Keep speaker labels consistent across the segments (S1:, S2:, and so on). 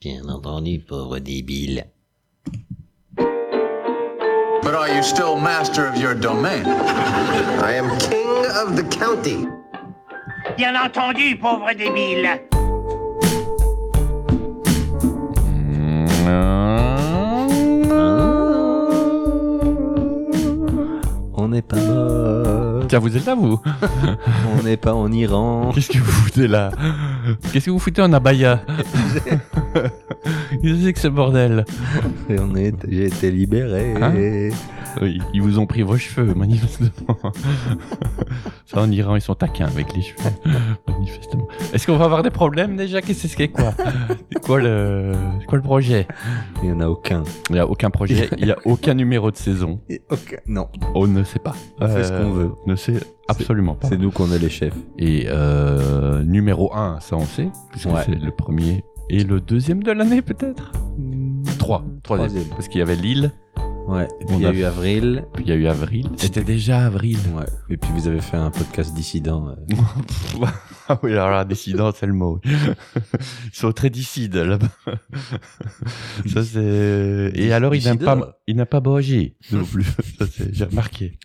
S1: Bien entendu, pauvre débile.
S2: But are you still master of your domain?
S3: I am king of the county.
S4: Bien entendu, pauvre débile.
S5: Hein
S1: On n'est pas mort.
S5: Tiens, vous êtes là, vous
S1: On n'est pas en Iran.
S5: Qu'est-ce que vous foutez là Qu'est-ce que vous foutez en abaya Qu'est-ce que c'est que ce bordel
S1: Et on est, j'ai été libéré.
S5: Oui, ils vous ont pris vos cheveux, manifestement. Ça, en Iran, ils sont taquins avec les cheveux, manifestement. Est-ce qu'on va avoir des problèmes déjà Qu'est-ce que c'est que quoi C'est quoi le, c'est quoi le projet
S1: Il n'y en a aucun.
S5: Il n'y a aucun projet, il n'y a aucun numéro de saison.
S1: Et aucun. Non,
S5: On ne sait pas.
S1: On fait ce qu'on veut.
S5: On Euh, Ne sait absolument pas.
S1: Euh, c'est nous qu'on est les chefs.
S5: Et euh, numéro 1, ça on sait, puisque
S1: Ouais.
S5: c'est le premier et le deuxième de l'année peut-être Trois, Hmm. troisième.
S1: Troisième.
S5: Parce qu'il y avait Lille,
S1: Ouais. Et puis
S5: On
S1: il y a
S5: a
S1: eu avril.
S5: puis il y a eu Avril. C'était déjà Avril.
S1: Ouais. Et puis vous avez fait un podcast dissident. euh.
S5: ah oui, alors là, dissident, c'est le mot. Ils sont très dicides là-bas. ça c'est. Et alors, il n'a
S1: Dissident.
S5: pas, il n'a pas bougé non plus. ça c'est, j'ai remarqué.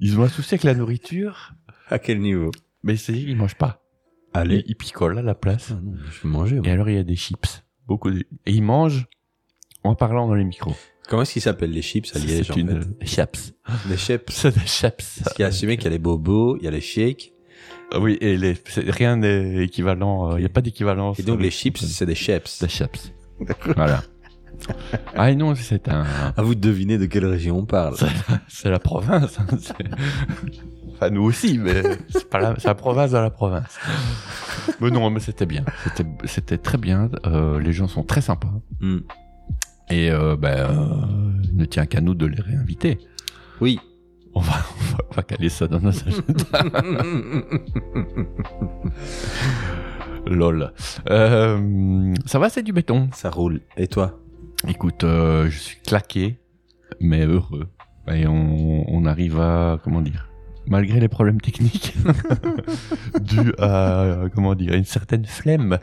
S5: Ils ont un souci avec la nourriture,
S1: À quel niveau
S5: mais c'est, ils mangent pas. Ils, ils picolent à la place.
S1: Ah non, je vais manger. moi.
S5: Et alors, il y a des chips. Beaucoup de- Et ils mangent en parlant dans les micros.
S1: Comment est-ce qu'ils s'appellent les chips à Liège en
S5: c'est une chaps.
S1: fait Les chips.
S5: C'est des chaps.
S1: Parce qu'il y a assumé qu'il y a les bobos, il y a les shakes.
S5: Ah Oui, et les... c'est- rien n'est équivalent. euh, Il n'y a pas d'équivalence.
S1: Et donc les
S5: avec-
S1: chips, c'est des chips.
S5: Des chaps. voilà. Ah non, c'est un,
S1: À vous de deviner de quelle région on parle.
S5: c'est la province. hein, c'est- enfin, nous aussi, mais c'est pas la, c'est la province dans la province. Mais non, mais c'était bien. C'était, c'était très bien. euh, les gens sont très sympas.
S1: Hmm.
S5: Et euh, ben, euh, il ne tient qu'à nous de les réinviter.
S1: Oui.
S5: On va, on va, on va caler ça dans nos agendas.
S1: Mm,
S5: Lol. Euh, ça va, c'est du béton.
S1: Ça roule. Et toi
S5: Écoute, euh, je suis claqué, mais heureux. Et on, on arrive à, comment dire, malgré les problèmes techniques, dus à, euh, comment dire, une certaine flemme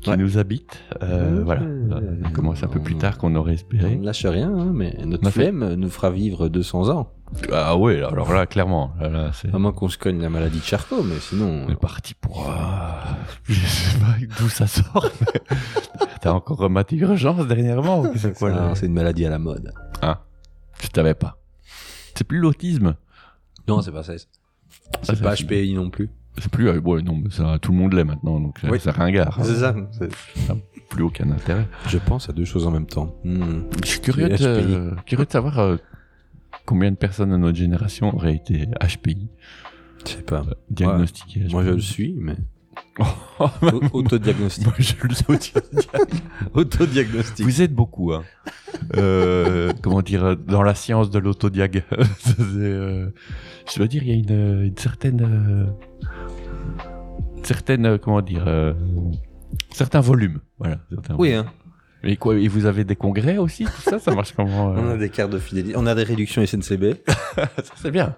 S5: qui
S1: Ouais.
S5: nous habite. Euh,
S1: Ouais.
S5: voilà. Euh, On commence un peu
S1: On-
S5: plus tard qu'on aurait
S1: On
S5: espéré.
S1: ne lâche rien, hein, mais notre
S5: On a fait-
S1: flemme nous fera vivre 200 ans.
S5: Ah ouais, alors là, clairement, là, là, c'est...
S1: À moins qu'on se cogne la maladie de Charcot, mais sinon.
S5: On est parti pour. euh, je sais pas d'où ça sort. mais T'as encore rematé Urgence dernièrement ou C'est quoi là
S1: Ah, C'est une maladie à la mode. Ah.
S5: Je t'avais pas. C'est plus l'autisme.
S1: Non, c'est pas ça. C'est
S5: Ça,
S1: pas
S5: c'est-
S1: HPI non plus.
S5: C'est plus. euh, ouais, non, mais ça, tout le monde l'est maintenant, donc euh,
S1: Oui.
S5: c'est ringard.
S1: C'est ça.
S5: Plus aucun intérêt.
S1: Je pense à deux choses en même temps. Hmm.
S5: Je suis curieux, de,
S1: HPI.
S5: euh, curieux de savoir euh, combien de personnes de notre génération auraient été HPI,
S1: Je sais pas.
S5: diagnostiquées.
S1: Moi, je
S5: HPI.
S1: le suis, mais.
S5: Oh,
S1: Au- Autodiagnostic.
S5: Moi, je le soutiens.
S1: Autodiagnostic.
S5: Vous êtes beaucoup, hein. Euh, comment dire, dans la science de l'autodiag. Ça, c'est, euh, je dois dire, il y a une, une certaine, euh, une certaine, euh, comment dire, euh, certains volumes, voilà. certains
S1: Oui, hein.
S5: volumes. Et quoi Et vous avez des congrès aussi, tout ça, ça marche comment euh
S1: On a des cartes de fidélité. On a des réductions SNCB.
S5: Ça, c'est bien.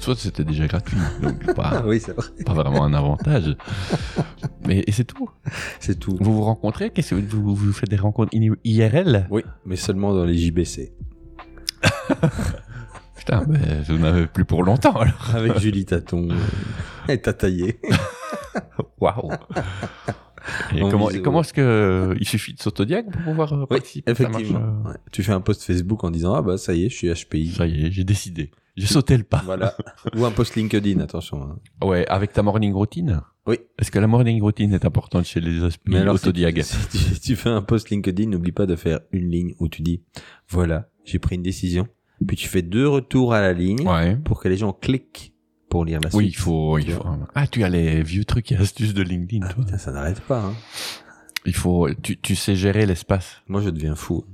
S5: Soit c'était déjà gratuit, donc c'est
S1: Ah
S5: pas,
S1: oui, c'est vrai.
S5: pas vraiment un avantage. Mais et c'est tout.
S1: C'est tout.
S5: Vous vous rencontrez Qu'est-ce que vous, vous faites des rencontres in- IRL
S1: Oui, mais seulement dans les JBC.
S5: Putain, mais vous n'avez plus pour longtemps alors.
S1: Avec Julie Taton. Et Tataillé.
S5: Waouh Et
S1: En
S5: comment,
S1: visio.
S5: et comment est-ce que euh, il suffit de s'autodiag pour pouvoir euh,
S1: Oui,
S5: participer Ça marche,
S1: effectivement.
S5: euh,
S1: Ouais. Tu fais un post Facebook en disant Ah bah ça y est, je suis HPI.
S5: Ça y est, j'ai décidé. J'ai sauté le pas.
S1: Voilà. Ou un post LinkedIn, attention. hein.
S5: Ouais, avec ta morning routine.
S1: Oui.
S5: Est-ce que la morning routine est importante chez les aspects
S1: si tu,
S5: autodiag
S1: si tu- si tu fais un post LinkedIn, n'oublie pas de faire une ligne où tu dis Voilà, j'ai pris une décision. Puis tu fais deux retours à la ligne
S5: Ouais.
S1: pour que les gens cliquent pour lire la suite.
S5: Oui, il faut, il
S1: Tu Ah,
S5: faut. Ah, tu as les vieux trucs et astuces de LinkedIn, toi.
S1: Putain, ça n'arrête pas. hein.
S5: Il faut, tu, tu sais gérer l'espace.
S1: Moi, je deviens fou.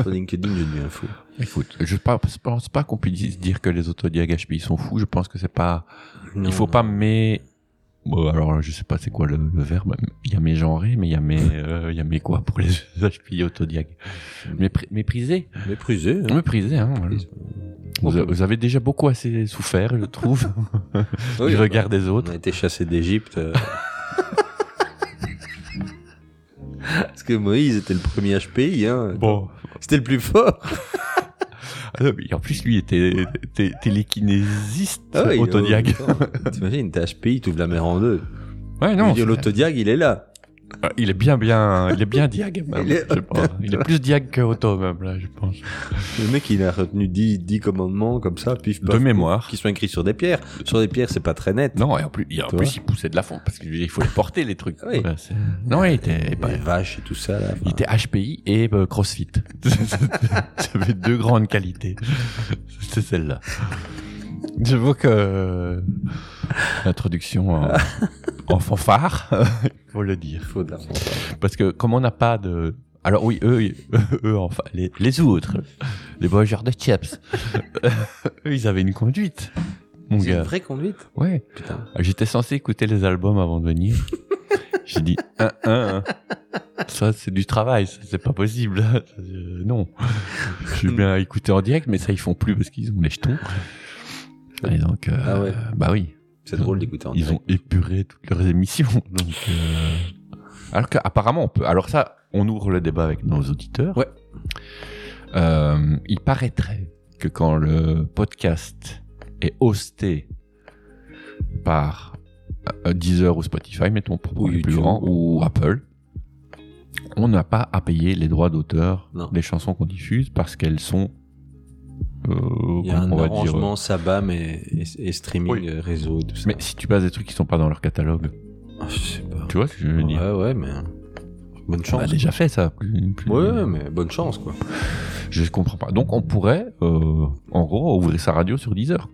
S1: Sur LinkedIn, je deviens fou.
S5: Écoute, je pa- je pense pas qu'on puisse dire que les autodiag HPI sont fous. Je pense que c'est pas,
S1: Non,
S5: il faut
S1: non.
S5: pas mais bon, alors je sais pas c'est quoi le, le verbe il y a mes genrés mais il y a mes euh, il y a mes quoi pour les HPI autodiag Mépri- mépriser
S1: Mm. Méprisé. hein.
S5: mépriser hein, voilà.
S1: Méprisé.
S5: vous, a- vous avez déjà beaucoup assez souffert je trouve
S1: Oui,
S5: du
S1: bah,
S5: regard des
S1: On
S5: autres
S1: a été chassé d'Égypte. euh. Parce que Moïse était le premier HPI, hein.
S5: Bon.
S1: C'était le plus fort.
S5: Ah non, mais en plus, lui était était télékinésiste
S1: oui,
S5: autodiaque.
S1: oh, putain. T'imagines, t'es HPI, t'ouvres la mer en deux.
S5: Ouais,
S1: Je veux
S5: non.
S1: dire, L'autodiag, il est là.
S5: Ah, Il est bien, bien, il est bien diag. même,
S1: Il est-
S5: je pense. Il est plus diag que auto, même, là, je pense.
S1: Le mec, il a retenu 10, 10 commandements comme ça, pif,
S5: De
S1: paf,
S5: mémoire.
S1: Qui sont écrits sur des pierres. Sur des pierres, c'est pas très net.
S5: Non, et en plus, et en
S1: Toi
S5: plus, il poussait de la fonte parce qu'il faut les porter, les trucs.
S1: Ah oui.
S5: Ouais, c'est- non, il était, bah,
S1: Les vaches et tout ça, là.
S5: il était HPI et euh, CrossFit. J'avais deux grandes qualités. C'était celle-là. Je vois que euh, l'introduction en, en fanfare, faut le dire.
S1: faut de la fanfare.
S5: Parce que comme on n'a pas de... Alors oui, eux, ils- eux enfin, les, les autres, les mangeurs de chips, eux, ils avaient une conduite, mon
S1: C'est une
S5: gars.
S1: vraie conduite.
S5: Ouais. Ah,
S1: Putain.
S5: J'étais censé écouter les albums avant de venir. J'ai dit, un, un, un. ça c'est du travail, ça, c'est pas possible. Euh, non. Je vais bien écouter en direct, mais ça ils font plus parce qu'ils ont les jetons. Et donc, euh,
S1: Ah ouais.
S5: bah oui,
S1: C'est drôle d'écouter en
S5: ils
S1: direct.
S5: ont épuré toutes leurs émissions. Donc, euh, Alors qu'apparemment on peut. Alors ça, on ouvre le débat avec nos auditeurs.
S1: Ouais.
S5: Euh, il paraîtrait que quand le podcast est hosté par euh, Deezer ou Spotify, mettons pour
S1: Ou
S5: les plus
S1: YouTube.
S5: grands, ou Apple, on n'a pas à payer les droits d'auteur
S1: Non.
S5: des chansons qu'on diffuse parce qu'elles sont. euh,
S1: Il y a
S5: comment
S1: un
S5: on va dire, euh,
S1: arrangement sabam et, et- et streaming
S5: Oui.
S1: euh, réseau et tout ça.
S5: Mais si tu bases des trucs qui sont pas dans leur catalogue,
S1: Ah, je sais pas.
S5: tu vois ce que je veux dire
S1: Ouais, ouais, mais bonne
S5: On a
S1: chance.
S5: Bah, déjà fait ça. plus- plus-
S1: Ouais, mais bonne chance, quoi.
S5: Je comprends pas. Donc on pourrait, euh, en gros, ouvrir sa radio sur 10 heures.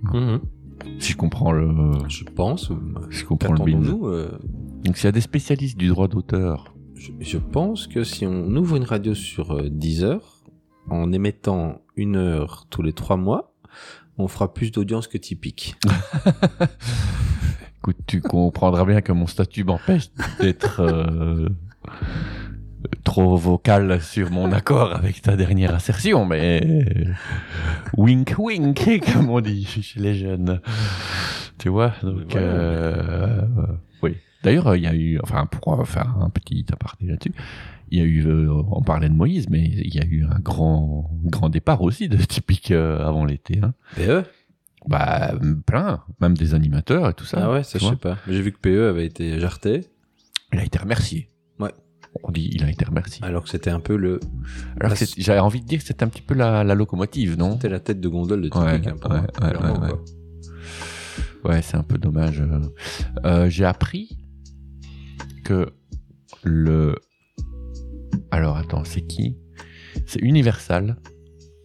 S5: Si je comprends le,
S1: Je pense. euh,
S5: si je comprends le build.
S1: Qu'attendons-nous euh,
S5: Donc s'il y a des spécialistes du droit d'auteur,
S1: je, je pense que si on ouvre une radio sur euh, Deezer, en émettant une heure tous les trois mois, on fera plus d'audience que typique.
S5: écoute, tu comprendras bien que mon statut m'empêche d'être euh, trop vocal sur mon accord avec ta dernière assertion, mais wink wink, comme on dit chez les jeunes. Tu vois, donc...
S1: Voilà.
S5: euh, oui. D'ailleurs, il y a eu, enfin, pour euh, faire un petit aparté là-dessus, il y a eu, euh, on parlait de Moïse, mais il y a eu un grand, grand départ aussi de typique euh, avant l'été. Hein.
S1: PE
S5: Bah, plein, même des animateurs et tout ça.
S1: Ah ouais, ça
S5: tu
S1: je
S5: vois.
S1: sais pas. J'ai vu que PE avait été jarté,
S5: Il a été remercié.
S1: Ouais.
S5: On dit il a été remercié.
S1: alors que c'était un peu le. la-
S5: Alors que c'est- j'avais envie de dire que c'était un petit peu la, la locomotive, non
S1: C'était la tête de gondole de typique.
S5: Ouais,
S1: hein, pour
S5: ouais,
S1: moi,
S5: ouais,
S1: clairement,
S5: ouais,
S1: quoi.
S5: Ouais, c'est un peu dommage. euh. Euh, J'ai appris que le. Alors attends, c'est qui C'est Universal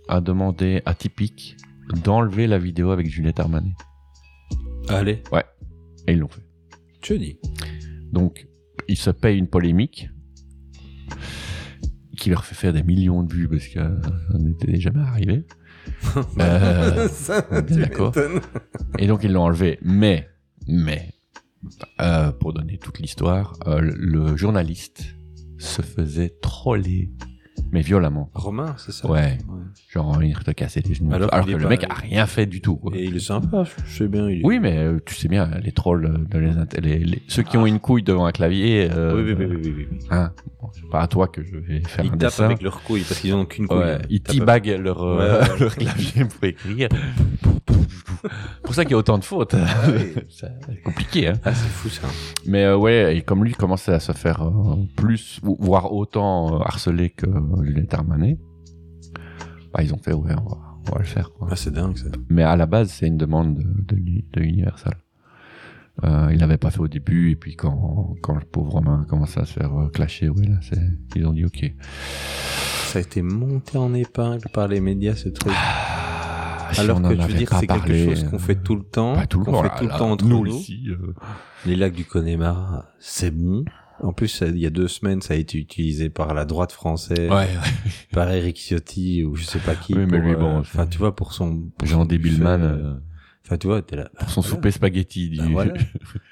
S5: a demandé à Typique d'enlever la vidéo avec Juliette Armanet.
S1: Allez,
S5: Et ils l'ont fait.
S1: je dis.
S5: Donc, il se paye une polémique qui leur fait faire des millions de vues parce qu'on n'était jamais arrivé. Euh,
S1: Ça,
S5: on est bien
S1: tu
S5: d'accord.
S1: m'étonnes.
S5: et donc, ils l'ont enlevé. Mais, mais, euh, pour donner toute l'histoire, euh, le journaliste se faisait troller, mais violemment.
S1: Romain, c'est ça
S5: Ouais,
S1: Ouais.
S5: genre envie de te casser les genoux. Alors,
S1: Alors
S5: que
S1: qu'il est
S5: le
S1: pas-
S5: mec a rien fait du tout. quoi.
S1: Et il est sympa, je sais bien. Il est...
S5: Oui, mais euh, tu sais bien, les trolls, euh, de les int- les- les- ceux qui ont une couille devant un clavier, euh,
S1: Ah. oui, oui, oui, oui, oui, oui.
S5: hein, bon, c'est pas à toi que je vais faire
S1: Ils
S5: un
S1: tapent
S5: dessin.
S1: avec leurs couilles parce qu'ils n'ont qu'une couille.
S5: Ouais, ils
S1: tapent
S5: teabag leur, euh,
S1: Ouais, ouais.
S5: leur clavier pour écrire. pour ça qu'il y a autant de fautes. C'est compliqué. Hein.
S1: Ah, c'est fou ça.
S5: Mais euh, ouais, et comme lui commençait à se faire euh, plus, ou- voire autant euh, harceler que Juliette Armanet, bah, ils ont fait, ouais, on va, on va le faire. quoi.
S1: Ah, c'est dingue ça.
S5: Mais à la base, c'est une demande de, de, l'U- de Universal. Euh, il l'avait pas fait au début, et puis quand, quand le pauvre Romain a commencé à se faire euh, clasher, ouais, là, c'est- ils ont dit ok.
S1: Ça a été monté en épingle par les médias ce truc.
S5: Ah, Si
S1: Ah, Alors
S5: on en
S1: que je
S5: avait
S1: veux dire,
S5: pas
S1: c'est quelque
S5: parlé,
S1: chose qu'on
S5: euh,
S1: fait tout le temps.
S5: Pas tout le
S1: qu'on
S5: temps,
S1: fait
S5: là,
S1: tout le
S5: là,
S1: temps entre nous.
S5: ici. euh,
S1: Les lacs du Connemara, c'est bon. En plus, ça- il y a deux semaines, ça a été utilisé par la droite française,
S5: Ouais,
S1: par Eric Ciotti ou je sais pas qui.
S5: Oui,
S1: pour,
S5: mais
S1: euh,
S5: lui, bon,
S1: Enfin, tu vois, pour son. pour
S5: Jean
S1: son
S5: Debilman,
S1: buffet,
S5: euh,
S1: Enfin, tu vois, t'es là.
S5: pour son
S1: bah Voilà.
S5: souper spaghetti. Du...
S1: Ben voilà.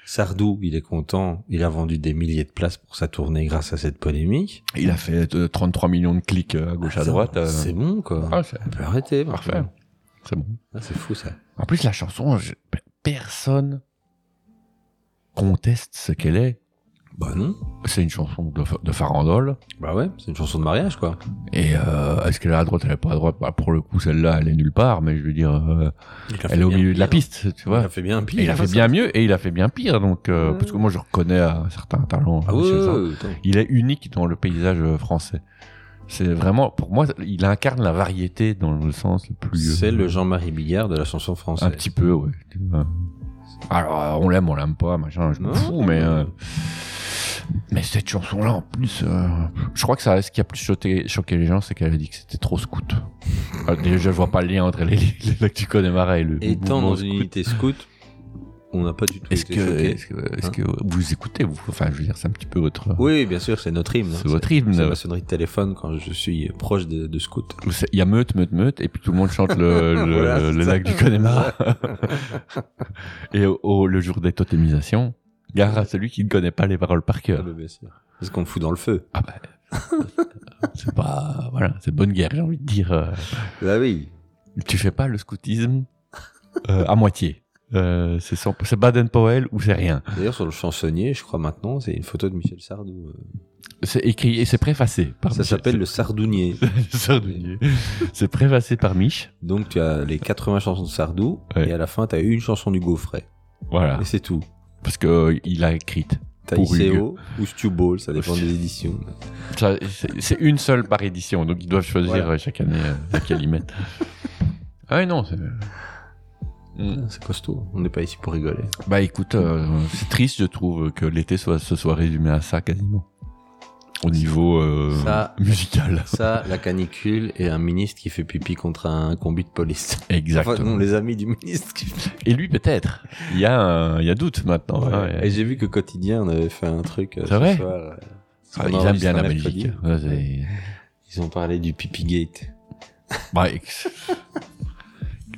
S1: Sardou, il est content. Il a vendu des milliers de places pour sa tournée grâce à cette polémique.
S5: Il a fait euh, 33 millions de clics euh, à gauche, à
S1: Ah, C'est-
S5: droite. euh,
S1: C'est bon, quoi.
S5: ah, c'est
S1: On peut arrêter.
S5: parfait.
S1: maintenant.
S5: C'est bon.
S1: Ah, c'est fou, ça.
S5: En plus, la chanson, je- personne conteste ce qu'elle est.
S1: Bah non.
S5: C'est une chanson de, fa- de farandole.
S1: Bah ouais, c'est une chanson de mariage, quoi.
S5: Et euh, est-ce qu'elle est à droite, elle est pas à droite Bah, Pour le coup, celle-là, elle est nulle part, mais je veux dire, euh, elle est au milieu de la piste, tu
S1: Il
S5: vois.
S1: a fait bien pire. hein,
S5: Et il a fait
S1: ça.
S5: bien mieux et il a fait bien pire, donc euh,
S1: Ouais.
S5: parce que moi je reconnais un certain talent. euh,
S1: Ah ouais,
S5: chez
S1: ouais,
S5: ça.
S1: ouais, attends.
S5: Il est unique dans le paysage euh, français. C'est vraiment, pour moi, il incarne la variété dans le sens le plus.
S1: C'est le Jean-Marie Bigard de la chanson française.
S5: Un petit peu, ouais. tu vois. Alors, euh, on l'aime, on l'aime pas, machin, je m'en
S1: Non.
S5: fous, mais. euh, mais cette chanson-là, en plus, euh, je crois que ça, ce qui a plus choqué, choqué les gens, c'est qu'elle a dit que c'était trop scout. Alors, déjà, je vois pas le lien entre les, les Lactucos des Marais et le.
S1: Étant
S5: mouvement
S1: dans une
S5: scout.
S1: unité scout, on n'a pas du tout
S5: Est-ce
S1: été
S5: que,
S1: choqués.
S5: est-ce que,
S1: Hein
S5: est-ce que vous écoutez vous Enfin, je veux dire, c'est un petit peu votre.
S1: Oui, bien sûr, c'est notre hymne. hein.
S5: C'est votre euh, hymne.
S1: C'est ma sonnerie de téléphone quand je suis proche de, de scout.
S5: C'est- Il y a meute, meute, meute, et puis tout le monde chante le, le,
S1: Voilà, c'est
S5: le
S1: ça.
S5: lac du Connemara. et au, au- le jour des totémisations, gare à celui qui ne connaît pas les paroles par
S1: Ah
S5: cœur.
S1: bah, bien sûr. Parce qu'on me fout dans le feu.
S5: Ah bah, c'est pas, voilà, c'est bonne guerre, j'ai envie de dire. euh,
S1: Bah oui.
S5: Tu fais pas le scoutisme euh, à moitié. Euh, c'est sans- c'est Baden-Powell ou c'est rien.
S1: D'ailleurs, sur le chansonnier, je crois maintenant, c'est une photo de Michel Sardou. euh.
S5: C'est écrit et c'est préfacé. Par
S1: Ça
S5: Michel-
S1: s'appelle le Sardounier.
S5: Le Sardinier. C'est préfacé par Mich.
S1: Donc, tu as les 80 chansons de Sardou,
S5: Ouais.
S1: et à la fin, tu as une chanson du Gaufret.
S5: Voilà.
S1: Et c'est tout.
S5: Parce que euh, il a écrit.
S1: T'as
S5: Pour
S1: ICO ou Stu Ball, ça dépend des éditions.
S5: Ça, C'est c'est une seule par édition, donc ils doivent choisir
S1: Voilà.
S5: euh, chaque année euh, laquelle ils mettent. Ah ouais, non, c'est... Mm.
S1: C'est costaud. hein. On n'est pas ici pour rigoler.
S5: Bah écoute, euh, c'est triste je trouve que l'été soit, se soit résumé à ça quasiment. Au niveau euh,
S1: Ça-
S5: musical.
S1: Ça, la canicule et un ministre qui fait pipi contre un combi de police.
S5: Exactement.
S1: Enfin, non, les amis du ministre. qui-
S5: Et lui peut-être. Il y a, un- il y a doute maintenant. hein,
S1: Et j'ai vu que Quotidien on avait fait un truc. euh,
S5: C'est
S1: ce
S5: vrai
S1: soir, euh, parce
S5: Ah,
S1: qu'on
S5: ils aiment
S1: enregistre
S5: bien la
S1: un mercredi.
S5: Belgique. Ouais, c'est-
S1: Ils ont parlé du pipi gate.
S5: Bah, ex-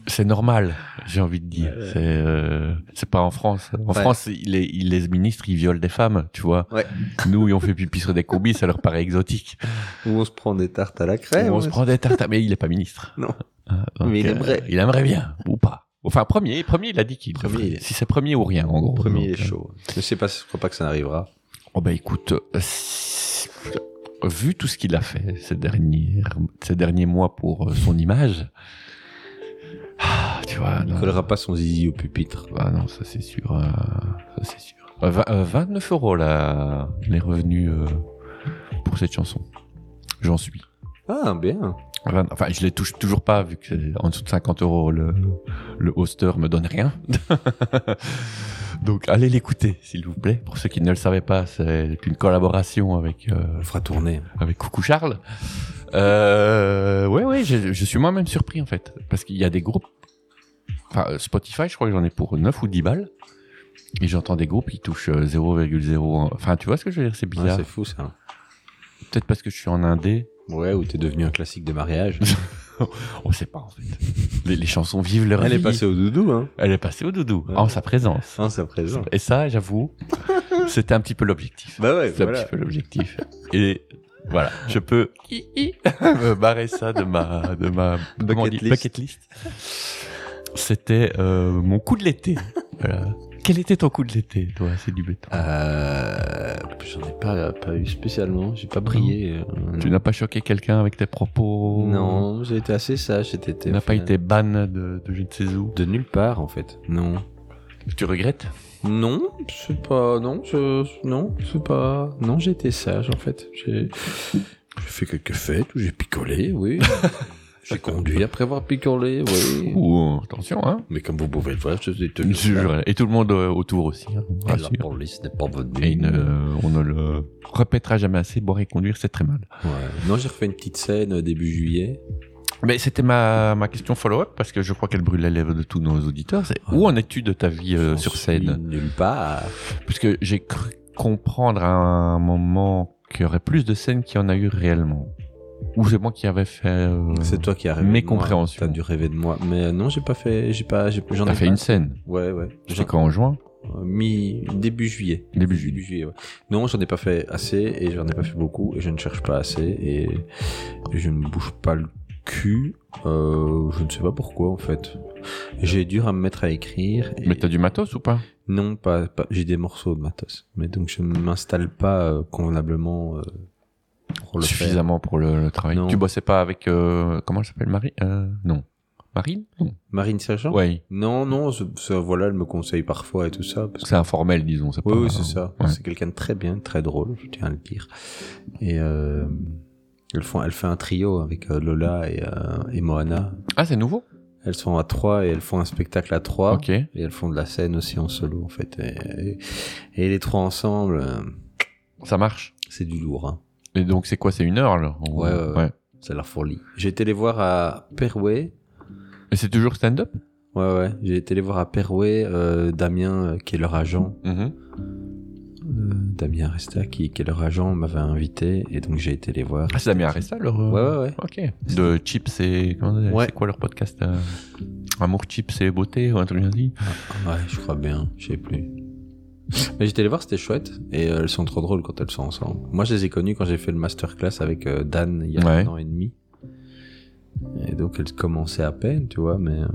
S5: c'est normal, j'ai envie de dire. C'est euh, c'est pas en France. En
S1: Ouais.
S5: France, les, les ministres, ils violent des femmes, tu vois.
S1: Ouais.
S5: Nous, ils ont fait pipi sur des combis, ça leur paraît exotique.
S1: Où on se prend des tartes à la crème.
S5: on se
S1: ouais.
S5: prend des tartes, mais il est pas ministre.
S1: Non.
S5: Hein, donc,
S1: Mais il
S5: euh,
S1: aimerait.
S5: il aimerait bien, ou pas. Enfin, premier, premier, il a dit qu'il le
S1: Premier,
S5: ferait.
S1: il est-
S5: Si c'est premier ou rien, en gros.
S1: Premier, il est
S5: Donc, euh,
S1: chaud. Je sais pas, je crois pas que ça arrivera.
S5: Oh bah écoute, euh, si- vu tout ce qu'il a fait ces derniers, ces derniers mois pour euh, son image, ah, tu vois,
S1: Il
S5: non,
S1: collera pas son zizi au pupitre.
S5: Ah non, ça c'est sûr. euh, ça c'est sûr. Euh, vingt- euh, 29 euros là, les revenus euh, pour cette chanson. J'en suis.
S1: Ah, bien.
S5: Vingt- Enfin, je les touche toujours pas vu que c'est en dessous de 50 euros le, le hoster me donne rien. Donc allez l'écouter s'il vous plaît. Pour ceux qui ne le savaient pas, c'est une collaboration avec euh,
S1: On le fera tourner.
S5: avec Coucou Charles. Euh, ouais, ouais, je, je suis moi-même surpris en fait. Parce qu'il y a des groupes. Enfin, euh, Spotify, je crois que j'en ai pour 9 ou 10 balles. Et j'entends des groupes qui touchent euh, 0,01. Enfin, tu vois ce que je veux dire C'est
S1: Ouais,
S5: bizarre.
S1: c'est fou, ça.
S5: Peut-être parce que je suis en indé.
S1: Ouais, ou t'es devenu un classique de mariage.
S5: On sait pas en fait. Les, les chansons vivent leur
S1: Elle
S5: vie.
S1: est passée au doudou, hein.
S5: Elle est passée au doudou.
S1: Ouais.
S5: En sa présence.
S1: Hein, c'est à présent.
S5: Et ça, j'avoue, c'était un petit peu l'objectif.
S1: Bah ouais,
S5: C'est un
S1: voilà.
S5: petit peu l'objectif. Et voilà, je peux hi, hi, me barrer ça de ma, de ma comment on dit,
S1: Bucket list.
S5: bucket list. C'était euh, mon coup de l'été. Voilà. Quel était ton coup de l'été, toi C'est du béton.
S1: Euh, J'en ai pas, pas eu spécialement, j'ai pas brillé. euh,
S5: Tu n'as pas choqué quelqu'un avec tes propos
S1: Non, j'ai été assez sage cet été.
S5: Tu n'as
S1: au
S5: pas
S1: final.
S5: été ban de, de je ne sais où
S1: de nulle part en fait. Non.
S5: Tu regrettes
S1: Non, c'est pas. Non, je- non, c'est pas. Non, j'ai été sage en fait. J'ai j'ai fait quelques fêtes où j'ai picolé, oui. j'ai conduit après avoir picolé, oui.
S5: Ou attention, hein
S1: Mais comme vous pouvez le voir, je suis
S5: Je-
S1: tenu.
S5: je- Et tout le monde euh, autour aussi. hein,
S1: Et
S5: bien
S1: la
S5: sûr.
S1: police n'est pas venue.
S5: Et une, euh, on ne le répétera jamais assez, boire et conduire, c'est très mal.
S1: Ouais. Non, j'ai refait une petite scène euh, début juillet.
S5: Mais c'était ma, ma question follow-up, parce que je crois qu'elle brûle les lèvres de tous nos auditeurs. C'est
S1: Ouais.
S5: Où en es-tu de ta vie euh,
S1: J'en
S5: sur
S1: suis
S5: scène
S1: Nulle part.
S5: Puisque j'ai cru comprendre à un moment qu'il y aurait plus de scènes qu'il y en a eu réellement. Ou c'est moi qui avais fait... euh,
S1: C'est toi qui as rêvé. de moi.
S5: Mécompréhension.
S1: T'as dû rêver de moi. Mais euh, non, j'ai pas fait. J'ai pas. j'ai- J'en ai
S5: T'as fait
S1: pas.
S5: une scène.
S1: Ouais, ouais.
S5: C'était
S1: J'en-
S5: quand en juin
S1: euh, Mi début juillet.
S5: Début juillet.
S1: ouais. Non, j'en ai pas fait assez et j'en ai pas fait beaucoup et je ne cherche pas assez et et je ne bouge pas le cul. Euh, je ne sais pas pourquoi en fait. J'ai dur à me mettre à écrire. et-
S5: Mais t'as du matos ou pas
S1: Non, pas, pas- j'ai des morceaux de matos, mais donc je ne m'installe pas euh, convenablement euh, pour le faire.
S5: Suffisamment pour le, le travail.
S1: Non.
S5: Tu bossais pas avec. euh, comment elle s'appelle Marie euh, Non. Marine Non.
S1: Marine Sergent
S5: Ouais.
S1: Non, non, ce- ça, voilà, elle me conseille parfois et tout ça. Parce que...
S5: C'est informel, disons. c'est
S1: Oui,
S5: pas- hein.
S1: oui, c'est ça.
S5: ouais.
S1: C'est quelqu'un de très bien, très drôle, je tiens à le dire. Et euh, elles font, elle fait un trio avec euh, Lola et, euh, et Moana.
S5: Ah, c'est nouveau
S1: Elles sont à trois et elles font un spectacle à trois.
S5: Ok.
S1: Et elles font de la scène aussi en solo, en fait. Et, et- et les trois ensemble, euh,
S5: Ça marche.
S1: c'est du lourd. hein.
S5: Et donc, c'est quoi C'est une heure, alors en
S1: Ouais,
S5: gros
S1: ouais, ouais. C'est la folie. J'ai été les voir à Perouet.
S5: Et c'est toujours stand-up
S1: Ouais, ouais. J'ai été les voir à Perouet. euh, Damien, euh, qui est leur agent,
S5: Mhm.
S1: euh, Damien Resta, qui, qui est leur agent, m'avait invité. Et donc, j'ai été les voir.
S5: Ah, c'est Damien Aresta, leur. euh,
S1: Ouais, ouais, ouais.
S5: Ok. De Chips et. Comment on dit-
S1: Ouais.
S5: C'est quoi leur podcast euh, Amour, Chips et Beauté, ou un truc ainsi
S1: Ouais, je crois bien, je sais plus. Mais j'étais les voir, c'était chouette. Et euh, elles sont trop drôles quand elles sont ensemble. Moi, je les ai connues quand j'ai fait le masterclass avec euh, Dan il y a
S5: Ouais.
S1: un an et demi. Et donc, elles commençaient à peine, tu vois. Mais euh,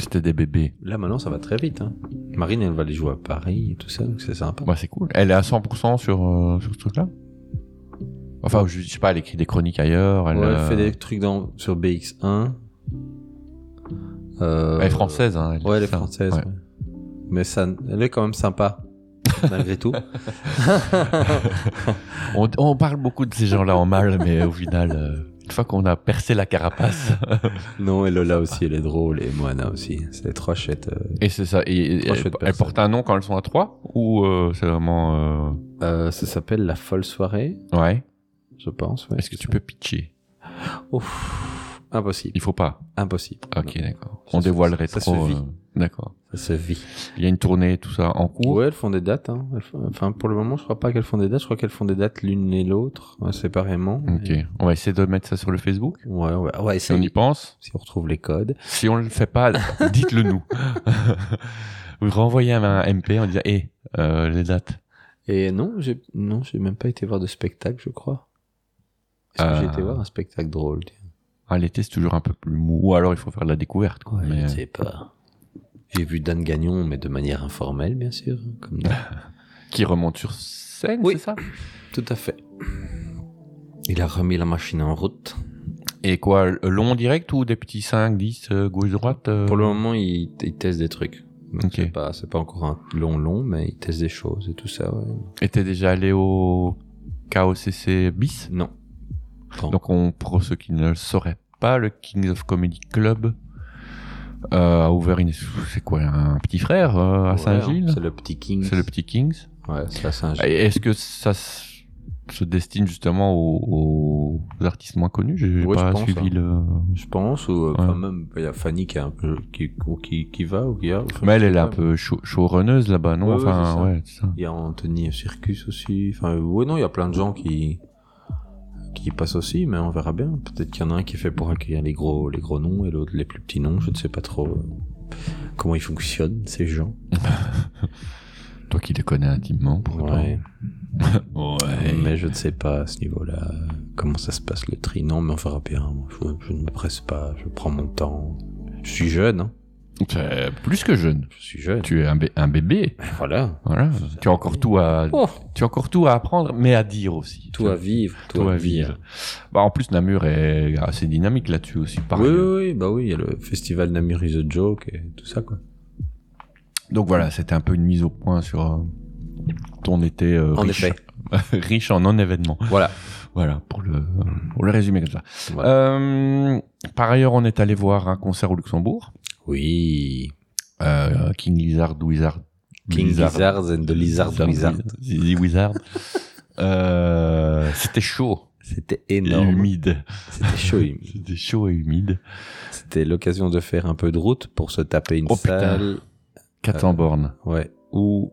S5: C'était des bébés.
S1: là, maintenant, ça va très vite. hein. Marine, elle va les jouer à Paris et tout ça, donc c'est sympa.
S5: Bah, c'est cool. Elle est à 100% sur, euh, sur ce truc-là Enfin, je, je sais pas, elle écrit des chroniques ailleurs. Elle,
S1: Ouais, elle
S5: euh,
S1: fait des trucs dans, sur BX1. Euh,
S5: Elle est française, hein.
S1: Ouais, elle est
S5: c'est ça.
S1: française.
S5: Ouais.
S1: ouais. Mais ça, elle est quand même sympa, malgré tout.
S5: On, on parle beaucoup de ces gens-là en mal, mais au final, euh, une fois qu'on a percé la carapace.
S1: Non, et Lola aussi, elle est drôle, et Moana aussi. C'est les trois chettes. euh.
S5: et c'est ça. Et, et-
S1: Trois
S5: elle,
S1: chouettes
S5: elle
S1: personnes.
S5: porte un nom quand elles sont à trois Ou euh, c'est vraiment.
S1: Euh, ça s'appelle La Folle Soirée,
S5: euh, Ouais.
S1: je pense. ouais.
S5: Est-ce que tu peux pitcher
S1: Ouf. Impossible.
S5: Il faut pas.
S1: Impossible.
S5: Ok, d'accord.
S1: Ça
S5: On
S1: se-
S5: dévoilerait
S1: ça se
S5: trop.
S1: vit.
S5: euh, d'accord.
S1: Ça se vit.
S5: Il y a une tournée, tout ça, en cours.
S1: Ouais, elles font des dates. hein. Elles font- Enfin, pour le moment, je crois pas qu'elles font des dates. Je crois qu'elles font des dates l'une et l'autre, euh, séparément.
S5: Ok. On va essayer de mettre ça sur le Facebook.
S1: Ouais, ouais. Ouais,
S5: Si
S1: c'est-
S5: on y pense.
S1: Si on retrouve les codes.
S5: Si on le fait pas, dites-le nous. Vous renvoyez un- un MP en disant, hé, euh, les dates.
S1: Et non, j'ai non, j'ai même pas été voir de spectacle, je crois. Est-ce que
S5: Euh.
S1: j'ai été voir un spectacle drôle tiens
S5: Ah, l'été, c'est toujours un peu plus mou. Ou alors, il faut faire de la découverte, quoi. Mais, euh,
S1: Je sais pas. J'ai vu Dan Gagnon, mais de manière informelle, bien sûr, comme d'hab.
S5: qui remonte sur scène,
S1: Oui.
S5: c'est ça
S1: Tout à fait. Il a remis la machine en route.
S5: Et quoi, euh, long direct ou des petits 5, 10, euh, gauche-droite euh,
S1: Pour le moment, il, il teste des trucs. Donc,
S5: Ok.
S1: C'est pas, c'est pas encore un long long, mais il teste des choses et tout ça. ouais.
S5: Et t'es déjà allé au KOCC bis
S1: Non. Bon.
S5: Donc, on, pour ceux qui ne le sauraient pas, le Kings of Comedy Club euh, a ouvert une... C'est quoi, un petit frère euh, à
S1: Ouais,
S5: Saint-Gilles
S1: C'est le petit King.
S5: C'est le petit Ah, Kings.
S1: Ouais, c'est à Saint-Gilles.
S5: Et Est-ce que ça se se destine justement aux, aux artistes moins connus J'ai
S1: Ouais, je
S5: pas
S1: pense,
S5: suivi
S1: hein.
S5: le...
S1: Je pense, ou euh,
S5: Ouais.
S1: enfin, même, il y a Fanny qui, est un peu- qui, ou qui, qui va, ou qui a. enfin,
S5: Mais elle,
S1: je sais
S5: elle est
S1: pas,
S5: un peu show- showrunneuse là-bas, non
S1: Ouais, ouais, c'est
S5: Enfin,
S1: ça.
S5: ouais, c'est ça.
S1: Il y a Anthony Circus aussi. Enfin, ouais, non, il y a plein de gens qui qui passent aussi, mais on verra bien. Peut-être qu'il y en a un qui est fait pour accueillir les gros les gros noms et l'autre les plus petits noms. Je ne sais pas trop euh, comment ils fonctionnent ces gens.
S5: Toi qui les connais intimement, pourquoi
S1: Ouais.
S5: pas Ouais.
S1: Mais je ne sais pas à ce niveau-là euh, comment ça se passe le tri. Non, mais on verra bien. Moi, Je, je ne me presse pas. Je prends mon temps. Je suis jeune. hein.
S5: Tu es plus que jeune.
S1: Je suis jeune.
S5: Tu es un, bé- un bébé.
S1: Voilà.
S5: Voilà. Tu as encore tout à,
S1: Oh,
S5: tu as encore tout à apprendre, mais à dire aussi.
S1: tout à vivre.
S5: Tout à vivre. Bah, en plus, Namur est assez dynamique là-dessus aussi. par
S1: Oui,
S5: ailleurs.
S1: oui, oui, bah oui, il y a le festival Namur is a joke et tout ça quoi.
S5: Donc voilà, c'était un peu une mise au point sur euh, ton été euh,
S1: En
S5: riche,
S1: effet.
S5: riche en non-événements.
S1: Voilà.
S5: Voilà, pour le, pour le résumer comme ça.
S1: Voilà.
S5: Euh, par ailleurs, on est allé voir un concert au Luxembourg.
S1: Oui.
S5: Euh, King Lizard, Wizard.
S1: King
S5: Blizzard.
S1: Lizards and the Lizard Wizard.
S5: The Wizard. Euh, c'était chaud
S1: C'était
S5: et
S1: énorme.
S5: humide.
S1: C'était chaud. et humide.
S5: C'était chaud et humide.
S1: C'était l'occasion de faire un peu de route pour se taper une
S5: Oh, putain.
S1: salle.
S5: 400
S1: Euh,
S5: bornes.
S1: Ouais. Ou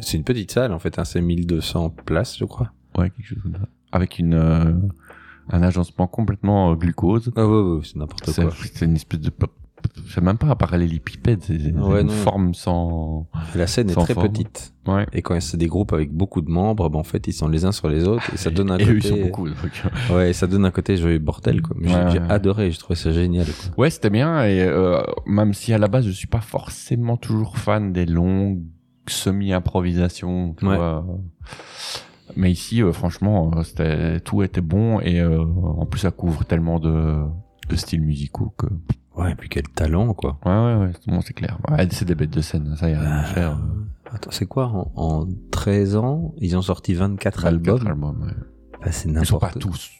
S1: c'est une petite salle en fait, hein, c'est 1200 places, je crois.
S5: Ouais, quelque chose comme ça. Avec une, euh, un agencement complètement euh, glucose.
S1: Ah ouais, ouais, ouais, c'est n'importe
S5: C'est
S1: quoi.
S5: c'est une espèce de. C'est même pas un parallélépipède, c'est c'est
S1: Ouais,
S5: une
S1: non.
S5: forme sans.
S1: La scène est
S5: Sans
S1: très
S5: forme.
S1: petite.
S5: Ouais.
S1: Et quand c'est des groupes avec beaucoup de membres, ben, en fait, ils sont les uns sur les autres et ça donne un
S5: Et
S1: côté.
S5: eux, ils sont beaucoup. donc.
S1: Ouais, et ça donne un côté joyeux bordel quoi. Mais j'ai-
S5: Ouais,
S1: j'ai
S5: ouais.
S1: adoré, j'ai trouvé ça génial. quoi.
S5: Ouais, c'était bien. Et euh, même si à la base, je suis pas forcément toujours fan des longues semi-improvisation. tu
S1: Ouais.
S5: vois. Mais ici, euh, franchement, euh, c'était- tout était bon et euh, en plus, ça couvre tellement de, de styles musicaux que.
S1: Ouais, et puis quel talent, quoi.
S5: Ouais, ouais, ouais, bon, c'est clair. Ouais, c'est des bêtes de scène, ça y a rien à
S1: Euh,
S5: faire.
S1: Attends, c'est quoi en, en 13 ans, ils ont sorti 24, albums.
S5: Quatre albums, ouais.
S1: Bah, c'est
S5: Ils sont
S1: n'importe
S5: pas tous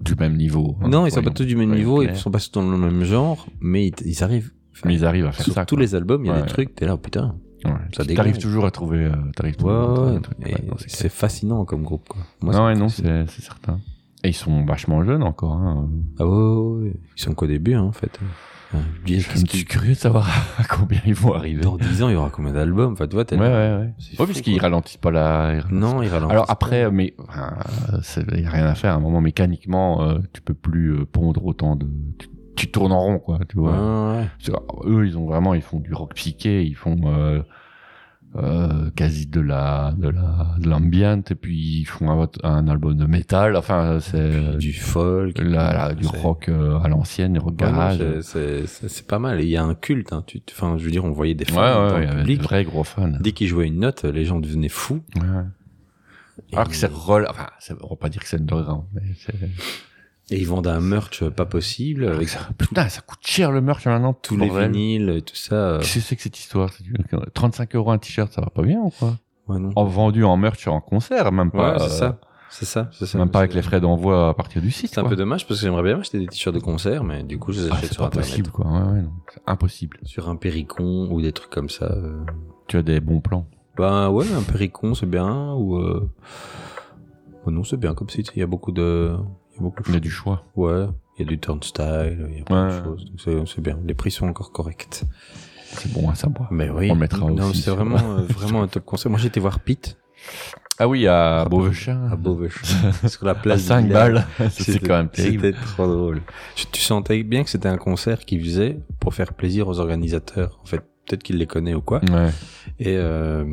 S5: du même niveau. hein,
S1: Non, ils sont pas
S5: voyons.
S1: tous du même
S5: Soyons
S1: niveau, ils
S5: clairs.
S1: sont pas tous dans le même genre, mais ils, ils arrivent. Enfin,
S5: Mais ils arrivent à faire
S1: sur
S5: ça.
S1: tous
S5: quoi.
S1: les albums, il y a
S5: Ouais.
S1: des trucs, t'es là, oh, putain.
S5: Ouais.
S1: ça
S5: T'arrives
S1: dégage.
S5: toujours à trouver. euh, T'arrives
S1: Ouais,
S5: toujours à trouver
S1: ouais,
S5: un truc.
S1: et
S5: Ouais, non, c'est
S1: c'est fascinant comme groupe, quoi. Moi,
S5: non,
S1: ça me
S5: ouais, non,
S1: fascine.
S5: c'est c'est certain. Et ils sont vachement jeunes encore. Hein.
S1: Ah ouais, ouais, ouais. ils sont qu'au début, hein, en fait. Hein, je me dis,
S5: Je
S1: qu'est-ce
S5: suis
S1: qu'ils-
S5: curieux de savoir à combien ils vont arriver.
S1: Dans 10 ans, il y aura combien d'albums Enfin, tu vois, t'es
S5: Ouais, ouais,
S1: là,
S5: ouais.
S1: c'est
S5: Ouais,
S1: fou,
S5: puisqu'ils
S1: quoi.
S5: ralentissent pas la. ils ralentissent
S1: Non, il ralentissent.
S5: Alors après, mais enfin, euh, c'est- il n'y a rien à faire. À un moment, mécaniquement, euh, tu peux plus euh, pondre autant de. Tu, tu tournes en rond, quoi. Tu
S1: Ouais,
S5: vois.
S1: ouais.
S5: Parce que, euh, eux, ils ont vraiment, ils font du rock psyché, ils font euh, euh, quasi de la, de la, de l'ambient, et puis ils font un, un album de métal. Enfin, c'est
S1: du folk.
S5: Euh, la- la- du
S1: C'est-
S5: rock euh, à l'ancienne, rock
S1: Ouais, non,
S5: garage.
S1: c'est- euh, c'est- c'est c'est pas mal. Et Il y a un culte. Hein. Tu, tu- enfin, je veux dire, on voyait des
S5: Ouais,
S1: fans dans
S5: ouais, il y
S1: le
S5: avait
S1: public.
S5: de vrais gros fans.
S1: Dès qu'ils jouaient une note, les gens devenaient fous.
S5: Ouais.
S1: Et- euh,
S5: Alors que c'est rel... enfin, c'est- on va pas dire que c'est underground, mais c'est...
S1: Et ils vendent un merch pas possible avec
S5: ça, putain, ça coûte cher le merch maintenant,
S1: tous les
S5: bordel.
S1: vinyles et tout ça.
S5: Qu'est-ce que c'est que cette histoire c'est du- 35 euros un t-shirt, ça va pas bien ou quoi
S1: Ouais, non.
S5: En vendu en merch en concert, même
S1: Ouais,
S5: pas.
S1: c'est
S5: euh,
S1: ça. C'est ça. C'est ça.
S5: Même pas avec
S1: C'est-
S5: les frais d'envoi à partir du site.
S1: C'est un
S5: quoi.
S1: peu dommage parce que j'aimerais bien acheter des t-shirts de concert, mais du coup, je les
S5: Ah,
S1: achète
S5: c'est
S1: sur
S5: pas
S1: Internet.
S5: possible, quoi. Ouais, ouais, non. C'est impossible.
S1: Sur un péricon ou des trucs comme ça. euh.
S5: Tu as des bons plans.
S1: Ben ouais, un péricon, c'est bien. Ou. euh, ouais, non, c'est bien comme site. Il y a beaucoup de. Il y a beaucoup de
S5: Il y a du choix.
S1: Ouais, il y a du turnstile, il y a plein
S5: Ouais.
S1: de choses. Donc c'est- c'est bien. Les prix sont encore corrects.
S5: C'est bon à savoir.
S1: Mais oui.
S5: On le mettra
S1: non,
S5: aussi
S1: c'est
S5: sur-
S1: vraiment, euh, vraiment un top concert. Moi, j'étais voir Pete
S5: Ah oui, à Beauvechain.
S1: à Beauvais, sur la
S5: À
S1: place.
S5: 5
S1: du village.
S5: balles. Ça, C'est
S1: C'était-
S5: quand même terrible.
S1: C'était trop drôle. Tu, tu sentais bien que c'était un concert qu'ils faisait pour faire plaisir aux organisateurs. En fait, peut-être qu'il les connaît ou quoi.
S5: Ouais.
S1: Et euh,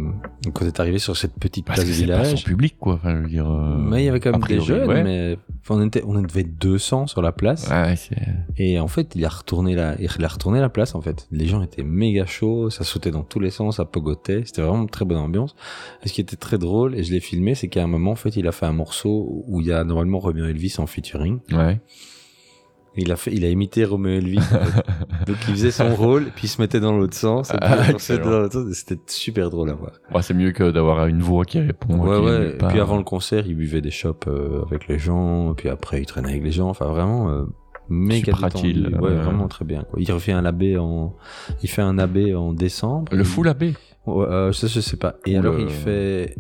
S1: donc, quand t'es arrivé sur cette petite
S5: Parce
S1: place
S5: que
S1: du
S5: c'est pas son
S1: village,
S5: public, quoi. Enfin, je veux dire. euh,
S1: mais il y avait quand
S5: a
S1: même
S5: priori,
S1: des jeunes.
S5: ouais.
S1: Mais enfin, on était, on devait être 200 sur la place.
S5: Ouais, c'est-
S1: Et en fait, il a retourné la, il a retourné la place, en fait. Les gens étaient méga chauds, ça sautait dans tous les sens, ça pogotait. C'était vraiment une très bonne ambiance. Et ce qui était très drôle, et je l'ai filmé, c'est qu'à un moment, en fait, il a fait un morceau où il y a normalement Romeo Elvis en featuring.
S5: ouais.
S1: Et il a fait, il a imité Romeo Elvis. en fait. Donc il faisait son rôle, puis il se mettait dans l'autre sens, et puis
S5: Ah,
S1: il se mettait
S5: excellent.
S1: dans l'autre sens. C'était super drôle à voir.
S5: Ouais, c'est mieux que d'avoir une voix qui répond.
S1: Ouais,
S5: qui
S1: ouais.
S5: n'est
S1: Et
S5: pas-
S1: puis avant le concert, il buvait des shops euh, avec les gens, puis après, il traînait avec les gens. Enfin, vraiment, euh, méga
S5: Supra-t-il,
S1: détendu. Ouais,
S5: euh,
S1: vraiment très bien. Quoi. Il refait un abbé en, il fait un abbé en décembre.
S5: Le full abbé.
S1: Ouais, euh, ça, je sais pas. Et
S5: Ou
S1: alors,
S5: le-
S1: il fait,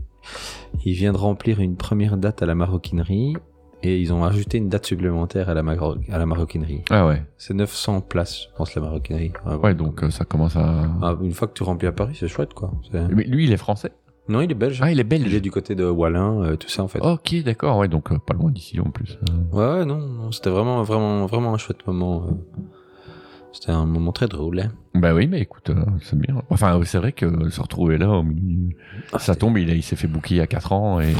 S1: il vient de remplir une première date à la maroquinerie. Et ils ont ajouté une date supplémentaire à la, maro- à la maroquinerie.
S5: Ah ouais.
S1: C'est 900 places, je pense, la maroquinerie. Ah,
S5: Ouais, donc euh, ça commence à.
S1: Ah, une fois que tu remplis à Paris, c'est chouette, quoi. C'est-
S5: Mais lui, il est français.
S1: Non, il est belge.
S5: Mm. Ah, il est
S1: il
S5: belge.
S1: est du côté de Wallin, euh, tout ça, en fait.
S5: Ok, d'accord. Ouais, donc euh, pas loin d'ici en plus. Euh,
S1: Ouais, ouais, non, non, c'était vraiment, vraiment, vraiment un chouette moment. euh. C'était un moment très drôle. hein.
S5: Bah oui, mais écoute, euh, c'est bien. Enfin, euh, c'est vrai que euh, se retrouver là, au milieu-
S1: Ah,
S5: ça
S1: c'était
S5: tombe, il, a- il s'est fait bouquer il y a 4 ans et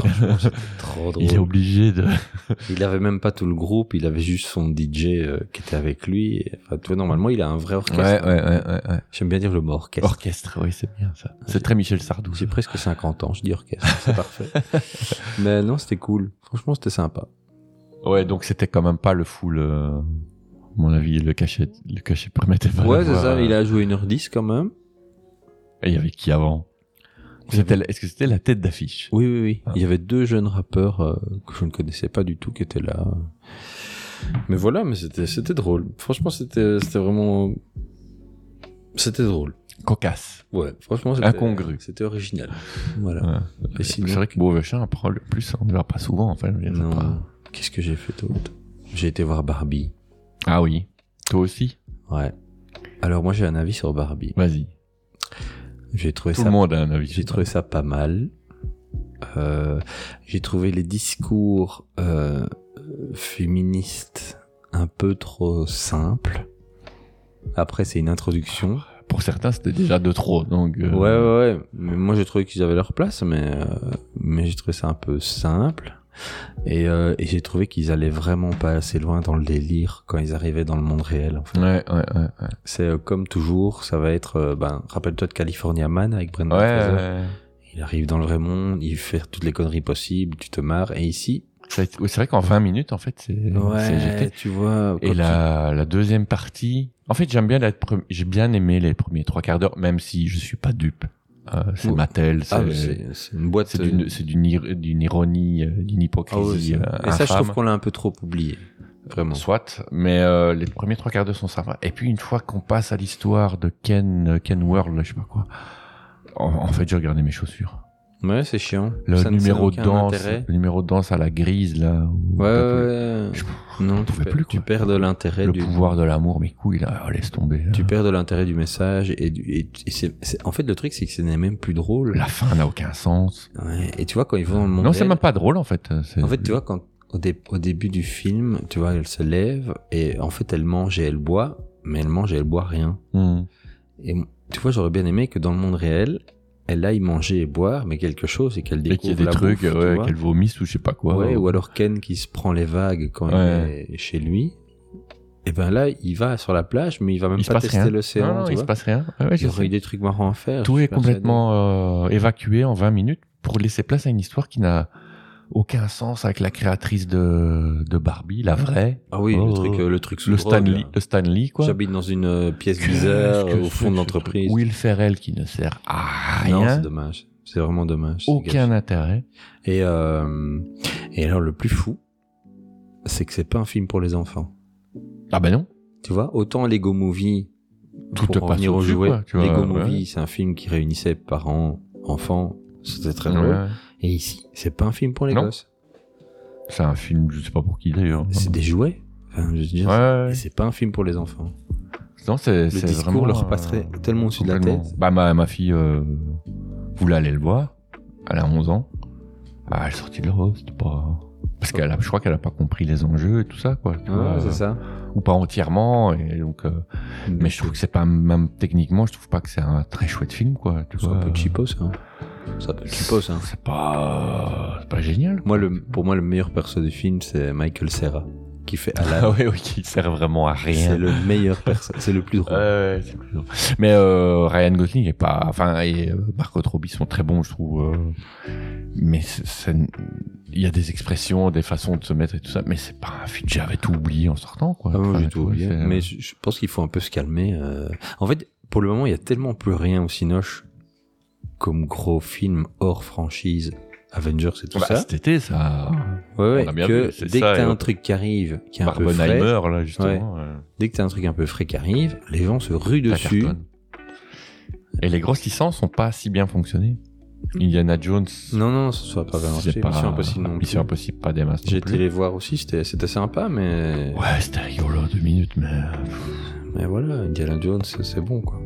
S1: Trop drôle.
S5: il est
S1: Il,
S5: obligé de...
S1: avait même pas tout le groupe, il avait juste son DJ euh, qui était avec lui. Et, enfin, tu vois, normalement, il a un vrai orchestre.
S5: ouais, ouais, ouais.
S1: J'aime bien dire le mot orchestre.
S5: Orchestre, oui, c'est bien ça. C'est très Michel Sardou.
S1: J'ai presque 50 ans, je dis orchestre, c'est parfait. Mais non, c'était cool. Franchement, c'était sympa.
S5: Ouais, donc c'était quand même pas le full... euh, à mon avis, le cachet, le cachet permettait pas
S1: ouais, c'est
S5: d'avoir,
S1: ça,
S5: euh,
S1: il a joué 1h10 quand même.
S5: Et il y avait qui avant C'était la- Est-ce que c'était la tête d'affiche
S1: Oui, oui, oui.
S5: Ah.
S1: Il y avait deux jeunes rappeurs euh, que je ne connaissais pas du tout qui étaient là. Mais voilà, mais c'était, c'était drôle. Franchement, c'était, c'était vraiment. C'était drôle.
S5: Cocasse.
S1: Ouais, franchement, c'était.
S5: Incongru.
S1: C'était original. Voilà.
S5: Ouais.
S1: Et sinon-
S5: Euh, C'est vrai que Beauvechin, après, le plus, on ne le voit pas souvent, en fait. je veux dire, c'est
S1: Non.
S5: pas-
S1: Qu'est-ce que j'ai fait d'autre J'ai été voir Barbie.
S5: Ah oui. Toi aussi
S1: Ouais. Alors, moi, j'ai un avis sur Barbie.
S5: Vas-y.
S1: J'ai trouvé
S5: Tout
S1: ça
S5: le monde a un avis.
S1: J'ai trouvé ça pas mal. Euh, j'ai trouvé les discours euh, féministes un peu trop simples. Après, c'est une introduction.
S5: Pour certains, c'était déjà de trop, donc... euh,
S1: Ouais, ouais, ouais. Mais moi, j'ai trouvé qu'ils avaient leur place, mais, euh, mais j'ai trouvé ça un peu simple. Et, euh, et j'ai trouvé qu'ils allaient vraiment pas assez loin dans le délire quand ils arrivaient dans le monde réel. en fait.
S5: Ouais, ouais, ouais. ouais.
S1: C'est euh, comme toujours, ça va être, euh, ben, rappelle-toi de California Man avec Brendan
S5: Ouais,
S1: Fraser.
S5: ouais.
S1: Il arrive dans le vrai monde, il fait toutes les conneries possibles, tu te marres. Et ici,
S5: C'est ouais, c'est vrai qu'en 20 minutes, en fait, c'est c'est
S1: ouais,
S5: GT.
S1: tu vois.
S5: Et
S1: quand
S5: la, la deuxième partie, en fait, j'aime bien la pre- j'ai bien aimé les premiers trois quarts d'heure, même si je suis pas dupe. Euh, c'est
S1: Ouais.
S5: Mattel,
S1: tu- Ah, mais
S5: c'est
S1: c'est c'est une boîte. euh,
S5: c'est d'une c'est d'une ir- d'une ironie, euh, d'une
S1: Ah ouais,
S5: hypocrisie
S1: c'est-
S5: euh,
S1: et ça, je
S5: infâme.
S1: trouve qu'on l'a un peu trop oublié. Vraiment.
S5: Soit, mais euh, les premiers trois quarts d'heure sont sympas. Et puis une fois qu'on passe à l'histoire de Ken euh, Ken World, je sais pas quoi. En, en fait, j'ai regardé mes chaussures.
S1: Ouais, c'est chiant.
S5: Le
S1: Ça ne- ça n'a
S5: numéro de
S1: aucun
S5: danse,
S1: intérêt.
S5: le numéro de danse à la grise là. où-
S1: Ouais, ouais,
S5: Je-
S1: ouais. Non, tu,
S5: pouvais
S1: per-
S5: plus,
S1: tu
S5: quoi.
S1: perds de l'intérêt
S5: Le
S1: du.
S5: pouvoir de l'amour, mes couilles là, oh, laisse tomber.
S1: Tu perds de l'intérêt du message et, du- et- et c'est, c'est- en fait le truc c'est que ce n'est même plus drôle.
S5: La fin n'a aucun sens.
S1: Ouais. Et tu vois quand ils vont dans le monde
S5: Non, c'est
S1: réel-
S5: même pas drôle en fait. C'est-
S1: En fait, tu vois, quand au, dé- au début du film, tu vois, elle se lève et en fait, elle mange et elle boit, mais elle mange et elle boit rien.
S5: Hmm.
S1: Et m- tu vois, j'aurais bien aimé que dans le monde réel, elle aille manger et boire, mais quelque chose et qu'elle
S5: Et qu'il
S1: découvre
S5: y a des
S1: la
S5: trucs,
S1: bouffe, tu
S5: ouais,
S1: vois.
S5: qu'elle vomisse ou je sais pas quoi.
S1: Ouais, ou alors Ken qui se prend les vagues quand
S5: Ouais.
S1: il est chez lui. Et ben là, il va sur la plage, mais il va même
S5: il se
S1: pas
S5: passe
S1: tester
S5: rien.
S1: l'océan.
S5: Non, non,
S1: tu
S5: il
S1: vois.
S5: se passe rien. Ouais, ouais,
S1: il y
S5: je
S1: aurait eu
S5: sais.
S1: des trucs marrants à faire.
S5: Tout
S1: je
S5: est
S1: suis persuadé.
S5: complètement euh, évacué en 20 minutes pour laisser place à une histoire qui n'a aucun sens avec la créatrice de, de Barbie, la vraie.
S1: Ah oui,
S5: Oh,
S1: le truc, euh, le truc sous
S5: Le
S1: drogue,
S5: Stanley,
S1: là.
S5: le Stanley quoi.
S1: J'habite dans une euh, pièce
S5: Qu'est-ce
S1: bizarre
S5: que
S1: au
S5: c'est
S1: fond
S5: que
S1: de
S5: ce
S1: l'entreprise.
S5: truc Will Ferrell qui ne sert à
S1: Non, c'est
S5: rien.
S1: dommage. C'est vraiment dommage. c'est
S5: Aucun
S1: gâché.
S5: intérêt.
S1: Et, euh, et alors, le plus fou, c'est que c'est pas un film pour les enfants.
S5: Ah ben non.
S1: Tu vois, autant Lego Movie,
S5: Tout te
S1: pour en
S5: passe
S1: venir au
S5: au-dessus,
S1: jouet,
S5: quoi, tu vois,
S1: Lego
S5: ouais.
S1: Movie, c'est un film qui réunissait parents, enfants, c'était très
S5: Ouais.
S1: drôle. Et ici, c'est pas un film pour les
S5: Non.
S1: gosses.
S5: C'est un film, je sais pas pour qui d'ailleurs.
S1: C'est des jouets. Enfin, je veux dire,
S5: Ouais.
S1: et c'est pas un film pour les enfants.
S5: Non, c'est
S1: Le
S5: c'est
S1: discours
S5: vraiment,
S1: leur
S5: euh,
S1: passerait tellement au-dessus de la
S5: complètement.
S1: tête.
S5: Bah, ma, ma fille euh, voulait aller le voir. Elle a 11 ans. Bah, elle est sortie de l'euro, c'était pas. Parce qu'elle a, je crois qu'elle a pas compris les enjeux et tout ça, quoi. tu vois, euh,
S1: Ouais, c'est ça.
S5: Ou pas entièrement. Et donc, euh, mais je trouve que c'est pas, même techniquement, je trouve pas que c'est un très chouette film, quoi. Tu
S1: C'est
S5: vois.
S1: un peu cheapo, ça. C'est un peu cheapo, ça.
S5: C'est pas, c'est pas génial.
S1: Moi, le, pour moi, le meilleur perso du film, c'est Michael Serra, qui fait Alan.
S5: Ah ouais, ouais, qui sert vraiment à rien.
S1: C'est le meilleur perso, c'est le plus drôle.
S5: Ouais, ouais, c'est plus drôle. Mais euh, Ryan Gosling est pas, enfin, et euh, Marco Robbie sont très bons, je trouve. euh, mais c'est- c'est- il y a des expressions, des façons de se mettre et tout ça. Mais c'est pas un film. J'avais tout oublié en sortant, quoi.
S1: Ah oui,
S5: Enfin,
S1: j'ai
S5: tu
S1: tout
S5: vois,
S1: oublié.
S5: c'est- euh,
S1: Mais je je pense qu'il faut un peu se calmer. euh. En fait, pour le moment, il y a tellement plus rien au Cinoche comme gros film hors franchise Avengers et tout
S5: Bah,
S1: ça.
S5: cet été, ça.
S1: Ouais, ouais,
S5: on a bien
S1: que
S5: vu, c'est
S1: dès
S5: ça,
S1: que t'as
S5: et
S1: un
S5: hop.
S1: truc qui arrive, qui est un peu frais,
S5: Barbenheimer, là, justement. euh,
S1: dès que t'as un truc un peu frais qui arrive, les gens se ruent
S5: ça
S1: dessus.
S5: cartonne. Et les grosses licences ont pas si bien fonctionné. Indiana Jones.
S1: Non, non, ça ne va pas bien
S5: c'est
S1: marcher.
S5: pas-
S1: Mission impossible non plus.
S5: Mission impossible, pas des masses. non
S1: J'ai
S5: plus.
S1: été les voir aussi, c'était c'était sympa, mais,
S5: Ouais, c'était rigolo, deux minutes, mais euh,
S1: mais voilà, Indiana Jones, c'est c'est bon quoi.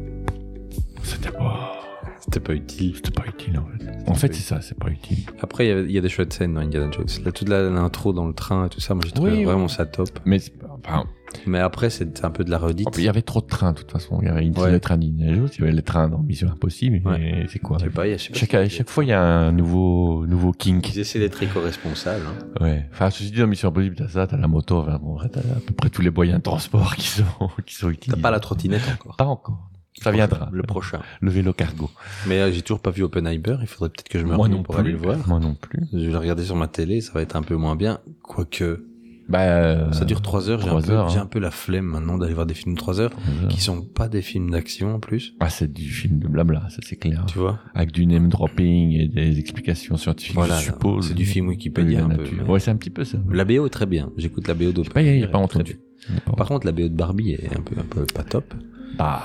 S5: c'était pas.
S1: C'était pas utile.
S5: C'était pas utile en fait. En fait,
S1: pas
S5: c'est ça, c'est pas utile.
S1: Après, il y a- il y, a des chouettes scènes dans Indiana Jones. Là, toute la- l'intro dans le train et tout ça, moi j'ai trouvé
S5: Oui, oui.
S1: vraiment ça top.
S5: Mais c'est pas- enfin,
S1: Mais après, c'est un peu de la redite.
S5: il y avait trop de trains de toute façon. Il y avait une,
S1: Ouais.
S5: le train d'Indiana Jones, il y avait le train dans Mission Impossible. et
S1: Ouais.
S5: c'est quoi
S1: Je sais pas, il y a je sais pas
S5: chaque,
S1: ce qu'il y a.
S5: chaque fois, il y a un nouveau, nouveau kink.
S1: Ils essaient d'être éco-responsables. hein.
S5: Ouais. Enfin, ceci dit, dans Mission Impossible, t'as ça, t'as la moto, enfin, bon, ouais, t'as à peu près tous les moyens de transport qui sont, qui sont
S1: T'as
S5: utilisés.
S1: pas la trottinette encore.
S5: Pas encore. Ça viendra.
S1: Le prochain.
S5: Le vélo cargo.
S1: Mais euh, j'ai toujours pas vu Oppenheimer. Il faudrait peut-être que je me
S5: Moi
S1: remette
S5: non
S1: pour
S5: plus.
S1: aller le voir.
S5: Moi non plus.
S1: Je vais le regarder sur ma télé, ça va être un peu moins bien. Quoique,
S5: Bah, euh,
S1: ça dure 3 heures. J'ai un,
S5: trois
S1: peu-
S5: heures,
S1: j'ai
S5: hein. Euh.
S1: un peu la flemme maintenant d'aller voir des films de 3 heures qui sont pas des films d'action en plus.
S5: Ah, c'est du film de blabla, ça c'est clair.
S1: Tu vois
S5: Avec du name dropping et des explications scientifiques,
S1: Voilà,
S5: je suppose.
S1: c'est du film Wikipédia
S5: De la
S1: un peu,
S5: nature.
S1: mais-
S5: Ouais, c'est un petit peu ça.
S1: La BO est très bien. J'écoute la BO
S5: J'ai pas, j'ai
S1: d'Oppenheimer.
S5: pas
S1: elle est
S5: entendu.
S1: très bien.
S5: J'ai pas
S1: Par contre, la BO de Barbie est un peu, un peu pas top.
S5: entendu. Bah,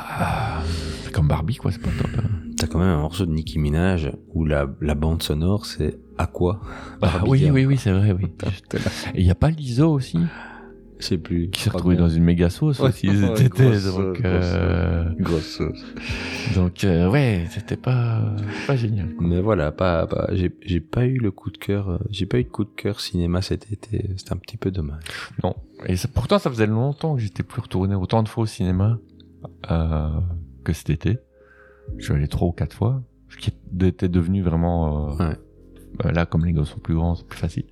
S5: c'est comme Barbie, quoi, c'est pas top. hein.
S1: T'as quand même un morceau de Nicki Minaj où la, la bande sonore c'est à quoi
S5: Ah, oui, oui, oui, c'est vrai, oui. Et il y a pas l'ISO aussi,
S1: Je sais plus.
S5: qui s'est retrouvé dans une méga sauce
S1: Ouais,
S5: aussi.
S1: ouais,
S5: C'était,
S1: grosse,
S5: donc,
S1: grosse.
S5: euh,
S1: une grosse sauce.
S5: donc euh, ouais, c'était pas, pas génial. quoi.
S1: Mais voilà, pas, pas- j'ai j'ai pas eu le coup de cœur. euh, J'ai pas eu de coup de cœur cinéma cet été. C'est un petit peu dommage.
S5: Non. Et ça- pourtant, ça faisait longtemps que j'étais plus retourné autant de fois au cinéma euh, que cet été. Je suis allé trois ou quatre fois, ce qui était devenu vraiment euh,
S1: Ouais.
S5: Bah, là, comme les gosses sont plus grands, c'est plus facile.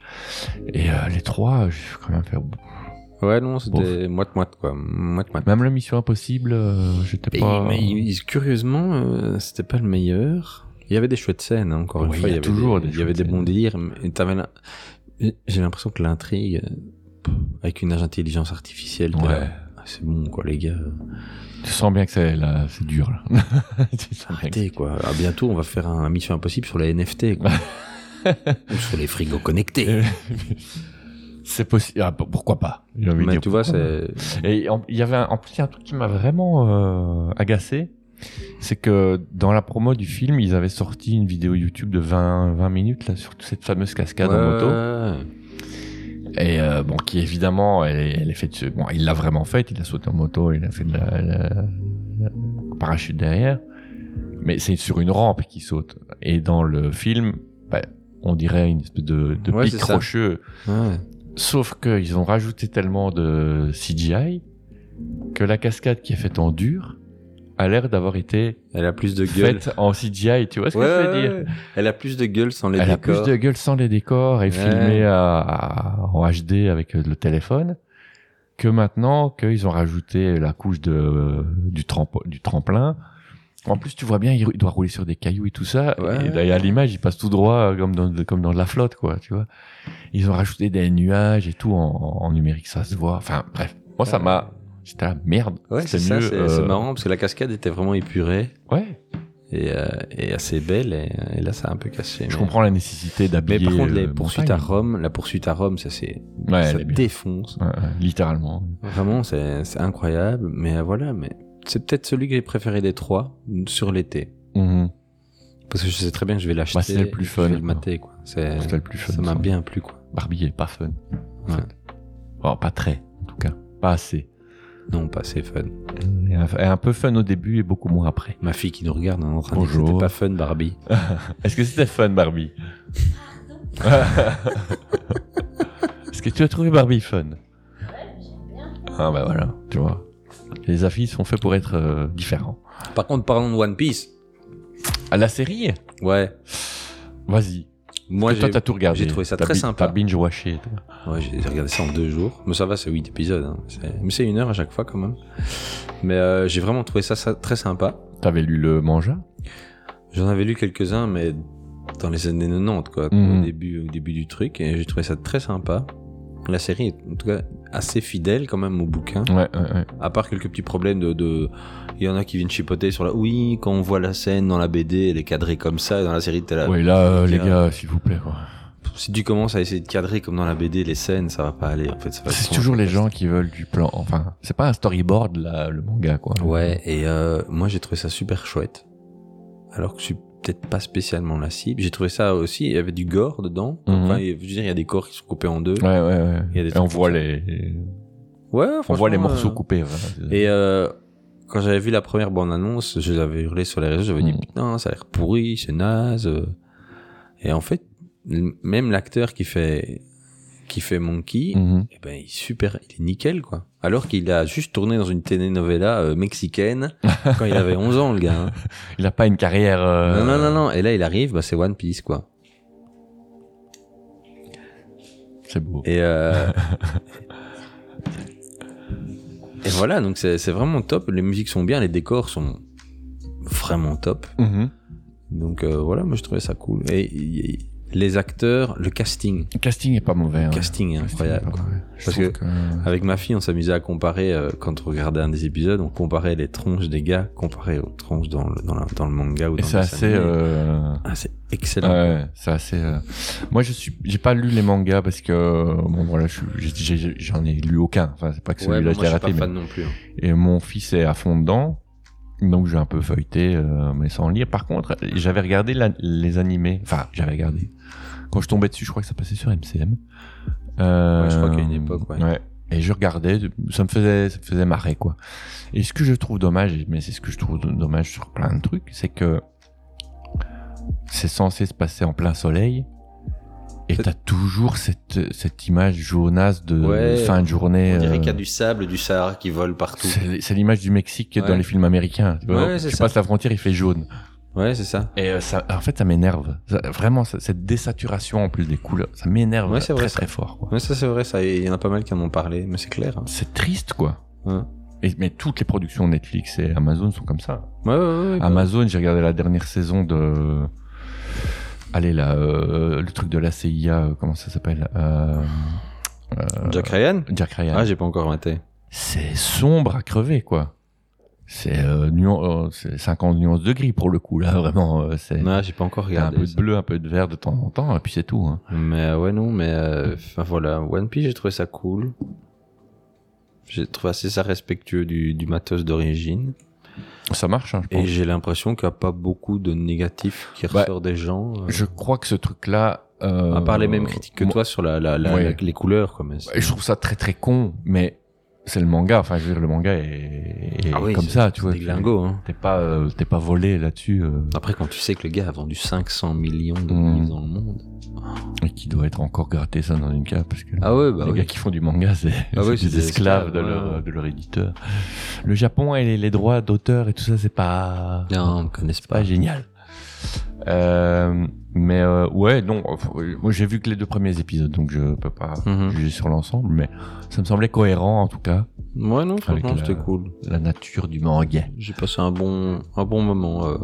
S5: Et euh, les trois, j'ai quand même fait.
S1: Ouais, non, c'était moite-moite, quoi. Moite-moite.
S5: Même la Mission Impossible, euh, j'étais
S1: Mais,
S5: pas.
S1: mais il- il- curieusement, euh, c'était pas le meilleur. Il y avait des chouettes scènes, hein, encore
S5: Ouais,
S1: une fois.
S5: il y a
S1: avait
S5: toujours
S1: des,
S5: des
S1: Il y avait des
S5: chouettes
S1: bons délires. mais t'avais la- J'ai l'impression que l'intrigue, euh, avec une intelligence artificielle, t'es
S5: Ouais.
S1: là, Ah, c'est bon, quoi, les gars.
S5: Tu sens bien que c'est là, c'est dur là. Tu sens bien que-
S1: Arrêtez, quoi. À bientôt, on va faire un Mission Impossible sur les NFT, quoi. Ou sur les frigos
S5: Euh,
S1: connectés.
S5: C'est possible. Ah, p- pourquoi pas J'ai envie de
S1: Mais
S5: dire
S1: tu vois,
S5: pourquoi
S1: c'est.
S5: Et en- il y avait un, en plus, il y a un truc qui m'a vraiment euh, agacé, c'est que dans la promo du film, ils avaient sorti une vidéo YouTube de 20, 20 minutes là sur toute cette fameuse cascade en moto.
S1: Ouais.
S5: Et euh, bon, qui évidemment, elle, est- elle est faite. sur- Bon, il l'a vraiment faite. Il a sauté en moto, il a fait de la, la- la- parachute derrière. Mais c'est sur une rampe qu'il saute. Et dans le film, bah, on dirait une espèce de, de
S1: Ouais,
S5: pic
S1: c'est ça.
S5: rocheux.
S1: Ouais.
S5: Sauf qu'ils ont rajouté tellement de CGI que la cascade qui est faite en dur a l'air d'avoir été
S1: Elle a plus de gueule.
S5: faite en CGI. Tu vois ce que je veux
S1: Ouais,
S5: dire
S1: ouais, ouais. Elle a plus de gueule sans les
S5: Elle a
S1: décors.
S5: plus de gueule sans les décors et
S1: Ouais.
S5: filmée à- à- en HD avec euh, le téléphone que maintenant qu'ils ont rajouté la couche de, du, trempo- du tremplin. En plus, tu vois bien, il, rou- il doit rouler sur des cailloux et tout ça.
S1: Ouais.
S5: Et d'ailleurs, à l'image, il passe tout droit euh, comme dans, comme dans de la flotte, quoi, tu vois. Ils ont rajouté des nuages et tout en, en numérique, ça se voit. Enfin, bref. Moi, ça
S1: Ouais.
S5: m'a, j'étais la merde.
S1: Ouais, c'est
S5: C'était
S1: ça,
S5: mieux,
S1: c'est
S5: euh,
S1: c'est marrant parce que la cascade était vraiment épurée
S5: Ouais.
S1: et, euh, et assez belle et, et là ça a un peu cassé.
S5: Je
S1: mais-
S5: comprends la nécessité
S1: Mais
S5: d'habiller.
S1: par contre, les
S5: euh,
S1: poursuites à
S5: montagne.
S1: Rome, la poursuite à Rome, ça c'est
S5: Ouais,
S1: ça
S5: elle est bien.
S1: défonce.
S5: Ouais, ouais, littéralement.
S1: Vraiment, c'est c'est incroyable. Mais euh, voilà, mais c'est peut-être celui que j'ai préféré des trois sur l'été
S5: Mhm.
S1: parce que je sais très bien que je vais l'acheter.
S5: Bah, c'était le plus
S1: et je
S5: fun,
S1: vais le
S5: quoi.
S1: mater, quoi. C'est
S5: C'était le plus fun.
S1: ça m'a
S5: ça.
S1: bien plu quoi.
S5: Barbie est pas fun. en
S1: Ouais.
S5: fait. Bon, pas très, en tout cas. Pas assez.
S1: Non, pas assez fun.
S5: Et un, et un peu fun au début et beaucoup moins après.
S1: Ma fille qui nous regarde hein, en train de dire que
S5: Bonjour.
S1: c'était pas fun Barbie.
S5: Est-ce que c'était fun, Barbie Est-ce que tu as trouvé Barbie fun Ah, bah voilà, tu vois. Les affiches sont faits pour être euh, différents.
S1: Par contre, parlons de One Piece.
S5: À la série
S1: Ouais.
S5: Vas-y.
S1: Moi,
S5: toi,
S1: j'ai
S5: t'as tout regardé.
S1: j'ai trouvé ça
S5: T'as
S1: très
S5: bi-
S1: sympa.
S5: T'as binge-watché. toi.
S1: Ouais, j'ai regardé ça en deux jours. Mais ça va, c'est huit épisodes. hein. C'est- Mais c'est une heure à chaque fois quand même. Mais euh, j'ai vraiment trouvé ça, ça très sympa.
S5: T'avais lu le manga
S1: J'en avais lu quelques-uns, mais dans les années 90, quoi,
S5: Mhm.
S1: au, début, au début du truc. Et j'ai trouvé ça très sympa. La série est en tout cas assez fidèle quand même au bouquin.
S5: Ouais, ouais, ouais.
S1: À part quelques petits problèmes de... de- Il y en a qui viennent chipoter sur la... Oui, quand on voit la scène dans la BD, elle est cadrée comme ça. Et dans la série, t'es là...
S5: Ouais, là, euh, les
S1: Tiens.
S5: gars, s'il vous plaît, quoi.
S1: Si tu commences à essayer de cadrer comme dans la BD les scènes, ça va pas aller. En fait, ça va
S5: C'est
S1: être-
S5: toujours les gens qui veulent du plan. Enfin, c'est pas un storyboard là, le manga quoi.
S1: Ouais, et euh, moi j'ai trouvé ça super chouette. Alors que je suis peut-être pas spécialement la cible. J'ai trouvé ça aussi, il y avait du gore dedans.
S5: Mhm.
S1: Enfin, il- je veux dire, il y a des corps qui sont coupés en deux.
S5: Ouais, ouais, ouais.
S1: Il y a des
S5: Et on
S1: trucs
S5: voit
S1: comme
S5: les,
S1: Ouais,
S5: on
S1: franchement,
S5: voit les morceaux
S1: euh,
S5: coupés. voilà.
S1: Et euh, quand j'avais vu la première bande-annonce, je l'avais hurlé sur les réseaux, j'avais dit
S5: Mhm.
S1: putain, ça a l'air pourri, c'est naze. euh. Et en fait, l- même l'acteur qui fait, qui fait Monkey,
S5: Mhm.
S1: eh ben, il est super, il est nickel, quoi. Alors qu'il a juste tourné dans une telenovela euh, mexicaine quand il avait 11 ans, le gars. hein.
S5: Il a pas une carrière. euh,
S1: Non, non, non, non. Et là, il arrive, bah, c'est One Piece, quoi.
S5: C'est beau.
S1: Et, euh, et voilà, donc c'est c'est vraiment top. Les musiques sont bien, les décors sont vraiment top.
S5: Mhm.
S1: Donc euh, voilà, moi je trouvais ça cool. Et, et- et les acteurs, le casting.
S5: Le casting est pas mauvais. hein.
S1: Le casting est
S5: Le casting
S1: incroyable.
S5: est pas
S1: quoi.
S5: mauvais. Je
S1: Parce
S5: trouve
S1: que- Avec ma fille, on s'amusait à comparer, euh, quand on regardait un des épisodes, on comparait les tronches des gars comparées aux tronches dans le, dans la- dans le manga ou
S5: Et
S1: dans
S5: c'est
S1: le dessin
S5: assez.
S1: animé.
S5: euh,
S1: Ah, c'est excellent.
S5: Ouais, c'est assez. euh, Moi, je suis, j'ai pas lu les mangas parce que euh, bon voilà, je suis- j'ai- j'ai- j'en ai lu aucun. Enfin, c'est pas que
S1: Ouais, bah,
S5: celui-là
S1: moi,
S5: je
S1: je
S5: l'ai
S1: suis
S5: raté,
S1: pas
S5: mais
S1: fan non plus. hein.
S5: et mon fils est à fond dedans. Donc j'ai un peu feuilleté, euh, mais sans lire. Par contre, j'avais regardé la- les animés. Enfin, j'avais regardé. Quand je tombais dessus, je crois que ça passait sur MCM. Euh,
S1: Ouais, je crois qu'à une époque, ouais.
S5: Et je regardais, ça me faisait, ça me faisait marrer, quoi. Et ce que je trouve dommage, mais c'est ce que je trouve dommage sur plein de trucs, c'est que c'est censé se passer en plein soleil. Et
S1: C'est-
S5: t'as toujours cette, cette image jaunasse de
S1: Ouais,
S5: fin de journée.
S1: On dirait qu'il y a
S5: euh,
S1: du sable, du Sahara qui vole partout.
S5: c'est c'est l'image du Mexique dans
S1: Ouais.
S5: les films américains. Tu, vois.
S1: Ouais, c'est
S5: Tu
S1: ça.
S5: passes la frontière, il fait jaune.
S1: Ouais, c'est ça.
S5: Et euh, ça, en fait, ça m'énerve. Ça- Vraiment, ça- cette désaturation en plus des couleurs, ça m'énerve
S1: Ouais, c'est vrai,
S5: très
S1: ça.
S5: très fort. quoi.
S1: Ouais, ça c'est vrai, ça. Il y en a pas mal qui en ont parlé, mais c'est clair. hein.
S5: C'est triste, quoi.
S1: Ouais.
S5: Et, mais toutes les productions Netflix et Amazon sont comme ça.
S1: Ouais, ouais, ouais, ouais.
S5: Amazon, j'ai regardé la dernière saison de. Allez, là, euh, le truc de la CIA, euh, comment ça s'appelle Euh,
S1: Jack Ryan
S5: Jack Ryan.
S1: Ah, j'ai pas encore maté.
S5: c'est sombre à crever, quoi. C'est euh, nuan- euh, c'est 50 nuances de gris pour le coup, là, vraiment. euh, c'est
S1: Non, Ah, j'ai pas encore
S5: t'as un
S1: regardé.
S5: peu de
S1: ça.
S5: bleu, un peu de vert de temps en temps, et puis c'est tout. hein.
S1: Mais euh, ouais, non, mais euh, enfin, voilà. One Piece, j'ai trouvé ça cool. J'ai trouvé assez ça respectueux du, du matos d'origine.
S5: Ça marche, hein, je pense.
S1: Et j'ai l'impression qu'il n'y a pas beaucoup de négatifs qui
S5: Bah,
S1: ressortent des gens. euh,
S5: Je crois que ce truc-là. euh,
S1: à part les mêmes critiques que
S5: moi-
S1: toi sur la, la, la-
S5: Ouais.
S1: la- les couleurs, quoi. mais c'est-
S5: Je trouve ça très très con, mais c'est le manga. Enfin, je veux dire, le manga est, est
S1: Ah oui,
S5: comme
S1: c'est-
S5: ça, tu vois.
S1: Des glingos, hein.
S5: T'es pas, euh, t'es pas volé là-dessus, euh,
S1: Après, quand tu sais que le gars a vendu 500 millions de
S5: Mm.
S1: livres dans le monde.
S5: et qui doit être encore gratté ça dans une cave, parce que
S1: Ah ouais, bah
S5: les
S1: oui.
S5: gars qui font du manga, c'est
S1: Ah
S5: c'est
S1: oui,
S5: des esclaves de
S1: ouais.
S5: leur, de leur éditeur. Le Japon et les, les droits d'auteur et tout ça, c'est pas,
S1: Non, on ne connaît
S5: c'est pas
S1: pas.
S5: génial. Euh, mais euh, ouais, non, euh, moi j'ai vu que les deux premiers épisodes, donc je peux pas
S1: Mhm.
S5: juger sur l'ensemble, mais ça me semblait cohérent en tout cas,
S1: Ouais, non, franchement,
S5: la-
S1: c'était cool.
S5: la nature du manga.
S1: J'ai passé un bon, un bon moment euh,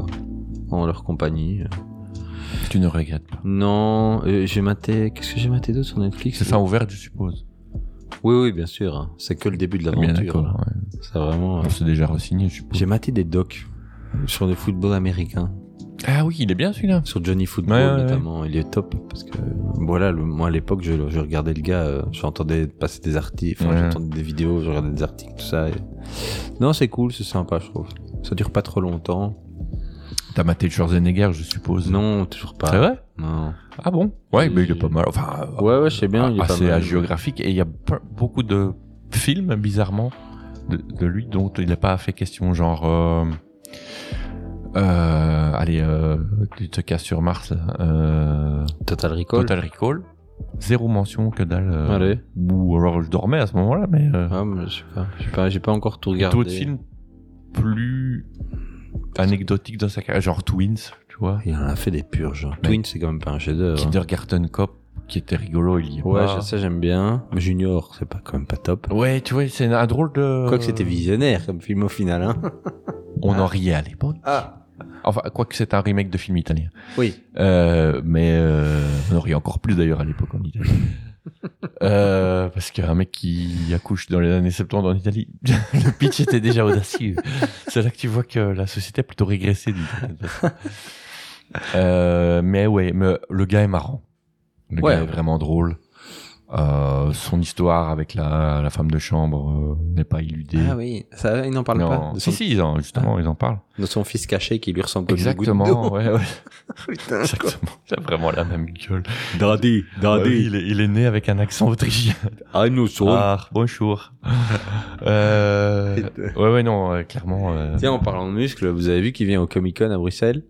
S1: en leur compagnie.
S5: Tu ne regrettes pas.
S1: Non, euh, j'ai maté. Qu'est-ce que j'ai maté d'autre sur Netflix
S5: C'est fin ouverte, je suppose.
S1: Oui, oui, bien sûr. hein. C'est que le début de
S5: Bien
S1: l'aventure.
S5: d'accord.
S1: là.
S5: ouais.
S1: C'est vraiment. euh,
S5: On s'est déjà re-signé, je suppose.
S1: J'ai maté des docs sur le football américain,
S5: Ah oui, il est bien celui-là.
S1: sur Johnny Football
S5: Ouais, ouais, ouais.
S1: notamment. Il est top parce que voilà, le- moi à l'époque, je, je regardais le gars, euh, j'entendais passer des articles, enfin,
S5: Ouais.
S1: j'entendais des vidéos, je regardais des articles, tout ça. et- Non, c'est cool, c'est sympa, je trouve. Ça dure pas trop longtemps.
S5: T'as maté le Schwarzenegger, je suppose.
S1: Non, toujours pas.
S5: C'est vrai
S1: Non. Ah,
S5: Ah bon Ouais,
S1: Et-
S5: mais il est pas mal. Enfin, euh,
S1: Ouais, ouais, je sais bien, il est pas
S5: assez
S1: mal.
S5: géographique. Et il y a pe- beaucoup de films, bizarrement, de, de lui dont il n'a pas fait question. Genre. euh, euh, allez, euh, tu te casses sur Mars, là. Euh,
S1: Total Recall.
S5: Total Recall. Zéro mention que dalle. euh,
S1: Allez.
S5: Ou alors je dormais à ce moment-là, mais. euh,
S1: Ah, mais je sais pas, je sais pas, j'ai pas encore tout regardé.
S5: d'autres films plus anecdotiques dans sa carrière, genre Twins, tu vois.
S1: Il en a fait des purges.
S5: Mais-
S1: Twin, c'est quand même pas un chef-d'œuvre. hein.
S5: Kindergarten Cop, qui était rigolo, il y est
S1: Ouais,
S5: pas.
S1: je- ça j'aime bien. Mais Junior, c'est pas quand même pas top.
S5: Ouais, tu vois, c'est un drôle de.
S1: Quoique c'était visionnaire comme film au final. Hein.
S5: On en riait à l'époque.
S1: Ah
S5: Enfin, quoique c'est un remake de film italien.
S1: Oui.
S5: Euh, mais euh, on en riait encore plus d'ailleurs à l'époque en Italie. Euh, parce qu'un mec qui accouche dans les années 70 en Italie, le pitch était déjà audacieux. C'est là que tu vois que la société a plutôt régressé. d'une certaine façon. Euh, mais ouais, mais le gars est marrant. Le
S1: Ouais.
S5: gars est vraiment drôle. Euh, son histoire avec la, la femme de chambre euh, n'est pas illudée.
S1: Ah oui, ça, il n'en parle
S5: Non.
S1: pas. De son, Ah.
S5: Si, si, ils en, justement, ils en parlent.
S1: de son fils caché qui lui ressemble comme une goutte
S5: Exactement, ouais, ouais.
S1: d'eau. Putain, quoi.
S5: Exactement. Il a vraiment la même gueule.
S1: Daddy,
S5: Ouais,
S1: daddy,
S5: il, est, il est né avec un accent autrichien.
S1: I know so.
S5: Ah, bonjour. Euh,
S1: Putain.
S5: ouais, ouais, non, euh, clairement. euh,
S1: Tiens, en parlant de muscles, vous avez vu qu'il vient au Comic Con à Bruxelles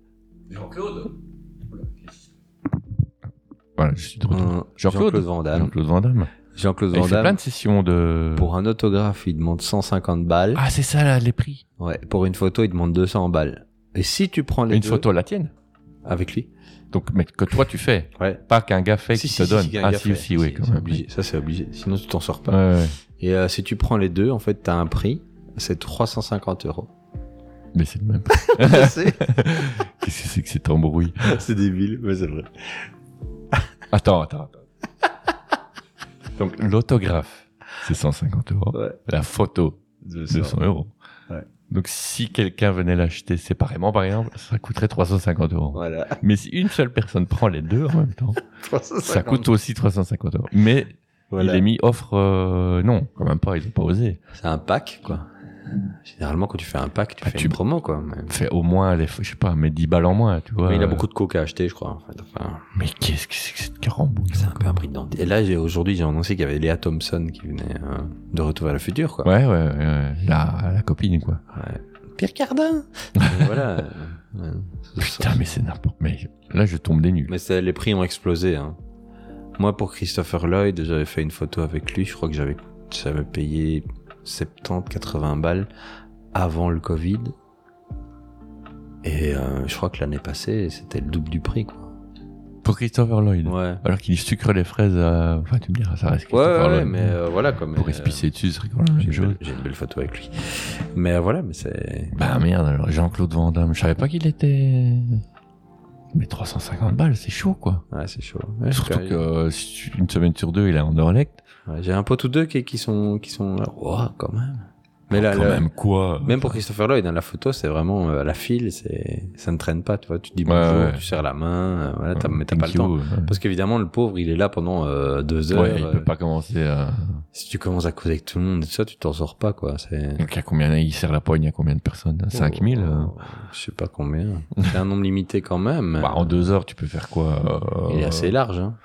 S5: Voilà, je suis de retour.
S1: Un-
S5: Jean-Claude.
S1: Van Damme.
S5: Jean-Claude Van Damme.
S1: Jean-Claude
S5: Il
S1: Van
S5: fait plein
S1: Damme.
S5: de sessions de.
S1: Pour un autographe, il demande 150 balles.
S5: Ah, c'est ça, là, les prix.
S1: Ouais, pour une photo, il demande 200 balles. Et si tu prends les
S5: Une
S1: deux
S5: photo, la tienne.
S1: avec lui
S5: Donc, mais que toi, tu fais.
S1: Ouais.
S5: Pas qu'un gars fait qui te donne.
S1: qu'il y a un
S5: ah,
S1: gars
S5: si,
S1: fait.
S5: si, oui, quand
S1: c'est
S5: même.
S1: obligé. Ça, c'est obligé. Sinon, tu t'en sors
S5: Ouais,
S1: pas.
S5: ouais.
S1: Et euh, si tu prends les deux, en fait, t'as un prix. C'est 350 euros.
S5: Mais c'est le même.
S1: c'est
S5: Qu'est-ce que c'est que cet embrouille
S1: c'est débile, mais c'est vrai.
S5: Attends, attends, attends. Donc, l'autographe, c'est 150 euros.
S1: Ouais.
S5: La photo, 200 euros.
S1: Ouais.
S5: Donc, si quelqu'un venait l'acheter séparément, par exemple, ça coûterait 350 euros.
S1: Voilà.
S5: Mais si une seule personne prend les deux en même temps,
S1: 350.
S5: ça coûte aussi 350 euros. Mais il est mis offre. euh, non, quand même pas, ils ont pas osé.
S1: C'est un pack, quoi. Généralement, quand tu fais un pack, tu
S5: Ah,
S1: fais
S5: tu-
S1: une promo, quoi. Mais...
S5: Fait au moins, les, je sais pas, mais 10 balles en moins, tu vois.
S1: mais il a beaucoup de coca à acheter, je crois. En fait. Enfin,
S5: Mais qu'est-ce que c'est que cette caramboule
S1: c'est un peu un prix de dentiste. Et là, j'ai- aujourd'hui, j'ai annoncé qu'il y avait Léa Thompson qui venait euh, de Retour vers le futur, quoi.
S5: Ouais, ouais, ouais, ouais. La, la copine, quoi.
S1: Pierre Cardin Et Voilà. euh, ouais.
S5: Putain, mais c'est n'importe. Mais là, je tombe des nuls.
S1: Mais c'est- les prix ont explosé. hein. Moi, pour Christopher Lloyd, j'avais fait une photo avec lui. Je crois que j'avais, j'avais payé 70, 80 balles avant le Covid. Et euh, je crois que l'année passée, c'était le double du prix, quoi.
S5: Pour Christopher Lloyd.
S1: Ouais.
S5: Alors qu'il sucre les fraises à. Enfin, tu me diras, ça reste
S1: Ouais,
S5: Christopher
S1: ouais,
S5: Lloyd.
S1: mais euh, voilà, comme.
S5: Pour
S1: euh,
S5: espicer dessus, ce serait quand
S1: j'ai
S5: même
S1: une,
S5: chose.
S1: belle, j'ai une belle photo avec lui. Mais euh, voilà, mais c'est.
S5: Bah merde, alors Jean-Claude Van Damme, je savais pas qu'il était. Mais 350 balles, c'est chaud quoi.
S1: Ouais, c'est chaud. Ouais,
S5: Surtout
S1: j'ai-
S5: que euh, si tu- une semaine sur deux, il est en Anderlecht.
S1: ouais, j'ai un pote ou deux qui, qui sont. Qui sont là.
S5: Oh,
S1: Ouah, quand même. Mais là,
S5: quand
S1: Bah, le-
S5: même quoi.
S1: Même pour Christopher Lloyd, dans la photo, c'est vraiment euh, à la file, c'est ça ne traîne pas, tu vois. Tu te dis
S5: Ouais,
S1: bonjour,
S5: ouais.
S1: tu serres la main, euh, voilà, t'as- mais t'as
S5: Thank
S1: pas le
S5: you,
S1: temps.
S5: ouais.
S1: Parce qu'évidemment, le pauvre, il est là pendant euh, deux heures.
S5: Ouais, il
S1: euh,
S5: peut pas commencer à.
S1: Si tu commences à causer avec tout le monde, et tout ça, tu t'en sors pas, quoi. C'est.
S5: Donc, à combien il sert la poigne à combien de personnes 5000 euh,
S1: Oh, Je sais pas combien. C'est un nombre limité quand même.
S5: Bah, en deux heures, tu peux faire quoi euh,
S1: oh. Il est assez large. Hein.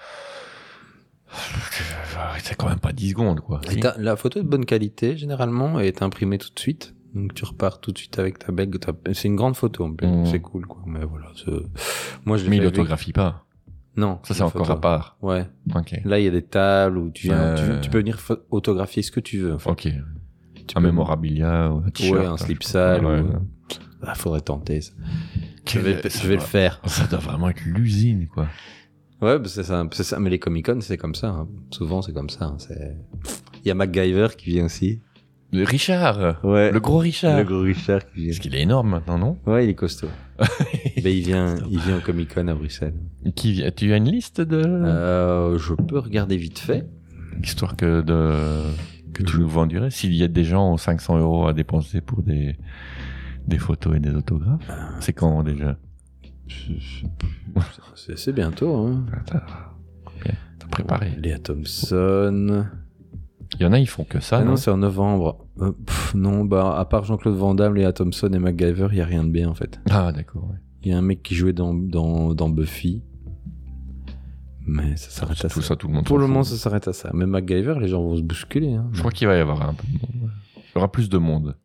S5: euh, C'est quand même pas 10 secondes quoi.
S1: Et t'as- La photo est de bonne qualité, généralement, et est imprimée tout de suite. Donc tu repars tout de suite avec ta bague. ta- C'est une grande photo, en plus.
S5: Mm.
S1: C'est cool, quoi. Mais voilà. c'est- Moi, je l'ai
S5: Mais il
S1: fait avec-
S5: autographie pas.
S1: Non.
S5: Ça, c'est
S1: une
S5: encore
S1: photo.
S5: à part.
S1: Ouais.
S5: Ok.
S1: Là, il y a des tables où tu, viens,
S5: Ouais.
S1: tu, veux- tu peux venir pho- autographier ce que tu veux. en fait.
S5: Ok.
S1: Tu
S5: Un
S1: peux-
S5: mémorabilia, ou un t-shirt.
S1: Ouais, un
S5: hein, je
S1: slip
S5: sais pas.
S1: sale.
S5: Ouais.
S1: ou- Ah, faudrait tenter ça. Je
S5: Quel-
S1: vais, je vais le faire.
S5: Oh, Ça doit vraiment être l'usine, quoi.
S1: Ouais, bah, c'est ça, c'est ça. Mais les Comic Con, c'est comme ça. hein. Souvent, c'est comme ça. hein. C'est- Il y a MacGyver qui vient aussi.
S5: Le Richard
S1: Ouais.
S5: Le gros Richard
S1: Le gros Richard qui vient.
S5: Parce qu'il est énorme maintenant, non
S1: Ouais, il est costaud. Mais il vient, il vient au Comic Con à Bruxelles.
S5: Qui vient- Tu as une liste de...
S1: Euh, je peux regarder vite fait.
S5: Histoire que de... Que tu nous vendurais s'il y a des gens aux 500 euros à dépenser pour des, des photos et des autographes.
S1: Euh.
S5: C'est quand déjà
S1: C'est c'est bientôt. Hein.
S5: T'as bien, t'as préparé.
S1: Léa Thompson.
S5: Il y en a, ils font que ça.
S1: Ah
S5: Bah non
S1: non, c'est en novembre. Euh, pff, non, bah, à part Jean-Claude Van Damme, Léa Thompson et MacGyver, il n'y a rien de bien en fait.
S5: ah d'accord. ouais.
S1: Il y a un mec qui jouait dans, dans, dans Buffy. Mais ça s'arrête à
S5: Tout
S1: ça.
S5: ça, tout le monde.
S1: Pour
S5: s'en
S1: le
S5: fout.
S1: moment, ça s'arrête à ça. Mais MacGyver, les gens vont se bousculer. Hein.
S5: Je crois qu'il va y avoir un peu de monde. ouais. Il y aura plus de monde.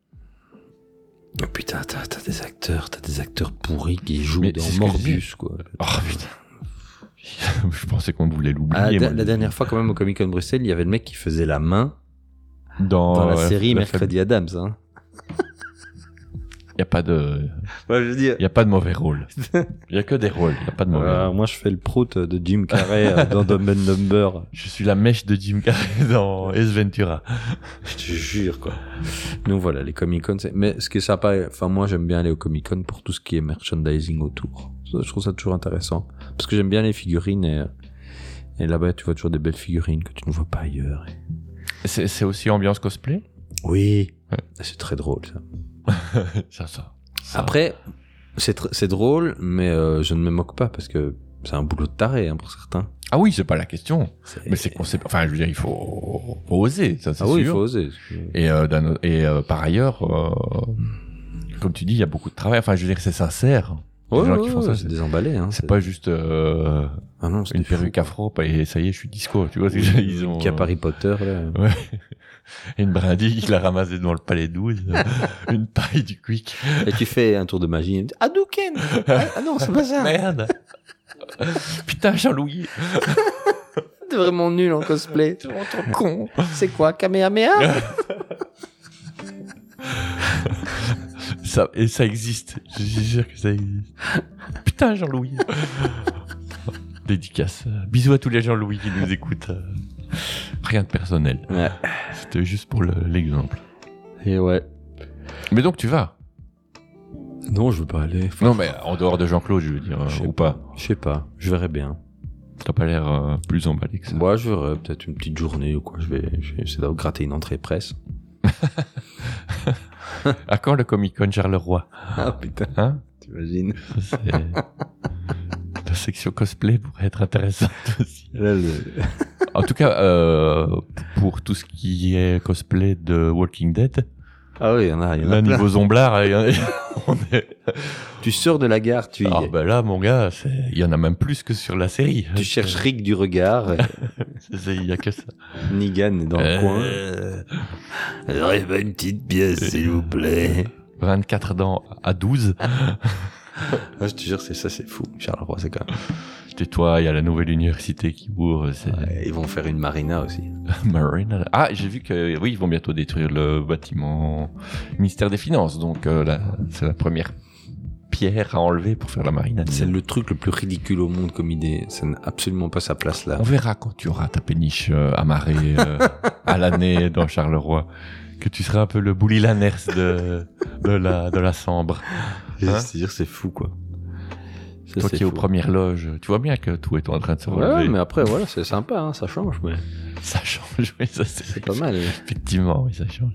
S1: Oh, putain, t'as t'as des acteurs, t'as des acteurs pourris qui jouent
S5: Mais
S1: dans
S5: c'est ce que je
S1: Morbius, quoi.
S5: Oh putain. Je pensais qu'on voulait l'oublier.
S1: Ah, la,
S5: moi.
S1: la dernière fois, quand même, au Comic Con Bruxelles, il y avait le mec qui faisait la main
S5: dans,
S1: dans Oh, la
S5: ouais,
S1: série
S5: la
S1: Mercredi Adams. Hein.
S5: Il n'y a pas de,
S1: Ouais, je veux dire,
S5: il y a pas de mauvais rôle. Il y a que des rôles. Il y a pas de mauvais.
S1: euh,
S5: rôle.
S1: moi, je fais le prout de Jim Carrey euh, dans Dumb and Dumber.
S5: Je suis la mèche de Jim Carrey dans Ace Ventura.
S1: Je te jure, quoi. Donc voilà, les Comic-Con, c'est... Mais ce qui est sympa, enfin moi j'aime bien aller au Comic-Con pour tout ce qui est merchandising autour. Ça, je trouve ça toujours intéressant. Parce que j'aime bien les figurines et, et là-bas tu vois toujours des belles figurines que tu ne vois pas ailleurs. Et-
S5: C'est c'est aussi ambiance cosplay.
S1: Oui. Ah, C'est très drôle ça.
S5: ça, ça. ça.
S1: Après, c'est, tr- c'est drôle, mais euh, je ne me moque pas parce que c'est un boulot de taré hein, pour certains.
S5: Ah oui, c'est pas la question.
S1: C'est-
S5: Mais c'est concept. Enfin, je veux dire, il faut, faut oser. Ça, c'est
S1: Ah oui, il
S5: sûr.
S1: faut oser.
S5: Et, euh, d'un autre- et euh, par ailleurs, euh, comme tu dis, il y a beaucoup de travail. Enfin, je veux dire, c'est sincère.
S1: Ouais,
S5: gens qui
S1: ouais,
S5: font ça,
S1: ouais,
S5: c'est-
S1: c'est désemballé. Hein,
S5: C'est pas juste euh,
S1: Ah non, c'est
S5: une
S1: des fous.
S5: perruque afro et ça y est, je suis disco. Tu vois, c'est- ils ont
S1: Qui a Harry Potter là.
S5: euh, une brindille qu'il a ramassée devant le palais 12, euh, une paille du quick.
S1: Et tu fais un tour de magie. et- Hadouken Ah non, c'est pas ça
S5: Merde. Putain, Jean-Louis,
S1: T'es vraiment nul en cosplay.
S5: t'es vraiment trop con.
S1: C'est quoi, Kamehameha
S5: Ça, et ça existe. Je suis sûr que ça existe. Putain, Jean-Louis. Dédicace. Bisous à tous les Jean-Louis qui nous écoutent. Euh, Rien de personnel.
S1: Ouais.
S5: C'était juste pour le- l'exemple.
S1: Et ouais.
S5: mais donc tu vas.
S1: Non, je veux pas aller.
S5: Non, mais en dehors de Jean-Claude, je veux dire, euh,
S1: Je sais
S5: ou pas.
S1: Je sais pas, je verrai bien.
S5: T'as pas l'air euh, plus emballé que ça.
S1: Moi, je verrai peut-être une petite journée ou quoi. Je vais, je vais essayer de gratter une entrée presse.
S5: À quand le Comic Con Charleroi
S1: Ah putain,
S5: Hein
S1: t'imagines
S5: Ça, c'est- La section cosplay pourrait être intéressante aussi. En tout cas, euh, pour tout ce qui est cosplay de Walking Dead,
S1: Ah oui, il y en a, il y en a
S5: là,
S1: plein.
S5: niveau zomblard, il y en a- on est...
S1: Tu sors de la gare, tu, y
S5: Ah
S1: es.
S5: ben là, mon gars, c'est- il y en a même plus que sur la série.
S1: tu cherches Rick du regard.
S5: C'est- Il y a que ça.
S1: Negan est dans le coin.
S5: Euh,
S1: Rêve à une petite pièce, s'il vous plaît.
S5: 24 dents à 12.
S1: Ah, je te jure, c'est ça, c'est fou. Charleroi, c'est quand même.
S5: Tais-toi, il y a la nouvelle université qui ouvre. C'est...
S1: Ils vont faire une marina aussi.
S5: Marina. Ah, j'ai vu que oui, ils vont bientôt détruire le bâtiment ministère des Finances. Donc euh, là, c'est la première pierre à enlever pour faire la marine
S1: C'est
S5: animale.
S1: le truc le plus ridicule au monde comme idée. Ça n'a absolument pas sa place là.
S5: On verra quand tu auras ta péniche euh, amarrée euh, à l'année dans Charleroi, que tu seras un peu le Bully Lanners de, de, la, de la Sambre. Hein
S1: C'est-à-dire, c'est fou, quoi. Ça,
S5: Toi
S1: c'est
S5: qui es aux
S1: fou.
S5: premières loges, tu vois bien que tout est en train de se
S1: Ouais,
S5: relever.
S1: mais après, voilà, c'est sympa, hein, ça change, mais
S5: Ça change, oui, ça c'est
S1: c'est pas mal.
S5: Effectivement, oui, ça change.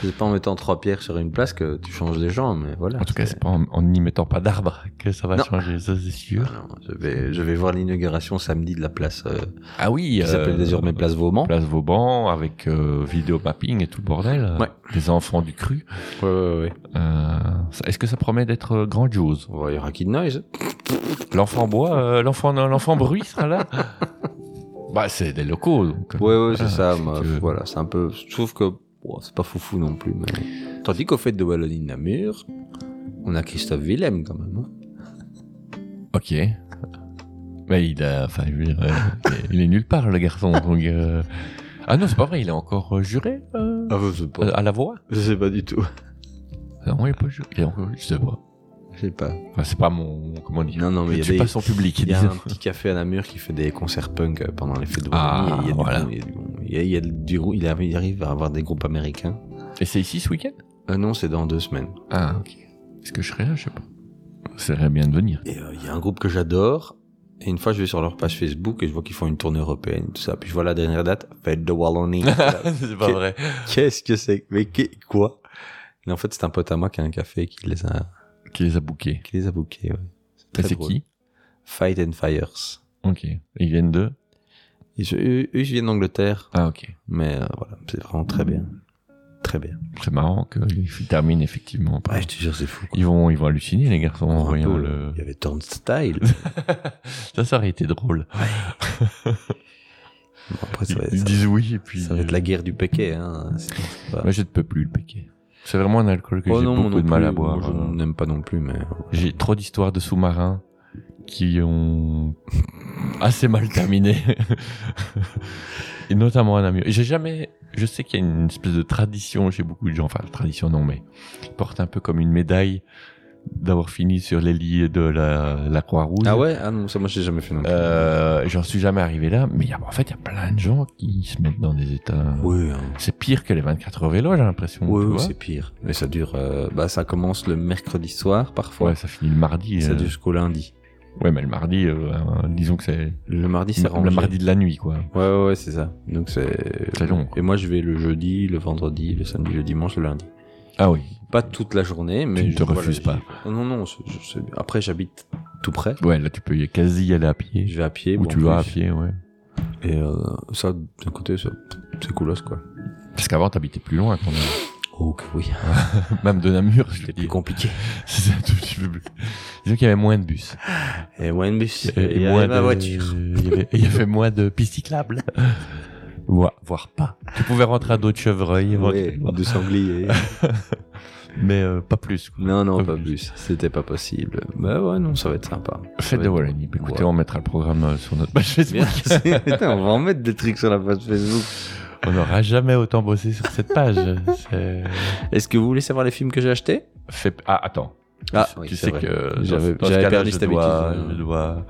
S1: C'est pas en mettant trois pierres sur une place que tu changes les gens, mais voilà.
S5: En tout cas,
S1: c'est-
S5: c'est pas en en n'y mettant pas d'arbre que ça va
S1: Non.
S5: changer, ça c'est sûr.
S1: Ah non, je, vais, je vais voir l'inauguration samedi de la place euh,
S5: Ah oui,
S1: qui s'appelle
S5: euh,
S1: désormais Place Vauban.
S5: Place Vauban avec euh, vidéo mapping et tout le bordel.
S1: Ouais.
S5: Les enfants du cru.
S1: Ouais, ouais, ouais.
S5: Euh, ça- Est-ce que ça promet d'être euh, grandiose
S1: Ouais, Il y aura Kid Noise.
S5: L'enfant bois, euh, l'enfant l'enfant bruit, ça là Bah, c'est des locaux donc.
S1: Ouais, ouais, c'est
S5: Ah,
S1: ça.
S5: si
S1: moi,
S5: tu veux.
S1: voilà, c'est un peu. Je trouve que bon, c'est pas foufou non plus. Mais... Tandis qu'au fait de Wallonie de Namur, on a Christophe Willem quand même. hein.
S5: Ok. Mais il a. Enfin, je veux dire, euh, il est nulle part le garçon donc. euh, Ah non, c'est pas vrai, il est encore euh, juré euh,
S1: Ah, je sais
S5: euh, à la voix
S1: Je sais pas du tout.
S5: Non, il est pas juré. Il est encore, je sais pas.
S1: Je sais pas.
S5: Enfin, c'est pas mon. Comment dire
S1: Non, non, mais
S5: Je
S1: il y a
S5: tue
S1: des-
S5: pas son public.
S1: Il y a
S5: disons.
S1: un petit café à Namur qui fait des concerts punk euh, pendant les fêtes de
S5: Ah,
S1: Wallonie. et il y a du
S5: voilà.
S1: bon- il y a du bon- Il y a- il y a du gros- il arrive- il arrive à avoir des groupes américains.
S5: Et c'est ici ce week-end
S1: Euh, non, c'est dans deux semaines.
S5: Ah, ok. Est-ce que je serai là Je sais pas. Ça serait bien de venir.
S1: Et euh, il y a un groupe que j'adore. Et une fois, je vais sur leur page Facebook et je vois qu'ils font une tournée européenne, tout ça. Puis je vois la dernière date, Fête de Wallonie.
S5: c'est pas
S1: Ok.
S5: vrai.
S1: Qu'est-ce que c'est Mais qu'est- quoi Et en fait, c'est un pote à moi qui a un café qui les a,
S5: Qui les a bouqués
S1: qui les a bookés. ouais.
S5: Ça,
S1: très
S5: C'est
S1: drôle.
S5: qui
S1: Fight and Fires.
S5: Ok. Ils viennent de
S1: Ils, se- eux, eux, ils viennent d'Angleterre,
S5: Ah, ok.
S1: mais euh, voilà, c'est vraiment très bien. Très bien.
S5: C'est marrant qu'ils terminent effectivement. par-
S1: Ouais, je te jure, c'est fou. quoi.
S5: Ils vont, ils vont halluciner les garçons en
S1: Un peu,
S5: voyant
S1: là.
S5: le.
S1: Il y avait Turnstyle.
S5: Ça, ça aurait été drôle.
S1: Bon, Après, ça
S5: Ils,
S1: va,
S5: ils
S1: ça-
S5: disent oui et puis. euh,
S1: ça va être la guerre du paquet. Hein. C'est- c'est pas-
S5: Moi, je ne peux plus le péquer. C'est vraiment un alcool que
S1: Oh
S5: j'ai
S1: non, moi
S5: beaucoup
S1: non
S5: de mal
S1: plus,
S5: à boire. euh.
S1: moi, je n'aime pas non plus, mais
S5: J'ai trop d'histoires de sous-marins qui ont assez mal terminé. et notamment à Namur. Et J'ai jamais. Je sais qu'il y a une espèce de tradition chez beaucoup de gens. Enfin, tradition non, mais ils portent un peu comme une médaille d'avoir fini sur les lits de la, la Croix-Rouge.
S1: Ah ouais Ah non, ça moi j'ai jamais fait non plus.
S5: Euh, J'en suis jamais arrivé là, mais y a- en fait, il y a plein de gens qui se mettent dans des états.
S1: Oui,
S5: C'est pire que les 24 heures vélo, j'ai l'impression. tu vois.
S1: hein. c'est pire. Mais ça dure. euh, bah ça commence le mercredi soir parfois.
S5: Ouais, ça finit le mardi.
S1: Ça
S5: euh.
S1: dure jusqu'au lundi.
S5: Ouais, mais le mardi, euh, euh, disons que c'est
S1: Le mardi c'est rangé.
S5: le mardi de la nuit, quoi.
S1: Ouais ouais, ouais, c'est ça. Donc c'est.
S5: C'est long. quoi.
S1: Et moi je vais le jeudi, le vendredi, le samedi, le dimanche, le lundi.
S5: Ah oui.
S1: Pas toute la journée, mais.
S5: ne
S1: je-
S5: te
S1: voilà,
S5: refuses
S1: j'y
S5: pas.
S1: vais. Oh Non non. c'est- je- c'est- Après j'habite tout près.
S5: Ouais, là, tu peux y quasi y aller à
S1: Je
S5: pied.
S1: vais à pied.
S5: Ou
S1: bon,
S5: tu
S1: en
S5: vas à
S1: plus.
S5: pied, ouais.
S1: Et euh, ça d'un côté ça- c'est coolos quoi.
S5: Parce qu'avant, t'habitais plus loin, quand même.
S1: Oh que oui.
S5: Même de Namur, je te
S1: C'est
S5: dis.
S1: plus compliqué.
S5: C'est un tout petit peu plus. Disons qu'il y avait moins de bus.
S1: Et moins de bus.
S5: Et-
S1: Et,
S5: et
S1: moins
S5: moins
S1: ma
S5: de-
S1: voiture.
S5: Il y avait, il y avait moins de pistes cyclables. Voi- voire pas. Tu pouvais rentrer à d'autres chevreuils,
S1: Ouais,
S5: éventuellement.
S1: de sanglier.
S5: mais euh, pas plus. quoi.
S1: Non, non,
S5: Pas
S1: pas plus. C'était pas possible. Bah ouais, non, ça va être sympa. Ça
S5: Fête
S1: va
S5: de
S1: être-
S5: Wallonie. Bah, Écoutez,
S1: Ouais.
S5: on mettra le programme euh, sur notre page
S1: Bien.
S5: Facebook.
S1: Putain, on va en mettre des trucs sur la page Facebook.
S5: on n'aura jamais autant bossé sur cette page. C'est-
S1: Est-ce que vous voulez savoir les films que j'ai achetés
S5: Fais- Ah, attends.
S1: Ah,
S5: tu
S1: oui,
S5: tu
S1: c'est
S5: sais
S1: vrai.
S5: que euh, dans-
S1: J'avais-
S5: dans ce
S1: j'avais
S5: cas-là,
S1: perdu
S5: je
S1: cette
S5: dois- euh,
S1: habitude.
S5: Je dois.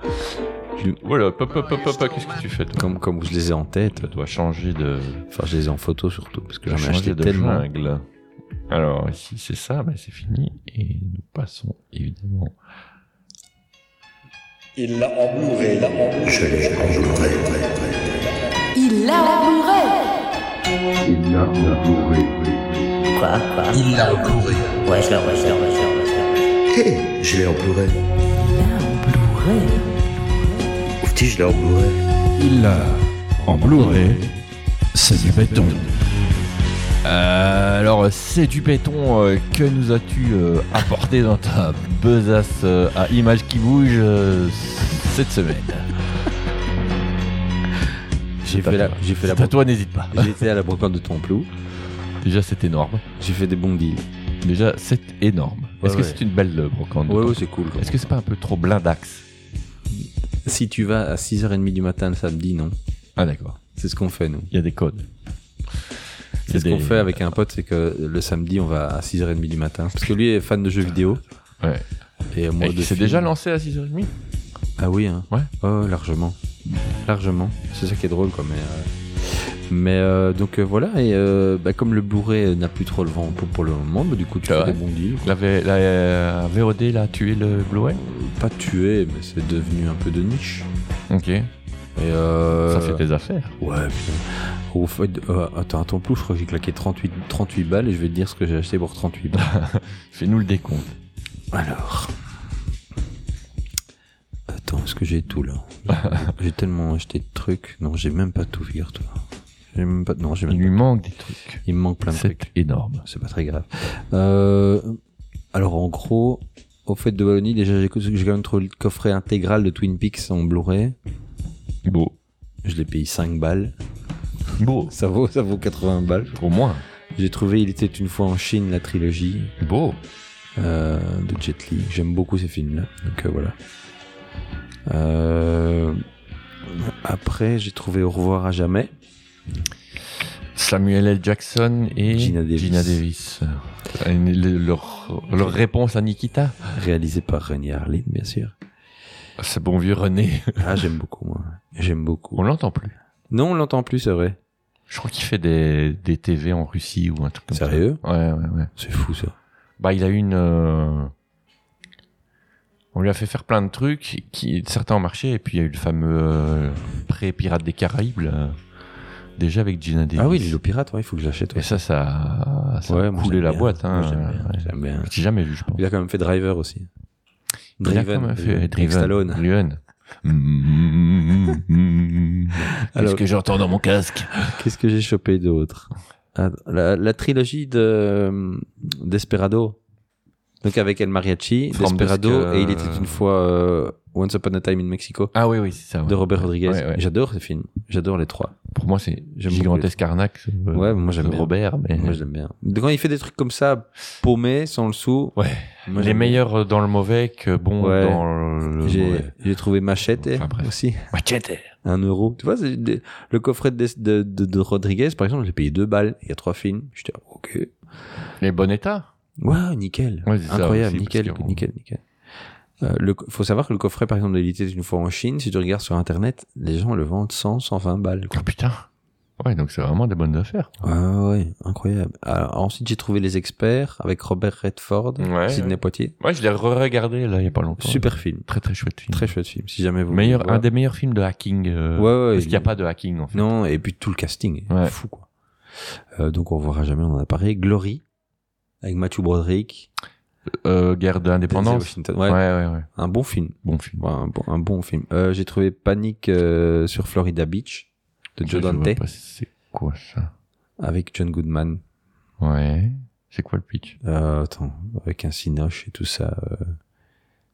S5: je- Voilà, pop, pop, pop, pop, qu'est-ce que tu fais toi
S1: Comme, comme je les ai en tête.
S5: Tu dois changer de.
S1: Enfin, je les ai en photo surtout, parce que
S5: dois
S1: j'en ai
S5: changer
S1: acheté
S5: de
S1: tellement.
S5: jungle. Alors ici c'est ça, mais c'est fini et nous passons évidemment.
S6: Il l'a entouré.
S7: Il l'a entouré. Ouais, je l'ai, ouais, je l'ai, ouais, je l'ai, ouais, je l'ai.
S3: Hé, je l'ai emploré. Ouf, je l'ai emploré.
S8: Il l'a en Blu-ray, c'est du béton.
S5: Euh, alors, c'est du béton. euh, que nous as-tu euh, apporté dans ta besace euh, à images qui bougent euh, cette semaine
S1: J'ai fait,
S5: à
S1: la,
S5: toi.
S1: j'ai fait la
S5: C'est à toi, n'hésite pas.
S1: J'étais à la brocante de Templou.
S5: Déjà, c'est énorme.
S1: J'ai fait des bons deals.
S5: Déjà, c'est énorme.
S1: Ouais,
S5: Est-ce
S1: ouais.
S5: que c'est une belle euh, brocante de
S1: Ouais, ouais,
S5: ton-
S1: c'est cool. quoi.
S5: Est-ce que c'est pas un peu trop blindax
S1: Si tu vas à 6h30 du matin le samedi, non
S5: Ah, d'accord.
S1: C'est ce qu'on fait, nous.
S5: Il y a des codes. Il y
S1: C'est
S5: a
S1: ce qu'on
S5: des-
S1: fait avec un pote, c'est que le samedi, on va à 6h30 du matin. Parce que lui est fan de jeux vidéo.
S5: Ouais.
S1: Et à moi de.
S5: C'est
S1: film.
S5: Eh, déjà lancé à 6h30
S1: Ah oui, hein.
S5: Ouais.
S1: Oh, largement. Largement. C'est ça qui est drôle, quoi. Mais, euh, mais, euh, donc euh, voilà, et euh, bah, comme le Blu-ray n'a plus trop le vent pour, pour le moment, bah, du coup, tu
S5: Ah
S1: fais
S5: ouais.
S1: des bons deals.
S5: la, V- la, euh, VOD l'a tué le Blu-ray
S1: Pas tué, mais c'est devenu un peu de niche.
S5: Ok.
S1: Et, euh,
S5: Ça fait des affaires.
S1: Ouais, putain. Au fait, euh, attends, attends, plus, je crois que j'ai claqué 38, 38 balles et je vais te dire ce que j'ai acheté pour 38 balles.
S5: Fais-nous le décompte.
S1: Alors. Attends, est-ce que j'ai tout là J'ai tellement acheté de trucs. Non, j'ai même pas tout, figure-toi. J'ai même pas. Non, j'ai
S5: Il
S1: même
S5: lui manque des trucs.
S1: Il me manque plein de
S5: C'est
S1: trucs.
S5: énorme.
S1: C'est pas très grave. Euh, alors, en gros, au fait de Wallonie, déjà, j'ai j'ai quand même trouvé le coffret intégral de Twin Peaks en Blu-ray.
S5: Beau.
S1: Je l'ai payé 5 balles.
S5: Beau.
S1: Ça vaut, ça vaut 80 balles.
S5: Au moins.
S1: J'ai trouvé Il était une fois en Chine, la trilogie.
S5: Beau.
S1: euh, de Jet Li. J'aime beaucoup ces films-là. Donc euh, voilà. Euh, après, j'ai trouvé Au revoir à jamais.
S5: Samuel L. Jackson et
S1: Gina Davis.
S5: Davis. Et le- leur, leur réponse à Nikita.
S1: Réalisé par René Harlin, bien sûr.
S5: Ce bon vieux René.
S1: Ah, j'aime beaucoup, moi. J'aime
S5: On
S1: beaucoup.
S5: l'entend plus.
S1: Non, on l'entend plus, c'est vrai.
S5: Je crois qu'il fait des, des TV en Russie ou un truc comme
S1: Sérieux
S5: ça. Sérieux Ouais, ouais, ouais.
S1: C'est fou, ça.
S5: Bah, il a eu une. euh, On lui a fait faire plein de trucs, qui, certains ont marché, et puis il y a eu le fameux euh, pré-pirate des Caraïbes, là, déjà avec Gina Davis.
S1: Ah oui, L'île aux pirates, ouais, il faut que je l'achète.
S5: Et
S1: ouais.
S5: ça, ça, ça
S1: Ouais,
S5: a
S1: moi,
S5: coulé
S1: j'aime
S5: la
S1: bien.
S5: boîte. Hein.
S1: Moi, j'aime bien,
S5: Ouais.
S1: j'aime bien.
S5: J'ai jamais vu, je pense.
S1: Il a quand même fait Driver aussi.
S5: Il a
S1: Driven,
S5: quand même fait-
S1: avec
S5: Driven.
S1: euh, Stallone.
S5: Driven. Mm, mm, mm, mm. Qu'est-ce
S1: Alors-
S5: que j'entends dans mon casque
S1: Qu'est-ce que j'ai chopé d'autre Ah, la, la trilogie de euh, Desperado. Donc avec El Mariachi,
S5: From
S1: Desperado
S5: Dusk, euh,
S1: et Il était une fois euh, Once Upon a Time in Mexico
S5: Ah oui, oui, c'est ça. ouais.
S1: de Robert Rodriguez.
S5: Ouais, ouais.
S1: J'adore ce film. J'adore les trois.
S5: Pour moi, c'est
S1: J'aime beaucoup
S5: gigantesque arnaque. euh, ce-
S1: Ouais, moi, j'aime
S5: ce
S1: bien.
S5: Robert, mais
S1: Moi, j'aime bien. Quand il fait des trucs comme ça, paumés, sans le sou.
S5: Ouais.
S1: moi,
S5: les
S1: j'aime
S5: meilleurs euh, dans le mauvais que bon
S1: Ouais.
S5: dans le
S1: bien. J'ai
S5: mauvais.
S1: j'ai trouvé Machette eh,
S5: Enfin, bref.
S1: aussi.
S5: Machete.
S1: Un euro. Tu vois, c'est des- le coffret de, Des- de- de- de Rodriguez, par exemple, j'ai payé deux balles. Il y a trois films. J'étais, ah, ok.
S5: Les bon état.
S1: Waouh, nickel.
S5: Ouais, c'est ça
S1: Incroyable,
S5: aussi, parce
S1: nickel,
S5: que-
S1: nickel, nickel. Euh, le, co- faut savoir que le coffret, par exemple, de l'élite est une fois en Chine. Si tu regardes sur internet, les gens le vendent 100, 120 balles.
S5: Oh
S1: Quoi.
S5: putain. Ouais, donc c'est vraiment des bonnes affaires.
S1: Ah ouais, incroyable. Alors, ensuite, j'ai trouvé Les Experts avec Robert Redford,
S5: Ouais,
S1: Sidney
S5: ouais.
S1: Poitier.
S5: Ouais, je l'ai re-regardé là il y a pas longtemps.
S1: Super film,
S5: Très très chouette film.
S1: très chouette film. Si jamais vous
S5: Meilleur,
S1: voulez
S5: un
S1: le voir.
S5: des meilleurs films de hacking. euh,
S1: Ouais, ouais,
S5: parce qu'il n'y a
S1: il-
S5: pas de hacking en fait.
S1: Non, et puis tout le casting, est
S5: Ouais.
S1: fou quoi. Euh, donc on verra jamais, on en a parlé. Glory avec Matthew Broderick,
S5: Euh, guerre
S1: Denzel
S5: d'indépendance.
S1: Washington. Ouais,
S5: Ouais. ouais, ouais.
S1: un bon film.
S5: Bon film.
S1: Ouais, un, bon, un bon film. Euh, j'ai trouvé Panic euh, sur Florida Beach de Joe
S5: Je vois
S1: Dante
S5: pas C'est quoi ça
S1: avec John Goodman.
S5: Ouais. C'est quoi le pitch
S1: Euh, attends, avec un cinoche et tout ça. euh,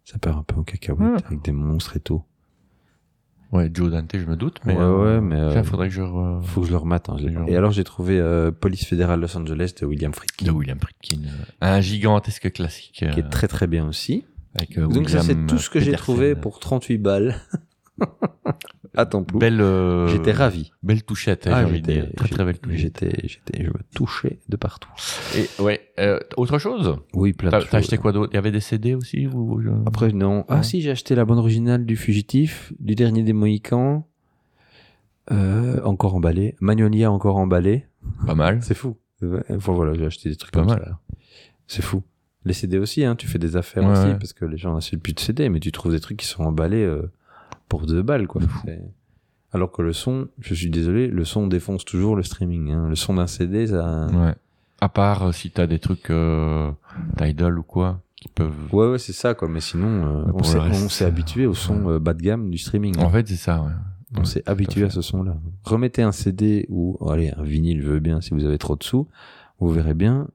S1: ça part un peu en
S5: Hmm.
S1: cacahuète avec des monstres et tout.
S5: Ouais, Joe Dante, je me doute, mais.
S1: Ouais, ouais, mais, euh,
S5: tiens, faudrait que je. re-
S1: Faut que je le remate. hein, je l'ai pas.
S5: Genre.
S1: et alors j'ai trouvé euh, Police fédérale Los Angeles de William Friedkin,
S5: De William Friedkin. euh, Un gigantesque classique. euh,
S1: qui est très très bien aussi.
S5: avec, euh,
S1: Donc ça c'est
S5: William
S1: tout ce que j'ai
S5: Pedersen.
S1: trouvé pour 38 balles. attends, Plou.
S5: Belle. euh,
S1: J'étais ravi.
S5: Belle touchette, hein,
S1: Ah,
S5: j'ai envie de
S1: j'étais-
S5: dire. Très très belle touchette.
S1: J'étais, j'étais, je me touchais de partout.
S5: Et ouais, euh, autre chose
S1: Oui, plein de
S5: T'as
S1: choses.
S5: t'as acheté quoi d'autre Il y avait des CD aussi ou, je-
S1: Après, non. Ah
S5: Non.
S1: si, j'ai acheté la bande originale du Fugitif, du dernier des Mohicans, euh, encore emballé. Magnolia encore emballé.
S5: Pas mal.
S1: C'est fou. Ouais, Enfin voilà, j'ai acheté des trucs
S5: Pas
S1: comme
S5: mal.
S1: ça. C'est fou. Les CD aussi, hein, tu fais des affaires
S5: Ouais,
S1: aussi,
S5: ouais.
S1: parce que les gens n'achètent plus de CD, mais tu trouves des trucs qui sont emballés euh, pour deux balles, quoi. C'est- Alors que le son, je suis désolé, le son défonce toujours le streaming. hein. Le son d'un CD, ça...
S5: Ouais. À part euh, si t'as des trucs euh, Tidal ou quoi qui peuvent.
S1: Ouais, ouais, c'est ça, quoi. Mais sinon, euh,
S5: Mais
S1: on
S5: pour
S1: s'est-
S5: le reste,
S1: on s'est habitué au son euh, bas de gamme du streaming.
S5: En fait, c'est ça. Ouais.
S1: on s'est habitué à,
S5: fait.
S1: ce son-là. Remettez un CD ou, oh, allez, un vinyle, je veux bien, si vous avez trop de sous, vous verrez bien,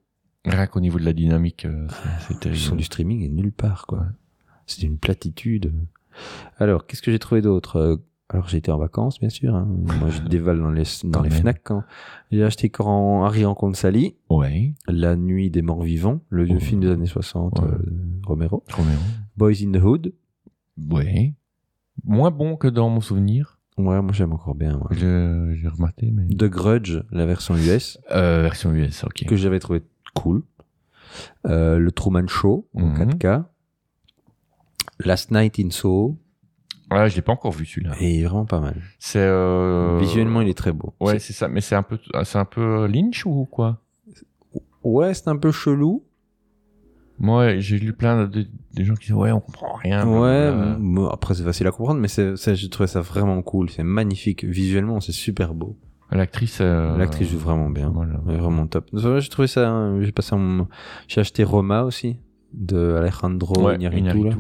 S5: Rien qu'au niveau de la dynamique, euh, c'est- c'est
S1: le son
S5: terrible.
S1: du streaming est nulle part, quoi. C'est une platitude. Alors, qu'est-ce que j'ai trouvé d'autre Euh, Alors, j'ai été en vacances, bien sûr. hein. Moi, je dévale dans les, dans
S5: Quand
S1: les
S5: même.
S1: FNAC. Quand... J'ai acheté quand Harry rencontre Sally,
S5: Ouais.
S1: La nuit des morts vivants, le vieux
S5: Ouais.
S1: film des années 60,
S5: Oh. Ouais.
S1: euh, de Romero.
S5: Romero.
S1: Boys in the Hood.
S5: Ouais. Moins bon que dans mon souvenir.
S1: Ouais, moi, j'aime encore bien. ouais.
S5: Je- J'ai remarqué, mais.
S1: The Grudge, la version US,
S5: Euh, version US, ok.
S1: que j'avais trouvé cool. Euh, le Truman Show, en
S5: Mhm.
S1: 4K. Last Night in Soho.
S5: Ah, je l'ai pas encore vu celui-là.
S1: Et il est vraiment pas mal.
S5: C'est euh,
S1: Visuellement, il est très beau.
S5: Ouais,
S1: C'est-
S5: c'est ça. Mais c'est un peu, c'est un peu Lynch ou quoi
S1: ouais, c'est un peu chelou.
S5: Moi, j'ai lu plein de, des gens qui disaient ouais, on comprend rien.
S1: Ouais,
S5: blablabla.
S1: bon, après c'est facile à comprendre, mais c'est- ça, j'ai trouvé ça vraiment cool. C'est magnifique. Visuellement, c'est super beau.
S5: L'actrice. euh,
S1: L'actrice joue vraiment bien. Euh,
S5: voilà.
S1: Elle est Vraiment top. C'est vrai, J'ai trouvé ça. hein, J'ai passé un moment- J'ai acheté Roma aussi, de Alejandro
S5: Ouais,
S1: Iñárritu,
S5: Iñárritu.
S1: là.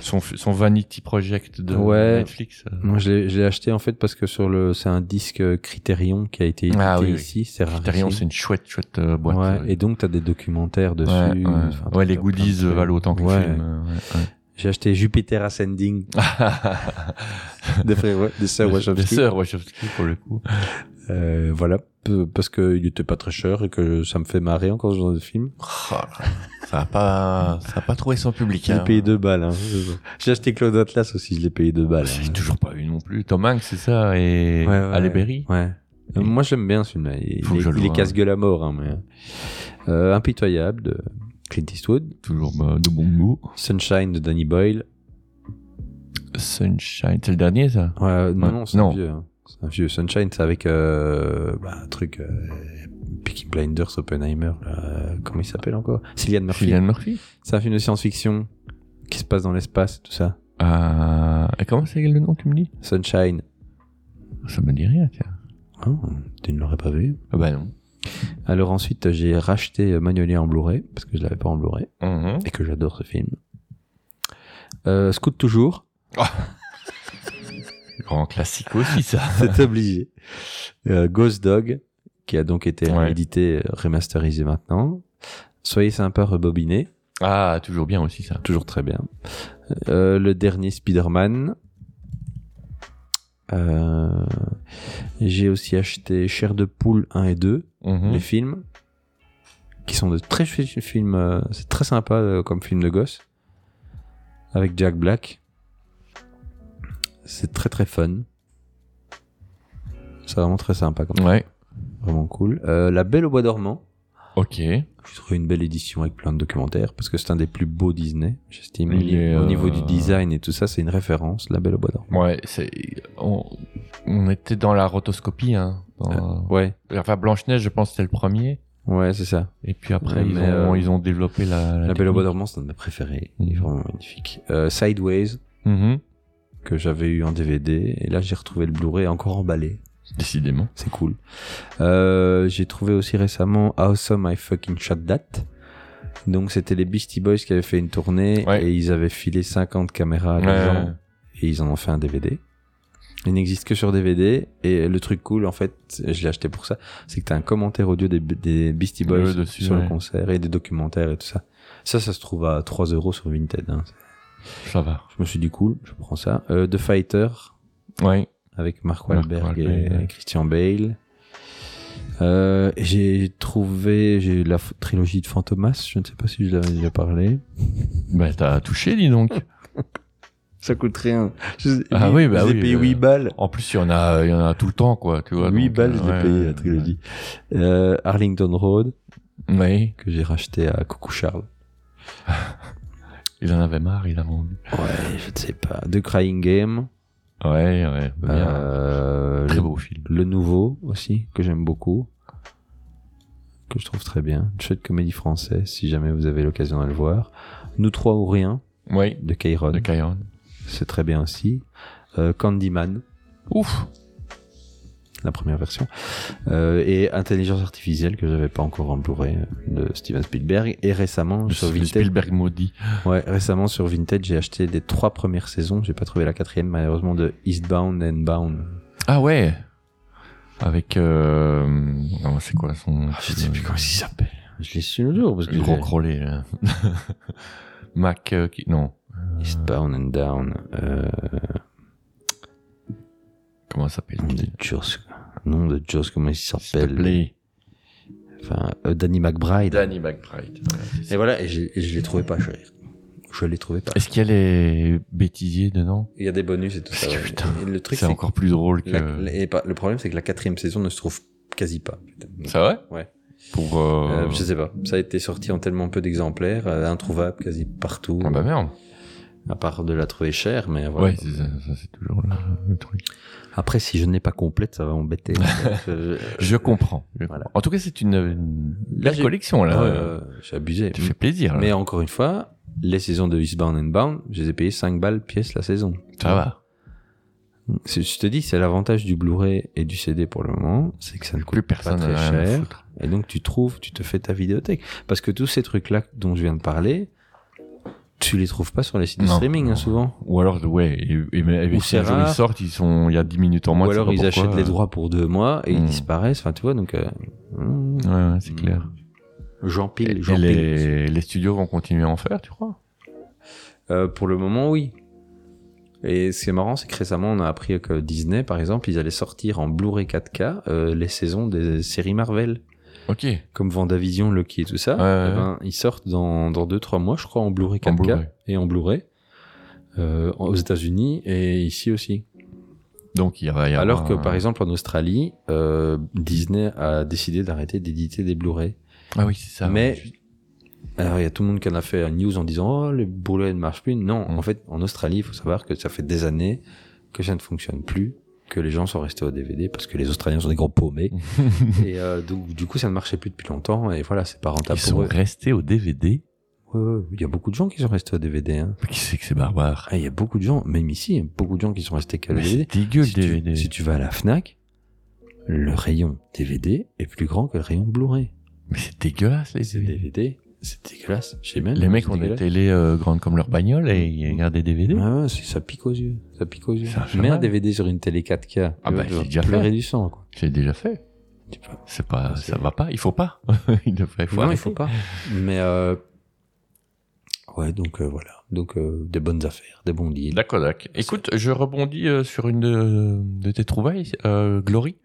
S5: Son, son Vanity Project de
S1: Ouais.
S5: Netflix. euh,
S1: Moi, je l'ai- je l'ai acheté en fait parce que sur le, c'est un disque euh, Criterion qui a été édité
S5: Ah oui, oui.
S1: ici. C'est rare.
S5: Criterion, c'est une chouette, chouette euh, boîte. euh,
S1: Ouais, et donc, t'as des documentaires dessus.
S5: ouais, ouais.
S1: enfin,
S5: Ouais,
S1: t'as
S5: les
S1: plein de
S5: goodies euh,
S1: trucs.
S5: valent autant que
S1: Ouais.
S5: le film. euh, ouais,
S1: J'ai acheté Jupiter Ascending
S5: ouais.
S1: de, Fre- de Sir
S5: Des-
S1: Wachowski.
S5: Des sœurs Wachowski, pour le coup.
S1: Euh, voilà, p- parce qu'il était pas très cher et que ça me fait marrer encore dans le film.
S5: Oh
S9: Ça a pas, ça a pas trouvé son public.
S1: J'ai
S9: hein.
S1: payé deux balles. hein. J'ai acheté Claude Atlas aussi, je l'ai payé deux balles.
S5: J'ai
S1: hein.
S5: toujours pas vu non plus. Tom Hanks, c'est ça, et
S1: Ouais, ouais,
S5: Halle Berry.
S1: Ouais. Euh,
S5: Et-
S1: Moi j'aime bien ce film. Il,
S5: Oh, Faut que
S1: il-
S5: je le
S1: il est
S5: voie.
S1: casse-gueule à mort. hein, mais... Euh, Impitoyable de Clint Eastwood.
S5: Toujours bah, de bon goût.
S1: Sunshine de Danny Boyle.
S5: Sunshine, c'est le dernier, ça
S1: Ouais, euh, non,
S5: Ouais.
S1: non, c'est
S5: Non.
S1: un vieux. hein. C'est un vieux. Sunshine, c'est avec euh, bah, un truc. Euh, Peaky Blinders, Oppenheimer. là, euh, comment il s'appelle encore Cillian Murphy.
S5: Cillian Murphy.
S1: C'est un film de science-fiction qui se passe dans l'espace, tout ça.
S5: Euh, et comment c'est le nom, tu me dis
S1: Sunshine.
S5: Ça me dit rien, tiens.
S1: Oh, tu ne l'aurais pas vu.
S5: Ah bah non.
S1: Alors ensuite, j'ai racheté euh, Manuelier en Blu-ray, parce que je l'avais pas en Blu-ray,
S5: Mhm.
S1: et que j'adore ce film. Euh, Scoot toujours,
S5: Grand classique aussi, ça.
S1: c'est obligé. Euh, Ghost Dog, qui a donc été
S5: Ouais.
S1: réédité, euh, remasterisé maintenant. Soyez sympa, rebobiné,
S5: Ah, toujours bien aussi, ça.
S1: toujours très bien. Euh, le dernier Spider-Man. Euh, j'ai aussi acheté Chair de poule 1 et 2.
S5: Mhm.
S1: les films qui sont de très chouettes films euh, c'est très sympa euh, comme film de gosse avec Jack Black c'est très très fun c'est vraiment très sympa comme
S5: Ouais,
S1: vraiment cool Euh, La Belle au Bois dormant
S5: ok.
S1: j'ai trouvé une belle édition avec plein de documentaires parce que c'est un des plus beaux Disney j'estime au
S5: Il est, euh,
S1: niveau du design et tout ça c'est une référence La Belle au Bois dormant
S5: Ouais, c'est... On... on était dans la rotoscopie, hein. dans-
S1: ouais
S5: Enfin, Blanche-Neige, je pense, c'était le premier.
S1: ouais c'est ça
S5: Et puis après,
S1: Ouais,
S5: ils, ont,
S1: mais, euh,
S5: ils ont développé la...
S1: La Belle au Bois
S5: technique.
S1: dormant c'est un de mes préférés il est vraiment magnifique Euh, Sideways
S5: Mhm.
S1: que j'avais eu en DVD et là j'ai retrouvé le Blu-ray encore emballé.
S5: Décidément.
S1: C'est cool. Euh, j'ai trouvé aussi récemment Awesome I Fucking Shot That. Donc c'était les Beastie Boys qui avaient fait une tournée
S5: Ouais.
S1: et ils avaient filé 50 caméras à des
S5: Ouais.
S1: gens et ils en ont fait un DVD. Il n'existe que sur DVD et le truc cool en fait, je l'ai acheté pour ça, c'est que t'as un commentaire audio des, des Beastie Boys
S5: Ouais, dessus,
S1: sur
S5: ouais.
S1: le concert et des documentaires et tout ça. Ça, ça se trouve à 3 euros sur Vinted. hein.
S5: Ça va.
S1: Je me suis dit cool, je prends ça. Euh, The Fighter,
S5: Ouais.
S1: avec Mark
S5: Mark
S1: Wahlberg, et
S5: Wahlberg, ouais.
S1: Christian Bale. Euh, j'ai trouvé j'ai la f- trilogie de Fantomas, je ne sais pas si je l'avais déjà parlé.
S5: Bah, t'as touché, dis donc.
S1: Ça coûte rien. Je-
S5: Ah
S1: huit-
S5: oui, bah
S1: je l'ai
S5: oui,
S1: payé
S5: euh,
S1: 8 balles.
S5: En plus, il y en a, il y en a tout le temps, quoi. Tu vois,
S1: 8
S5: donc,
S1: balles,
S5: euh,
S1: je l'ai
S5: ouais,
S1: payé
S5: ouais,
S1: la trilogie. Euh, Arlington Road,
S5: ouais. Ouais.
S1: que j'ai racheté à Coucou Charles.
S5: Il en avait marre, il a vendu.
S1: Ouais, je ne sais pas. The Crying Game.
S5: Ouais, ouais. bien.
S1: Euh,
S5: Très
S1: le-
S5: beau film.
S1: Le nouveau aussi, que j'aime beaucoup. Que je trouve très bien. Une chouette comédie française, si jamais vous avez l'occasion de le voir. Nous trois ou rien,
S5: Oui.
S1: de Kairon.
S5: De Cayon.
S1: C'est très bien aussi. Euh, Candyman,
S5: Ouf.
S1: la première version. Euh, et Intelligence Artificielle, que j'avais pas encore en Blu-ray, de Steven Spielberg. Et récemment,
S5: Le
S1: sur
S5: Spiel-
S1: Vinted,
S5: Spielberg maudit.
S1: ouais, récemment sur Vinted, j'ai acheté les trois premières saisons. J'ai pas trouvé la quatrième, malheureusement, de Eastbound and Bound.
S5: Ah ouais. Avec, euh, non, c'est quoi son. euh,
S1: il s'appelle. Je l'ai su le jour, parce que
S5: Le gros
S1: j'ai-
S5: crolé, là. Mac, euh, qui- non.
S1: Eastbound and Down. Euh,
S5: Comment
S1: nom de
S5: s'appelle-t-il
S1: Joss. Nom de Joss, comment il s'appelle
S5: S'appelait
S1: Enfin, euh, Danny McBride.
S5: Danny McBride. voilà, c'est ça.
S1: Et voilà, et je, et je l'ai trouvé pas cher. Je l'ai trouvé pas.
S5: Est-ce qu'il y a les bêtisiers dedans
S1: Il y a des bonus et tout
S5: Parce
S1: ça.
S5: que
S1: ouais.
S5: putain,
S1: Et le truc,
S5: C'est
S1: c'est
S5: encore plus drôle
S1: que la-
S5: que.
S1: et pas- le problème, c'est que la quatrième saison ne se trouve quasi pas.
S5: C'est vrai
S1: Ouais.
S5: Pour. euh,
S1: Euh, je sais pas. Ça a été sorti en tellement peu d'exemplaires, euh, introuvable quasi partout.
S5: Ah bah merde.
S1: À part de la trouver chère, mais voilà.
S5: Ouais, c'est ça, ça, c'est toujours le, le truc.
S1: Après, si je n'ai pas complète, ça va m'embêter. Donc, euh,
S5: Je comprends. je
S1: Voilà.
S5: comprends. En tout cas, c'est une, une
S1: Là,
S5: belle
S1: j'ai-
S5: collection là.
S1: euh, j'ai abusé.
S5: tu fais plaisir. Là.
S1: Mais encore une fois, les saisons de Eastbound and Bound, je les ai payées 5 balles pièce la saison.
S5: ça va.
S1: C'est- Je te dis, c'est l'avantage du Blu-ray et du CD pour le moment, c'est que ça ne coûte
S5: Plus personne
S1: pas
S5: n'a
S1: très
S5: rien à
S1: cher.
S5: foutre.
S1: Et donc tu trouves, tu te fais ta vidéothèque. Parce que tous ces trucs-là dont je viens de parler, tu les trouves pas sur les sites de
S5: Non,
S1: streaming hein,
S5: non.
S1: souvent.
S5: Ou alors, ouais, et, et, et-
S1: Ou
S5: si un
S1: c'est
S5: jour ils
S1: rare.
S5: sortent, ils sont il y a 10 minutes en moins.
S1: Ou
S5: tu sais
S1: alors
S5: pas
S1: ils
S5: pourquoi,
S1: achètent les
S5: euh.
S1: droits pour deux mois et ils
S5: Hmm.
S1: disparaissent. Enfin, tu vois, donc euh, hmm,
S5: Ouais, ouais, c'est
S1: Hmm.
S5: clair. Et,
S1: j'empile,
S5: et
S1: j'empile.
S5: les, les studios vont continuer à en faire, tu crois
S1: Euh, pour le moment, oui. Et ce qui est marrant, c'est que récemment, on a appris que Disney, par exemple, ils allaient sortir en Blu-ray 4K euh, les saisons des séries Marvel,
S5: Ok.
S1: comme Vendavision, Lucky et tout ça.
S5: Ouais, ouais,
S1: Eh ben, ils sortent dans 2-3 mois, je crois, en Blu-ray 4K
S5: En Blu-ray.
S1: et en Blu-ray euh, aux États-Unis et ici aussi.
S5: Donc il y aura. il y aura
S1: Alors que,
S5: un-
S1: par exemple, en Australie, euh, Disney a décidé d'arrêter d'éditer des Blu-ray.
S5: Ah oui, c'est ça.
S1: Mais-
S5: ouais.
S1: Alors, il y a tout le monde qui en a fait un news en disant Oh, les boulets ne marchent plus. Non,
S5: Mm.
S1: en fait, en Australie, il faut savoir que ça fait des années que ça ne fonctionne plus, que les gens sont restés au DVD parce que les Australiens sont des gros paumés. et euh, donc, du coup, ça ne marchait plus depuis longtemps et voilà, c'est pas
S5: Ils
S1: rentable
S5: sont
S1: pour eux.
S5: restés au DVD.
S1: Ouais, ouais, ouais. Il y a beaucoup de gens qui sont restés au DVD. Hein.
S5: Mais qui c'est que c'est barbare
S1: Ah, il y a beaucoup de gens, même ici, il y a beaucoup de gens qui sont restés qu'à
S5: Mais
S1: DVD.
S5: C'est dégueu
S1: si,
S5: le
S1: tu-
S5: DVD.
S1: si tu vas à la Fnac, le rayon DVD est plus grand que le rayon Blu-ray.
S5: Mais c'est dégueulasse les
S1: C'est
S5: DVD.
S1: DVD, c'est dégueulasse. Je sais même.
S5: Les mecs
S1: c'est
S5: ont des
S1: dégueulasse.
S5: télés euh, grandes comme leur bagnole et ils regardent des DVD.
S1: Ouais, ouais, c'est- ça pique aux yeux. Ça pique aux yeux.
S5: C'est infernal.
S1: Mets un DVD sur une télé 4K. tu
S5: Ah bah,
S1: vas
S5: je l'ai déjà
S1: pleurer
S5: fait.
S1: du sang, quoi.
S5: J'ai déjà fait.
S1: Tu peux-
S5: C'est pas,
S1: Ah,
S5: ça
S1: c'est-
S5: va pas. Il faut pas. il devrait.
S1: non, il
S5: arrêter.
S1: faut pas. Mais euh, ouais, donc euh, voilà. Donc euh, des bonnes affaires, des bons deals.
S5: D'accord, d'accord. Écoute, je rebondis euh, sur une de, de tes trouvailles, euh, Glory.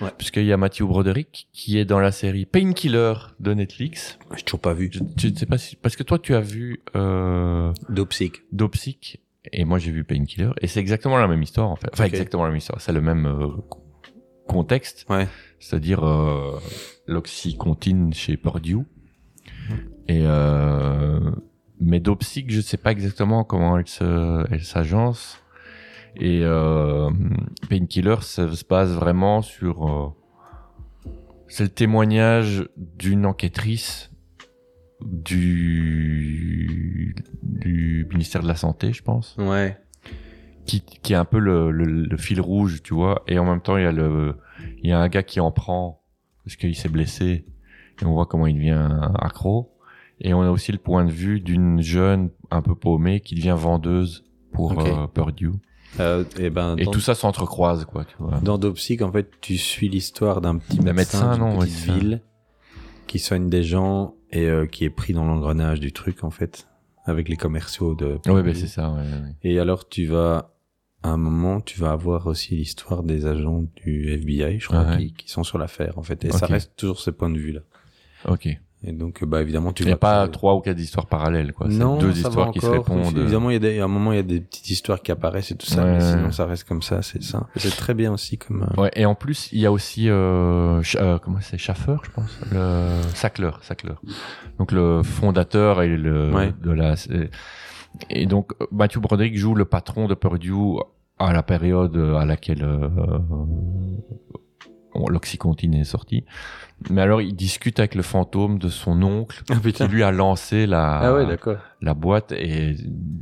S1: Ouais.
S5: Puisqu'il y a Mathieu Broderick qui est dans la série Painkiller de Netflix.
S1: J'ai toujours pas vu.
S5: Je je ne sais pas si. Parce que toi, tu as vu euh,
S1: Dopsic.
S5: Dopsic et moi, j'ai vu Painkiller. Et c'est exactement la même histoire, en fait. Enfin,
S1: Ok.
S5: exactement la même histoire. C'est le même euh, co- contexte.
S1: Ouais.
S5: C'est-à-dire euh, l'oxycontine chez Purdue.
S1: Mhm.
S5: Et. Euh, mais Dopsic, je ne sais pas exactement comment elle se- elle s'agence. Et euh, Painkiller ça se base vraiment sur. euh, c'est le témoignage d'une enquêtrice du, du ministère de la Santé, je pense,
S1: Ouais.
S5: qui, qui est un peu le, le- le fil rouge, tu vois. Et en même temps, il y a, le, il y a un gars qui en prend parce qu'il s'est blessé. Et on voit comment il devient accro. Et on a aussi le point de vue d'une jeune un peu paumée qui devient vendeuse pour
S1: Ok.
S5: euh, Purdue.
S1: Euh, et ben
S5: Et
S1: dans,
S5: tout ça s'entrecroise, quoi, tu vois.
S1: dans Dopsic, en fait, tu suis l'histoire d'un petit
S5: D'un
S1: médecin,
S5: médecin,
S1: d'une
S5: non, ouais,
S1: petite
S5: c'est ça.
S1: ville qui soigne des gens et euh, qui est pris dans l'engrenage du truc, en fait, avec les commerciaux de.
S5: Ouais, ben c'est ça, ouais, ouais, ouais.
S1: Et alors, tu vas, à un moment, tu vas avoir aussi l'histoire des agents du FBI, je crois,
S5: Ah ouais.
S1: qui, qui sont sur l'affaire, en fait. Et ça
S5: Ok.
S1: reste toujours ce point de vue-là.
S5: Ok.
S1: Et donc, euh, bah, évidemment, tu
S5: Il n'y a
S1: vas
S5: pas
S1: creuser.
S5: trois ou quatre histoires parallèles, quoi. C'est
S1: Non,
S5: deux
S1: ça va
S5: histoires qui se
S1: encore.
S5: répondent. euh.
S1: Évidemment, il y a des, à un moment, il y a des petites histoires qui apparaissent et tout ça,
S5: Ouais,
S1: mais
S5: ouais,
S1: sinon,
S5: ouais. Bah.
S1: ça reste comme ça, c'est ça. Et C'est très bien aussi comme. euh,
S5: Ouais, et en plus, il y a aussi, euh, Ch- euh, comment c'est, Schaffer, je pense, le Sackler, Sackler. Donc le fondateur et le
S1: Ouais.
S5: de la. c'est- Et donc euh, Matthew Broderick joue le patron de Purdue à la période à laquelle euh, bon, l'oxycontine est sortie. Mais alors, il discute avec le fantôme de son oncle
S1: Ah,
S5: qui lui a lancé la
S1: Ah ouais, d'accord.
S5: la boîte et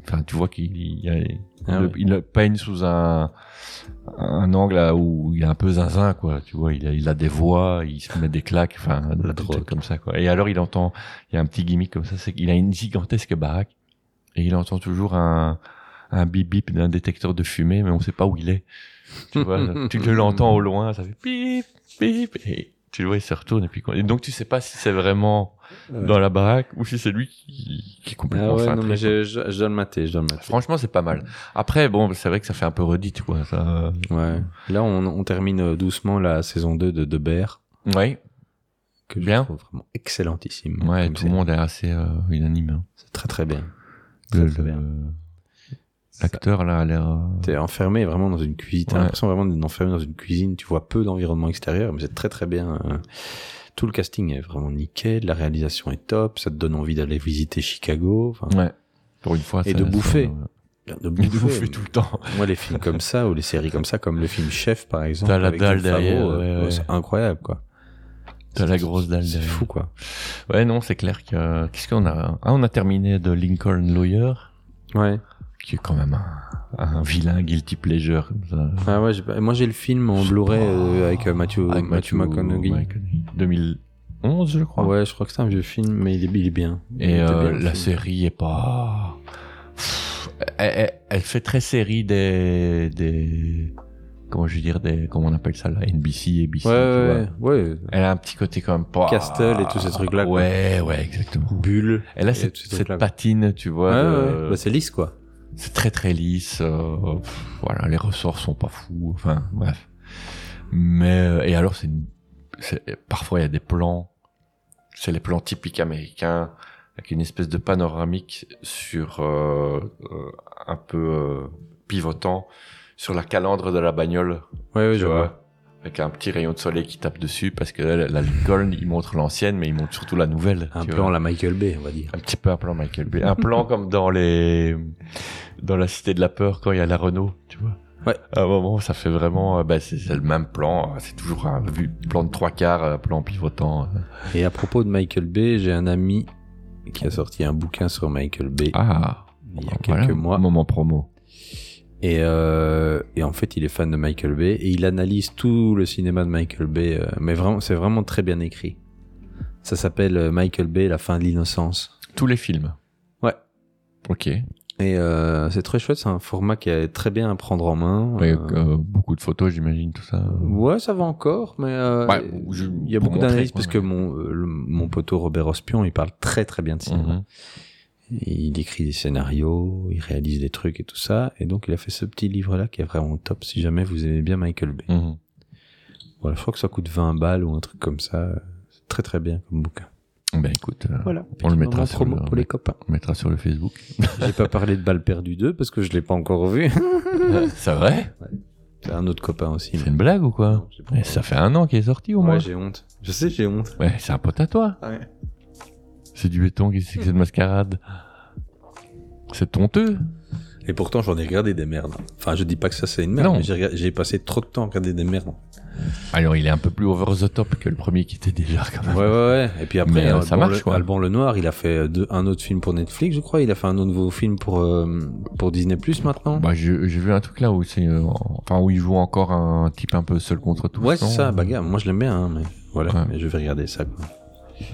S5: enfin tu vois qu'il il y a- il
S1: Ah
S5: le,
S1: ouais.
S5: il le peigne sous un un angle là où il est un peu zinzin quoi tu vois il a, il a des voix il se met des claques enfin des
S1: drogue.
S5: trucs comme ça quoi et alors il entend il y a un petit gimmick comme ça c'est qu'il a une gigantesque baraque et il entend toujours un un bip bip d'un détecteur de fumée mais on sait pas où il est tu vois tu le- l'entends au loin ça fait bip bip et tu le vois il se retourne et puis quoi. et donc tu sais pas si c'est vraiment
S1: Ouais.
S5: dans la baraque ou si c'est lui qui, qui est complètement
S1: Ah ouais, non, mais
S5: cintré, quoi.
S1: je, je, je dois le mater, je dois le mater.
S5: hein. Franchement, c'est pas
S1: Mm.
S5: mal. Après, bon, c'est vrai que ça fait un peu redite, quoi. Ça...
S1: Ouais. Là, on, on termine euh, doucement la saison 2 de De Bear,
S5: Ouais,
S1: que
S5: Bien.
S1: je trouve vraiment excellentissime.
S5: ouais
S1: comme
S5: tout le
S1: série.
S5: monde est assez euh, unanime. hein.
S1: C'est très très bien.
S5: Le-
S1: très
S5: le-
S1: bien.
S5: L'acteur, là, a l'air. euh,
S1: T'es enfermé vraiment dans une cuisine. T'as
S5: Ouais.
S1: l'impression vraiment d'être enfermé dans une cuisine. Tu vois peu d'environnement extérieur, mais c'est très très bien. euh. Tout le casting est vraiment nickel. La réalisation est top. Ça te donne envie d'aller visiter Chicago. Enfin,
S5: Ouais. Pour une fois.
S1: Et
S5: ça-
S1: de
S5: ça-
S1: bouffer. De
S5: De
S1: bouffer,
S5: bouffer
S1: mais-
S5: tout le temps.
S1: Moi, les films comme ça, ou les séries comme ça, comme le film Chef, par exemple.
S5: T'as la
S1: avec
S5: dalle
S1: John Favreau,
S5: derrière,
S1: euh,
S5: ouais, ouais.
S1: C'est incroyable, quoi.
S5: T'as la grosse dalle
S1: C'est
S5: derrière.
S1: fou, quoi.
S5: Ouais, non, c'est clair que. Qu'est-ce qu'on a Ah, on a terminé de Lincoln Lawyer,
S1: Ouais.
S5: qui est quand même un, un vilain guilty pleasure. Comme ça.
S1: Ah ouais, j'ai pas- moi, j'ai le film en Blu-ray euh, avec euh, Matthew,
S5: Avec
S1: Matthew McConaughey.
S5: 2011, je crois.
S1: Ouais, je crois que c'est un vieux film, mais il est, il est bien. Il
S5: Et
S1: était
S5: euh,
S1: bien, le
S5: la
S1: film.
S5: série est pas. Pff, Elle, elle- elle fait très série des. des... Comment je veux dire des, Comment on appelle ça là NBC, ABC.
S1: Ouais,
S5: tu
S1: ouais,
S5: vois.
S1: ouais. ouais.
S5: Elle a un petit côté quand même pas.
S1: Castle et tous ces trucs-là, quoi.
S5: Ouais, ouais, exactement.
S1: Bulle.
S5: Elle a
S1: Et
S5: cette,
S1: tous ces
S5: cette
S1: trucs-là.
S5: patine, tu vois.
S1: Ouais,
S5: de-
S1: ouais. Bah, c'est lisse, quoi.
S5: C'est très très lisse. euh, pff, voilà, les ressorts sont pas fous. Enfin, bref. Mais euh, et alors, c'est une- c'est- parfois il y a des plans. C'est les plans typiques américains avec une espèce de panoramique sur euh, euh, un peu euh, pivotant sur la calandre de la bagnole.
S1: Ouais, ouais,
S5: tu
S1: je vois.
S5: vois. Avec un petit rayon de soleil qui tape dessus parce que la, la Lincoln, il montre l'ancienne, mais il montre surtout la nouvelle.
S1: Un
S5: tu
S1: plan,
S5: vois.
S1: la Michael Bay, on va dire.
S5: Un petit peu un plan Michael Bay. Un plan comme dans les, dans la cité de la peur quand il y a la Renault, tu vois.
S1: Ouais.
S5: À un moment, ça fait vraiment, euh, bah, c'est c'est le même plan. euh, C'est toujours un vu- plan de trois quarts, euh, plan pivotant. euh.
S1: Et à propos de Michael Bay, j'ai un ami qui a sorti un bouquin sur Michael Bay
S5: Ah.
S1: il y a quelques
S5: voilà,
S1: mois.
S5: Moment promo.
S1: Et, euh, et en fait, il est fan de Michael Bay et il analyse tout le cinéma de Michael Bay. euh, mais vraiment, c'est vraiment très bien écrit. Ça s'appelle euh, Michael Bay, la fin de l'innocence.
S5: Tous les films.
S1: Ouais.
S5: Ok.
S1: Et euh, c'est très chouette. C'est un format qui est très bien à prendre en main.
S5: Avec,
S1: Euh,
S5: euh, beaucoup de photos, j'imagine, tout ça.
S1: Ouais, ça va encore, mais euh,
S5: Ouais, je-
S1: il y a
S5: pour
S1: beaucoup
S5: montrer,
S1: d'analyses
S5: ouais,
S1: parce
S5: ouais.
S1: que mon, euh, le- mon poteau Robert Ospion, il parle très très bien de cinéma.
S5: Mhm.
S1: Et Il écrit des scénarios, il réalise des trucs et tout ça. Et donc, il a fait ce petit livre-là qui est vraiment top si jamais vous aimez bien Michael Bay.
S5: Mhm.
S1: Voilà, je crois que ça coûte 20 balles ou un truc comme ça. C'est très très bien comme bouquin.
S5: Ben écoute, euh,
S1: Voilà,
S5: on le mettra sur
S1: promo
S5: le-
S1: pour les copains.
S5: on mettra sur le Facebook.
S1: J'ai pas parlé de Balle perdue 2 parce que je l'ai pas encore vu.
S5: c'est vrai
S1: C'est un autre copain aussi.
S5: C'est
S1: mais-
S5: une blague ou quoi
S1: Non, je sais pas.
S5: Mais Ça fait un an qu'il est sorti au
S1: Ouais,
S5: moins.
S1: j'ai honte. Je sais, j'ai honte.
S5: Ouais, c'est un pote à toi. C'est du béton, qu'est-ce
S1: Hmm.
S5: que c'est de mascarade C'est honteux.
S1: Et pourtant, j'en ai regardé des merdes. Enfin, je dis pas que ça c'est une merde,
S5: Non.
S1: mais j'ai regard- j'ai passé trop de temps à regarder des merdes.
S5: Alors, il est un peu plus over the top que le premier qui était déjà quand
S1: Ouais,
S5: même.
S1: ouais, ouais. Et puis après,
S5: Ah. Mais, euh,
S1: Alban,
S5: ça marche,
S1: le,
S5: quoi.
S1: Alban Lenoir, il a fait euh, deux- un autre film pour Netflix, je crois. Il a fait un autre nouveau film pour, euh, pour Disney Plus maintenant.
S5: Bah, j'ai j'ai vu un truc là où c'est, euh, enfin, où il joue encore un type un peu seul contre tous.
S1: ouais, c'est
S5: non
S1: ça, bagarre. Moi, je l'aime bien, hein, mais voilà.
S5: Ouais.
S1: Mais je vais regarder ça. quoi.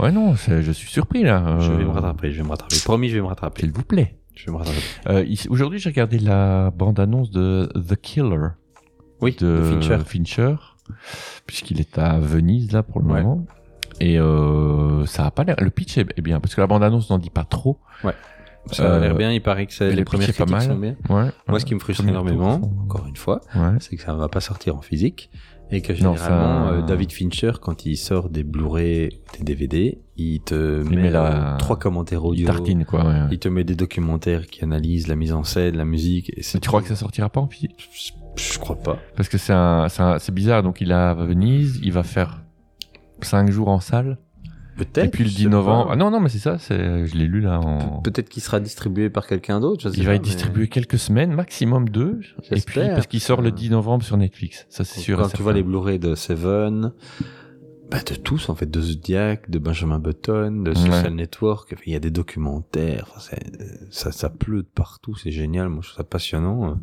S5: Ouais, non, c'est- je suis surpris là.
S1: Je
S5: Euh,
S1: vais me rattraper, je vais me rattraper. Promis, je vais me rattraper.
S5: S'il vous plaît.
S1: Je vais me rattraper.
S5: Euh, ici- Aujourd'hui, j'ai regardé la bande-annonce de The Killer
S1: Oui,
S5: de
S1: de Fincher.
S5: Fincher, puisqu'il est à Venise là pour le
S1: Ouais.
S5: moment. Et euh, ça a pas l'air. Le pitch est est bien parce que la bande-annonce n'en dit pas trop.
S1: Ça a
S5: Euh,
S1: l'air bien, il paraît que ça-
S5: mais
S1: les
S5: le
S1: premières
S5: pitch est pas
S1: critiques
S5: mal.
S1: sont bien.
S5: Ouais.
S1: Moi, ce qui me frustre
S5: Premier
S1: énormément,
S5: tour, faut-
S1: encore une fois,
S5: Ouais.
S1: c'est que ça ne va pas sortir en physique et que
S5: Non,
S1: généralement
S5: ça-
S1: euh, David Fincher quand il sort des Blu-ray ou des DVD il te met,
S5: met la-
S1: euh, trois commentaires
S5: Il
S1: audio
S5: tartine, quoi. ouais, ouais.
S1: il te met des documentaires qui analysent la mise en scène la musique et
S5: Mais
S1: c'est
S5: tu crois que ça sortira pas en physique
S1: je, je crois pas
S5: Parce que c'est un, c'est un- c'est bizarre. Donc il est à Venise, il va faire 5 jours en salle.
S1: peut-être
S5: Et puis le
S1: je
S5: 10
S1: sais
S5: novembre.
S1: pas.
S5: Ah non, non, mais c'est ça, c'est, je l'ai lu là. En...
S1: Pe- peut-être qu'il sera distribué par quelqu'un d'autre je sais
S5: Il va
S1: pas,
S5: être
S1: mais
S5: distribué quelques semaines, maximum deux. Et puis,
S1: J'espère.
S5: parce qu'il sort le 10 novembre sur Netflix. Ça, c'est sûr. et
S1: quand tu
S5: certain.
S1: vois les Blu-ray de Seven bah, de tous en fait de Zodiac de Benjamin Button de Social
S5: Ouais.
S1: Network il y a des documentaires Enfin, c'est- ça, ça pleut de partout c'est génial moi je trouve ça passionnant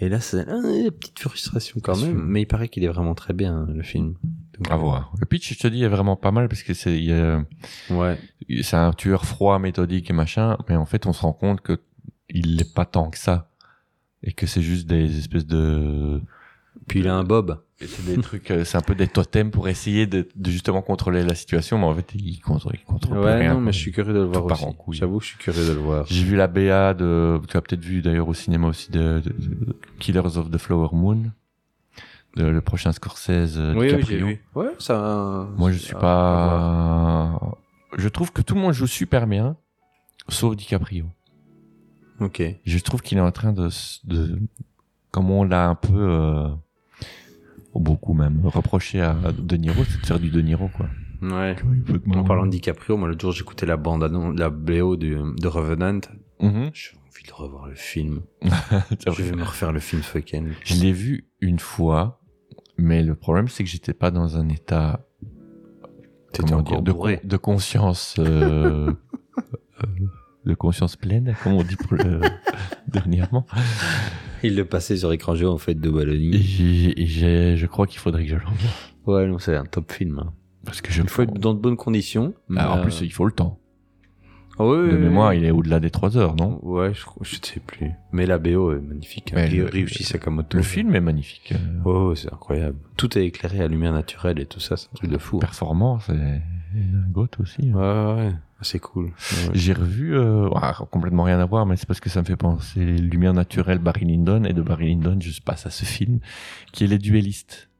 S1: et là c'est une petite frustration quand
S5: Bien
S1: même
S5: sûr.
S1: mais il paraît qu'il est vraiment très bien le film Donc,
S5: À voir. Le pitch, je te dis, est vraiment pas mal parce que c'est, il y a-
S1: euh, ouais
S5: c'est un tueur froid, méthodique et machin. Mais en fait, on se rend compte que il l'est pas tant que ça. Et que c'est juste des espèces de,
S1: puis il a un Bob
S5: Et C'est des trucs, euh, c'est un peu des totems pour essayer de, de justement contrôler la situation, mais en fait, ils contrôlent, ils contrôlent plus
S1: ouais
S5: rien,
S1: non
S5: quoi.
S1: mais je suis curieux de le voir
S5: part en
S1: aussi
S5: couille.
S1: j'avoue que je suis curieux de le voir
S5: J'ai vu la BA de, tu as peut-être vu d'ailleurs au cinéma aussi de, de- de Killers of the Flower Moon, de, le prochain Scorsese euh, de DiCaprio.
S1: ouais ça
S5: Moi, je suis
S1: à- Ah, à voir.
S5: pas, je trouve que tout le monde joue super bien, sauf DiCaprio.
S1: ok
S5: Je trouve qu'il est en train de, s- de comme on l'a un peu, euh, beaucoup même, reproché à De Niro, c'est de faire du De Niro, quoi.
S1: ouais En parlant de DiCaprio, moi l'autre jour j'écoutais la bande annon- la BO de, de Revenant.
S5: Mhm.
S1: J'ai envie de revoir le film.
S5: C'est
S1: Je
S5: vrai.
S1: vais me refaire le film ce week-end.
S5: Je l'ai vu une fois, mais le problème c'est que j'étais pas dans un état
S1: T'étais
S5: comment
S1: encore
S5: dire, de,
S1: bourré.
S5: con- de conscience euh, euh, de conscience pleine comme on dit pour le- dernièrement
S1: Il le passait sur écran géant en fait de
S5: et,
S1: Balloni.
S5: j'ai- et j'ai- je crois qu'il faudrait que je l'envoie
S1: Ouais, non, c'est un top film. hein.
S5: parce que je
S1: Il faut être dans de bonnes conditions.
S5: Ah, en
S1: mais,
S5: plus
S1: euh,
S5: il faut le temps
S1: ah ouais,
S5: de
S1: ouais,
S5: mémoire
S1: ouais.
S5: il est au-delà des 3 heures non
S1: Ouais, je, crois- je ne sais plus. Mais la BO est magnifique. hein.
S5: Mais
S1: Ry-
S5: le-
S1: Ryuichi Sakamoto.
S5: le film est magnifique euh,
S1: Oh, c'est incroyable. Tout est éclairé à lumière naturelle et tout ça, c'est un truc de fou.
S5: performance et, et goth aussi hein.
S1: Ouais, ouais, ouais. c'est cool. Ouais, ouais.
S5: J'ai revu, euh, ouah, complètement rien à voir, mais c'est parce que ça me fait penser les lumières naturelles Barry Lyndon, et de Barry Lyndon, je passe à ce film, qui est Les Duellistes.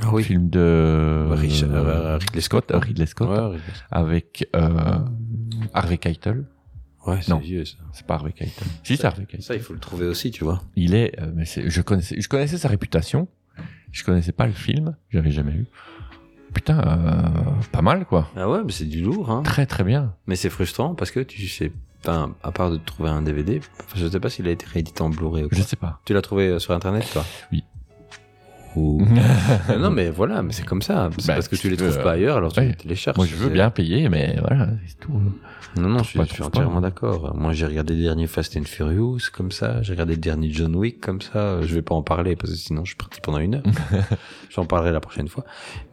S1: Ah oui.
S5: Film de
S1: Richard-
S5: euh,
S1: euh, Ridley Scott.
S5: euh, Ridley Scott,
S1: Ouais, Ridley Scott.
S5: avec euh, Harvey Keitel.
S1: Ouais, c'est
S5: Non.
S1: vieux ça.
S5: C'est pas Harvey Keitel. Si, c'est Harvey Keitel.
S1: Ça, il faut le trouver aussi, tu vois.
S5: Il est, euh, mais c'est- je connaissais, je connaissais sa réputation. Je connaissais pas le film. J'avais jamais vu. Putain, euh, pas mal quoi.
S1: Ah ouais, mais c'est du lourd, hein.
S5: Très très bien.
S1: Mais c'est frustrant parce que tu sais, enfin, à part de trouver un DVD, enfin, je sais pas s'il a été réédité en Blu-ray ou quoi.
S5: Je sais pas.
S1: Tu l'as trouvé euh, sur internet, toi
S5: Oui.
S1: Ou- Mais non, mais voilà, mais c'est comme ça. C'est
S5: Bah,
S1: parce que
S5: si
S1: tu les
S5: tu veux,
S1: trouves pas ailleurs, alors tu
S5: ouais.
S1: les télécharges.
S5: Moi je veux
S1: C'est-
S5: bien payer, mais voilà, c'est tout. hein.
S1: Non, non, je suis,
S5: Trouve pas,
S1: je suis
S5: trouve pas.
S1: entièrement d'accord. Moi, j'ai regardé le dernier Fast and Furious comme ça. J'ai regardé le dernier John Wick comme ça. Je vais pas en parler parce que sinon je suis parti pendant une heure. J'en parlerai la prochaine fois.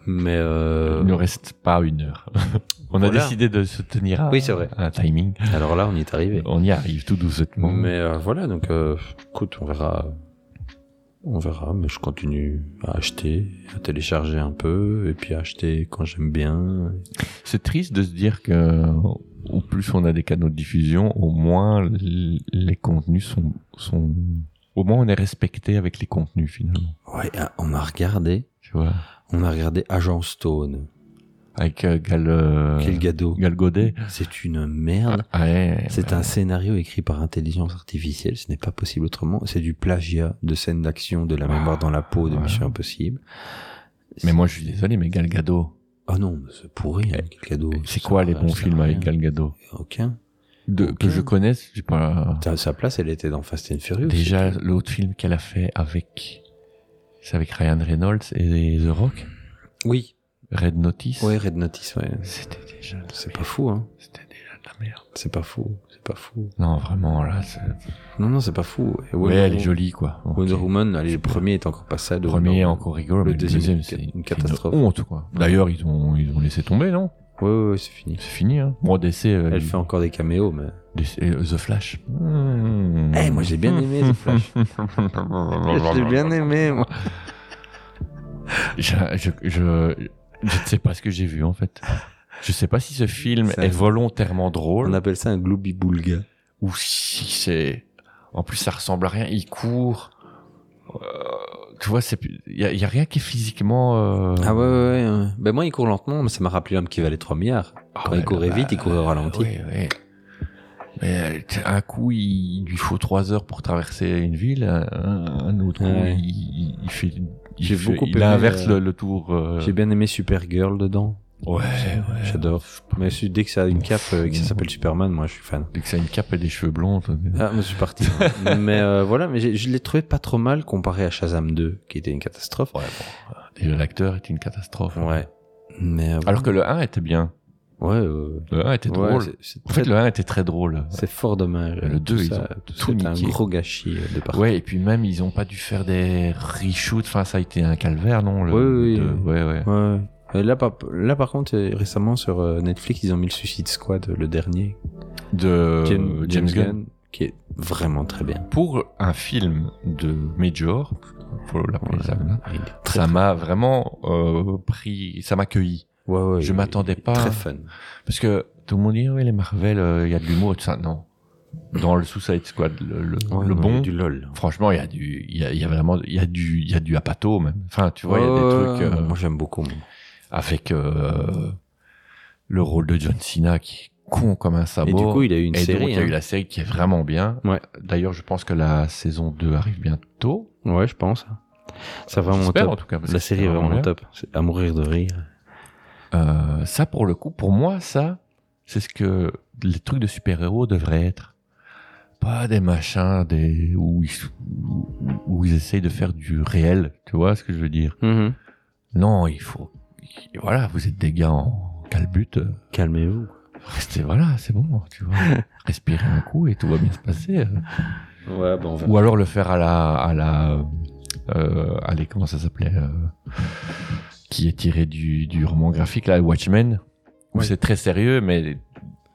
S1: Mais euh,
S5: Il ne reste pas une heure. On
S1: Voilà.
S5: a décidé de se tenir à,
S1: Oui, c'est vrai.
S5: à un timing.
S1: alors là, on y est arrivé.
S5: On y arrive tout doucement.
S1: Mais euh, voilà, donc euh, écoute, on verra. On verra, mais je continue à acheter, à télécharger un peu, et puis à acheter quand j'aime bien.
S5: C'est triste de se dire que au plus on a des canaux de diffusion, au moins l- les contenus sont, sont... Au moins on est respecté avec les contenus finalement.
S1: Ouais, ah, on a regardé,
S5: Tu vois
S1: on a regardé Agent Stone,
S5: Avec euh, Gal, euh,
S1: quel gado.
S5: Gal Godet.
S1: C'est une merde.
S5: Ah ouais,
S1: C'est un scénario écrit par intelligence artificielle, ce n'est pas possible autrement. C'est du plagiat de scènes d'action de la
S5: Ah,
S1: mémoire dans la peau de
S5: voilà.
S1: Mission Impossible.
S5: Mais moi je suis désolé, mais Gal Gadot.
S1: Ah non, mais c'est pourri, hein, quel cadeau.
S5: C'est
S1: Ça
S5: quoi les
S1: sert-
S5: bons
S1: ça sert
S5: films
S1: à
S5: avec
S1: rien.
S5: Gal Gadot
S1: Aucun.
S5: De-
S1: Aucun.
S5: Que je connaisse, j'ai pas.
S1: Sa- Sa place, elle était dans Fast and Furious.
S5: Déjà, l'autre film qu'elle a fait avec, c'est avec Ryan Reynolds et The Rock,
S1: Oui.
S5: Red Notice.
S1: Ouais, Red Notice, ouais.
S5: C'était déjà, de la
S1: C'est pas
S5: merde.
S1: fou, hein.
S5: C'était déjà de la merde.
S1: C'est pas fou. C'est pas fou.
S5: Non, vraiment, là, c'est...
S1: Non, non, c'est pas fou. Et
S5: Ouais,
S1: Wonder
S5: elle est
S1: Woman-
S5: jolie, quoi. Ok.
S1: Wonder Woman, allez, le premier est encore pas ça.
S5: Le premier est encore rigolo,
S1: Le
S5: mais le
S1: deuxième,
S5: deuxième,
S1: une
S5: c'est
S1: ca- une
S5: une
S1: catastrophe.
S5: honte, quoi. D'ailleurs, ils ont, ils ont laissé tomber, non
S1: Ouais, ouais, ouais, c'est fini.
S5: C'est fini, hein. Bon, DC, euh,
S1: Elle fait encore des caméos, mais.
S5: DC, euh, The Flash. Mmh.
S1: Eh, moi j'ai bien aimé The Flash. je l'ai bien aimé, moi.
S5: Je, je, je, je ne sais pas ce que j'ai vu en fait. Je sais pas si ce film
S1: C'est
S5: est
S1: un-
S5: volontairement
S1: On
S5: drôle
S1: appelle ça un gloobie-boulga.
S5: ou si c'est. En plus, ça ressemble à rien. Il court. Euh, tu vois, c'est. Il y, a- y a rien qui est physiquement. euh,
S1: Ah ouais, ouais, ouais, ouais. Ben moi, il court lentement, mais ça m'a rappelé l'homme qui valait 3 milliards.
S5: ah
S1: Quand
S5: ouais,
S1: il courait
S5: bah,
S1: vite, il courait au ralenti.
S5: ouais, ouais. Mais euh, t- un coup, il, il lui faut trois heures pour traverser une ville. Un, un autre coup,
S1: Ouais.
S5: il, il- il fait. Il,
S1: J'ai
S5: fait-
S1: beaucoup
S5: il
S1: aimé,
S5: inverse
S1: euh,
S5: le, le tour. euh,
S1: J'ai bien aimé Supergirl dedans.
S5: Ouais, ouais.
S1: J'adore. Mais su- dès que ça a une cape euh, et que ça s'appelle Superman, moi, je suis fan.
S5: Dès que ça a une cape et des cheveux blonds. toi, mais-
S1: Ah, mais je suis parti. mais euh, voilà, mais j'ai- je l'ai trouvé pas trop mal comparé à Shazam 2, qui était une catastrophe. Ouais.
S5: Et l'acteur est une catastrophe.
S1: Mais euh,
S5: Alors que le 1 était bien.
S1: ouais, euh,
S5: Le 1 était
S1: ouais,
S5: drôle.
S1: c'est- c'est
S5: En fait,
S1: très-
S5: le 1 était très drôle.
S1: c'est fort dommage.
S5: Le deux,
S1: tout
S5: ils
S1: ça,
S5: ont
S1: tout
S5: tout
S1: c'était un
S5: niqué.
S1: gros gâchis euh, de partout.
S5: Ouais, et puis même, ils ont pas dû faire des reshoots. Enfin, ça a été un calvaire, non le,
S1: Oui, oui,
S5: le-
S1: oui.
S5: ouais, ouais.
S1: Ouais. Et Là, par, là, par contre, euh, récemment sur euh, Netflix, ils ont mis le Suicide Squad, euh, le dernier,
S5: De
S1: James,
S5: Euh, James, Gunn.
S1: qui est vraiment très bien.
S5: Pour un film de Major, faut l'appeler ça,
S1: Voilà.
S5: là,
S1: Il est très-
S5: ça m'a vraiment euh, pris, ça m'a cueilli.
S1: Ouais, ouais,
S5: Je
S1: il-
S5: m'attendais
S1: il est
S5: pas.
S1: Très fun.
S5: Parce que tout le monde dit, ouais, les Marvel, euh, il y a de l'humour et tout ça. Non. Dans le Suicide Squad, le, le-
S1: Ouais,
S5: le
S1: non, il y a
S5: bon,
S1: Du lol.
S5: Franchement, il y a du, il y a, il y a vraiment, il y a du, il y a du apato même. Enfin, tu vois, il
S1: Ouais,
S5: y a des trucs euh,
S1: Moi, j'aime beaucoup. moi.
S5: avec euh, le rôle de John Cena qui est con comme un sabot.
S1: Et du coup, il a eu une
S5: Ah Et donc,
S1: série.
S5: il y a
S1: hein.
S5: eu la série qui est vraiment bien.
S1: Ouais.
S5: D'ailleurs, je pense que la saison 2 arrive bientôt.
S1: Ouais, je pense. Ça va vraiment
S5: J'espère,
S1: top.
S5: en tout cas. parce que
S1: La
S5: c'est
S1: série est vraiment
S5: bien.
S1: top. C'est à mourir de rire.
S5: Euh, ça, pour le coup, pour moi, ça, c'est ce que les trucs de super-héros devraient être. pas des machins des où ils, où- où ils essayent de faire du réel, tu vois ce que je veux dire
S1: Mhm.
S5: Non, il faut. Voilà, vous êtes des gars en calbute. euh,
S1: Calmez-vous.
S5: Restez, voilà, c'est bon, tu vois. Respirez un coup et tout va bien se passer. euh.
S1: Ouais, bon, on va.
S5: Ou alors le faire à la. À la euh, allez, comment ça s'appelait euh, Qui est tiré du, du roman graphique, là, Watchmen. Où
S1: Ouais.
S5: c'est très sérieux, mais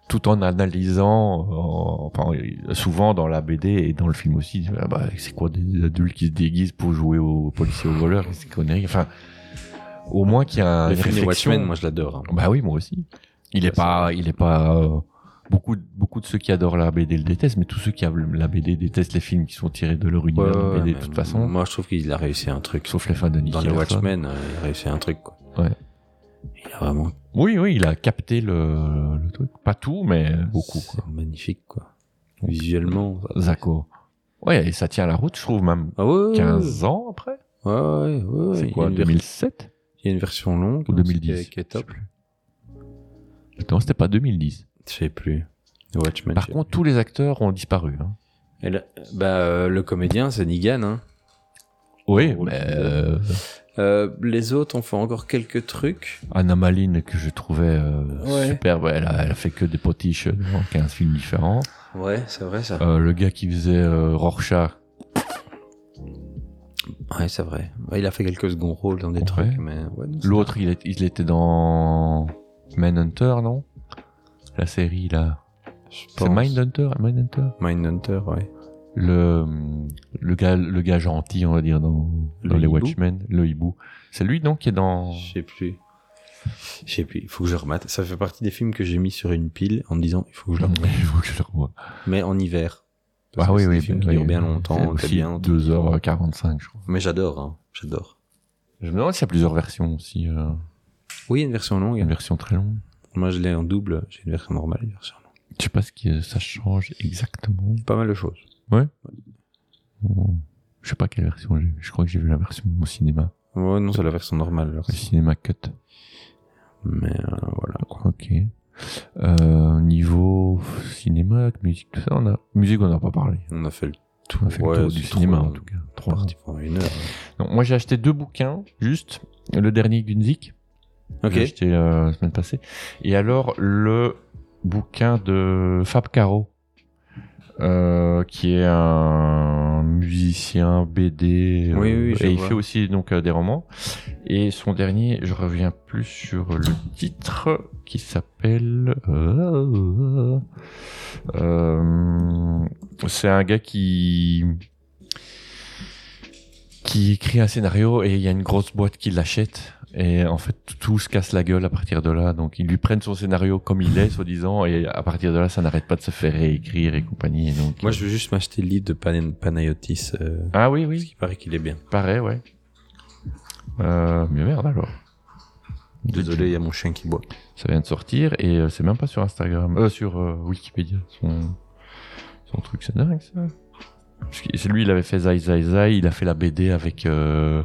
S5: tout en analysant, en- enfin, souvent dans la BD et dans le film aussi, ah bah, c'est quoi des adultes qui se déguisent pour jouer aux policiers, aux voleurs, c'est conneries. Enfin, au moins qu'il y a
S1: Les
S5: une
S1: films des
S5: réflexion.
S1: Watchmen, moi je l'adore. hein.
S5: Bah oui, moi aussi. Il
S1: Ça,
S5: est pas, il est pas. euh, beaucoup, de- beaucoup de ceux qui adorent la BD le détestent, mais tous ceux qui aiment la BD détestent les films qui sont tirés de leur
S1: Ouais,
S5: univers de
S1: ouais,
S5: BD de
S1: mais
S5: toute façon.
S1: Moi je trouve qu'il a réussi un truc.
S5: Sauf les fans de Nicky
S1: Dans les
S5: Larson.
S1: Watchmen, euh, il a réussi un truc quoi.
S5: Ouais.
S1: Il a vraiment.
S5: Oui, oui, il a capté le, le truc. Pas tout, mais beaucoup.
S1: C'est
S5: quoi.
S1: magnifique quoi. Visuellement. ça-
S5: Zacco. Ouais, et ça tient la route, je trouve, même
S1: Ah ouais, ouais.
S5: 15 ans après.
S1: Ouais, ouais, ouais.
S5: C'est
S1: il
S5: quoi,
S1: y a une ver-
S5: 2007
S1: Il y a une version longue.
S5: ou
S1: hein,
S5: 2010
S1: qui est- Qui est top.
S5: Non, c'était pas 2010.
S1: Je sais plus. The Watchmen.
S5: Par
S1: je-
S5: contre, tous les acteurs ont disparu. hein.
S1: Et le- bah, euh, le comédien, c'est Negan. Hein.
S5: Oui,
S1: Oh,
S5: mais
S1: le-
S5: euh,
S1: Euh, les autres ont fait encore quelques trucs.
S5: Anna Maline que je trouvais euh,
S1: Ouais.
S5: superbe, elle a, elle a fait que des potiches euh, dans 15 films différents.
S1: Ouais, c'est vrai ça.
S5: Euh, le gars qui faisait euh, Rorschach,
S1: Ouais, c'est vrai. Ouais, il a fait quelques seconds rôles dans des
S5: Ouais.
S1: trucs, mais ouais, non, c'est-
S5: l'autre il, est- il était dans Mindhunter, non La série là.
S1: je
S5: C'est
S1: pense.
S5: Mindhunter, Mindhunter.
S1: Mindhunter, ouais.
S5: Le, le gars le gars gentil on va dire dans,
S1: Le
S5: dans les
S1: hibou.
S5: Watchmen, le hibou. C'est lui non qui est dans
S1: Je sais plus. Je sais plus. Il faut que je remate. Ça fait partie des films que j'ai mis sur une pile en me disant il faut que je le remate.
S5: Il faut que je le revoie.
S1: mais en hiver. Parce
S5: Ah
S1: que
S5: oui
S1: c'est
S5: oui,
S1: Des films
S5: oui,
S1: qui durent
S5: oui.
S1: bien longtemps.
S5: C'est
S1: t'es
S5: aussi
S1: bien entendu.
S5: 2h45 je crois.
S1: Mais j'adore, hein. J'adore.
S5: Je me demande s'il y a plusieurs versions aussi, euh,
S1: Oui, il y a une version longue.
S5: une version très longue.
S1: Moi, je l'ai en double. J'ai une version normale, une version longue.
S5: Je sais pas ce que ça change exactement.
S1: Pas mal de choses.
S5: Ou- Je sais pas quelle version j'ai vue. Je crois que j'ai vu la version au cinéma.
S1: Ouais, non, c'est la version normale. alors.
S5: Le cinéma cut.
S1: Mais euh, voilà. quoi.
S5: Ok. Euh, niveau cinéma, musique, tout ça, on a. Musique, on n'a pas parlé.
S1: On a fait le
S5: Tout, on a fait le
S1: Ouais,
S5: tour du
S1: c'est
S5: cinéma,
S1: trop-
S5: en tout cas. Trois.
S1: parti pendant une heure.
S5: Donc, moi, j'ai acheté deux bouquins, juste. Le dernier Gunzik. J'ai
S1: Ok.
S5: acheté euh, la semaine passée. Et alors, le bouquin de Fab Caro, euh, qui est un musicien BD. euh,
S1: Oui, oui, je
S5: et il
S1: vois.
S5: fait aussi donc, euh, des romans. Et son dernier, je reviens plus sur le titre, qui s'appelle. euh, euh, C'est un gars qui qui écrit un scénario et il y a une grosse boîte qui l'achète. Et en fait, tout se casse la gueule à partir de là. Donc, ils lui prennent son scénario comme il est, soi-disant, et à partir de là, ça n'arrête pas de se faire réécrire et compagnie. Et donc,
S1: Moi, je veux juste m'acheter le livre de Pan- Panayotis. euh,
S5: Ah oui,
S1: Parce
S5: oui,
S1: qu'il paraît qu'il est bien.
S5: pareil, ouais. Euh, mais merde alors.
S1: Désolé, il y a mon chien qui boit.
S5: Ça vient de sortir et euh, c'est même pas sur Instagram, euh, sur euh, Wikipédia. Son, son truc, c'est dingue ça. Parce que c'est lui, il avait fait Zai Zai Zai, il a fait la BD avec, euh,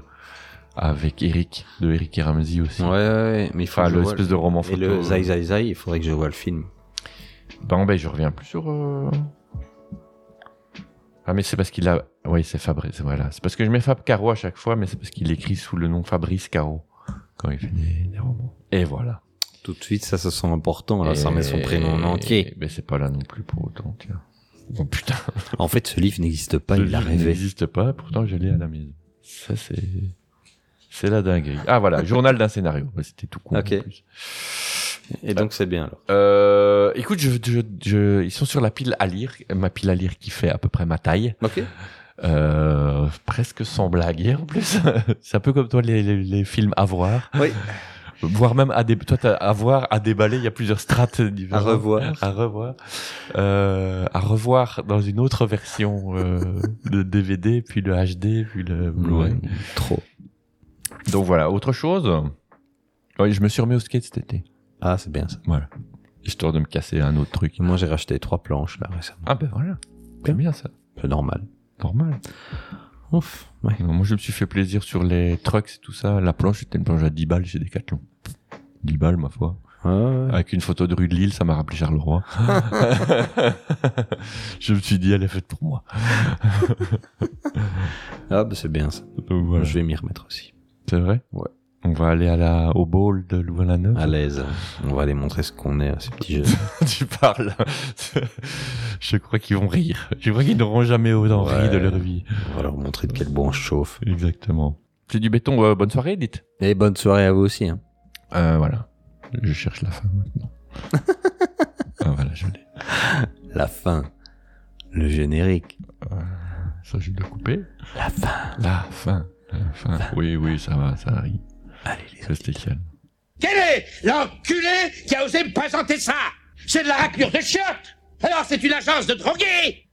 S5: avec Eric, de Eric et Ramsey aussi.
S1: Ouais, ouais, ouais, mais il faut
S5: Enfin,
S1: que je
S5: le
S1: voie
S5: espèce de roman
S1: Et
S5: photo. euh.
S1: le Zai Zai Zai, il faudrait que je voie le film.
S5: Bon, ben, je reviens plus sur. euh, Ah, mais c'est parce qu'il a. Oui, c'est Fabrice. Voilà. C'est parce que je mets Fab Caro à chaque fois, mais c'est parce qu'il écrit sous le nom Fabrice Caro quand il fait des, des romans. Et voilà.
S1: Tout de suite, ça se sent important. Là,
S5: Et-
S1: ça met son prénom en entier.
S5: Mais c'est pas là non plus pour autant, tiens. Bon, putain.
S1: En fait, ce livre n'existe pas,
S5: Ce
S1: il l'a
S5: livre
S1: rêvé.
S5: n'existe pas, pourtant je l'ai à la maison. Ça, c'est. C'est la dinguerie. Ah, voilà. Journal d'un scénario. Ouais, C'était tout court.
S1: Ok.
S5: en plus.
S1: Et donc, c'est bien alors.
S5: Euh, écoute, je, je- je- ils sont sur la pile à lire, ma pile à lire qui fait à peu près ma taille,
S1: Ok.
S5: Euh, presque sans blaguer en plus. C'est un peu comme toi les, les- les films à voir,
S1: Oui.
S5: voire même à dé- toi t'as à voir, à déballer. Il y a plusieurs strates différentes.
S1: À revoir.
S5: à revoir, Euh, à revoir dans une autre version euh, de DVD, puis le HD, puis le Blu-ray.
S1: Ah, Ouais, Trop.
S5: Donc voilà, autre chose. Oui, je me suis remis au skate cet été,
S1: Ah, c'est bien ça.
S5: histoire de me casser un autre truc.
S1: Moi, j'ai racheté trois planches là récemment.
S5: Ah ben voilà, c'est bien ça.
S1: C'est normal.
S5: Normal.
S1: Ouf. Ouais.
S5: Non, moi, je me suis fait plaisir sur les trucks et tout ça. La planche, c'était une planche à 10 balles chez Decathlon. 10 balles, ma foi.
S1: Ouais, ouais.
S5: Avec une photo de rue de Lille, ça m'a rappelé Charleroi. je me suis dit, elle est faite pour moi.
S1: Ah, bah, c'est bien ça.
S5: Donc voilà.
S1: Je vais m'y remettre aussi.
S5: C'est vrai
S1: Ouais.
S5: On va aller à la, au bowl de Louvain-la-Neuve.
S1: À l'aise. On va aller montrer ce qu'on est à ces petits jeunes.
S5: tu parles. je crois qu'ils vont rire. Je crois qu'ils n'auront jamais autant
S1: Ouais.
S5: ri de leur vie.
S1: On va leur montrer de quel bois on chauffe.
S5: Exactement. C'est du béton. euh, bonne soirée, dites.
S1: Et bonne soirée à vous aussi. hein.
S5: Euh, voilà. Je cherche la fin maintenant. ah, voilà, je l'ai.
S1: La fin. Le générique.
S5: Ça, je dois couper.
S1: La fin.
S5: La fin. La fin. Oui, oui, ça va, ça arrive.
S1: Allez, les
S5: Restez calme.
S4: Quel est l'enculé qui a osé me présenter ça C'est de la raclure de chiottes Alors c'est une agence de drogués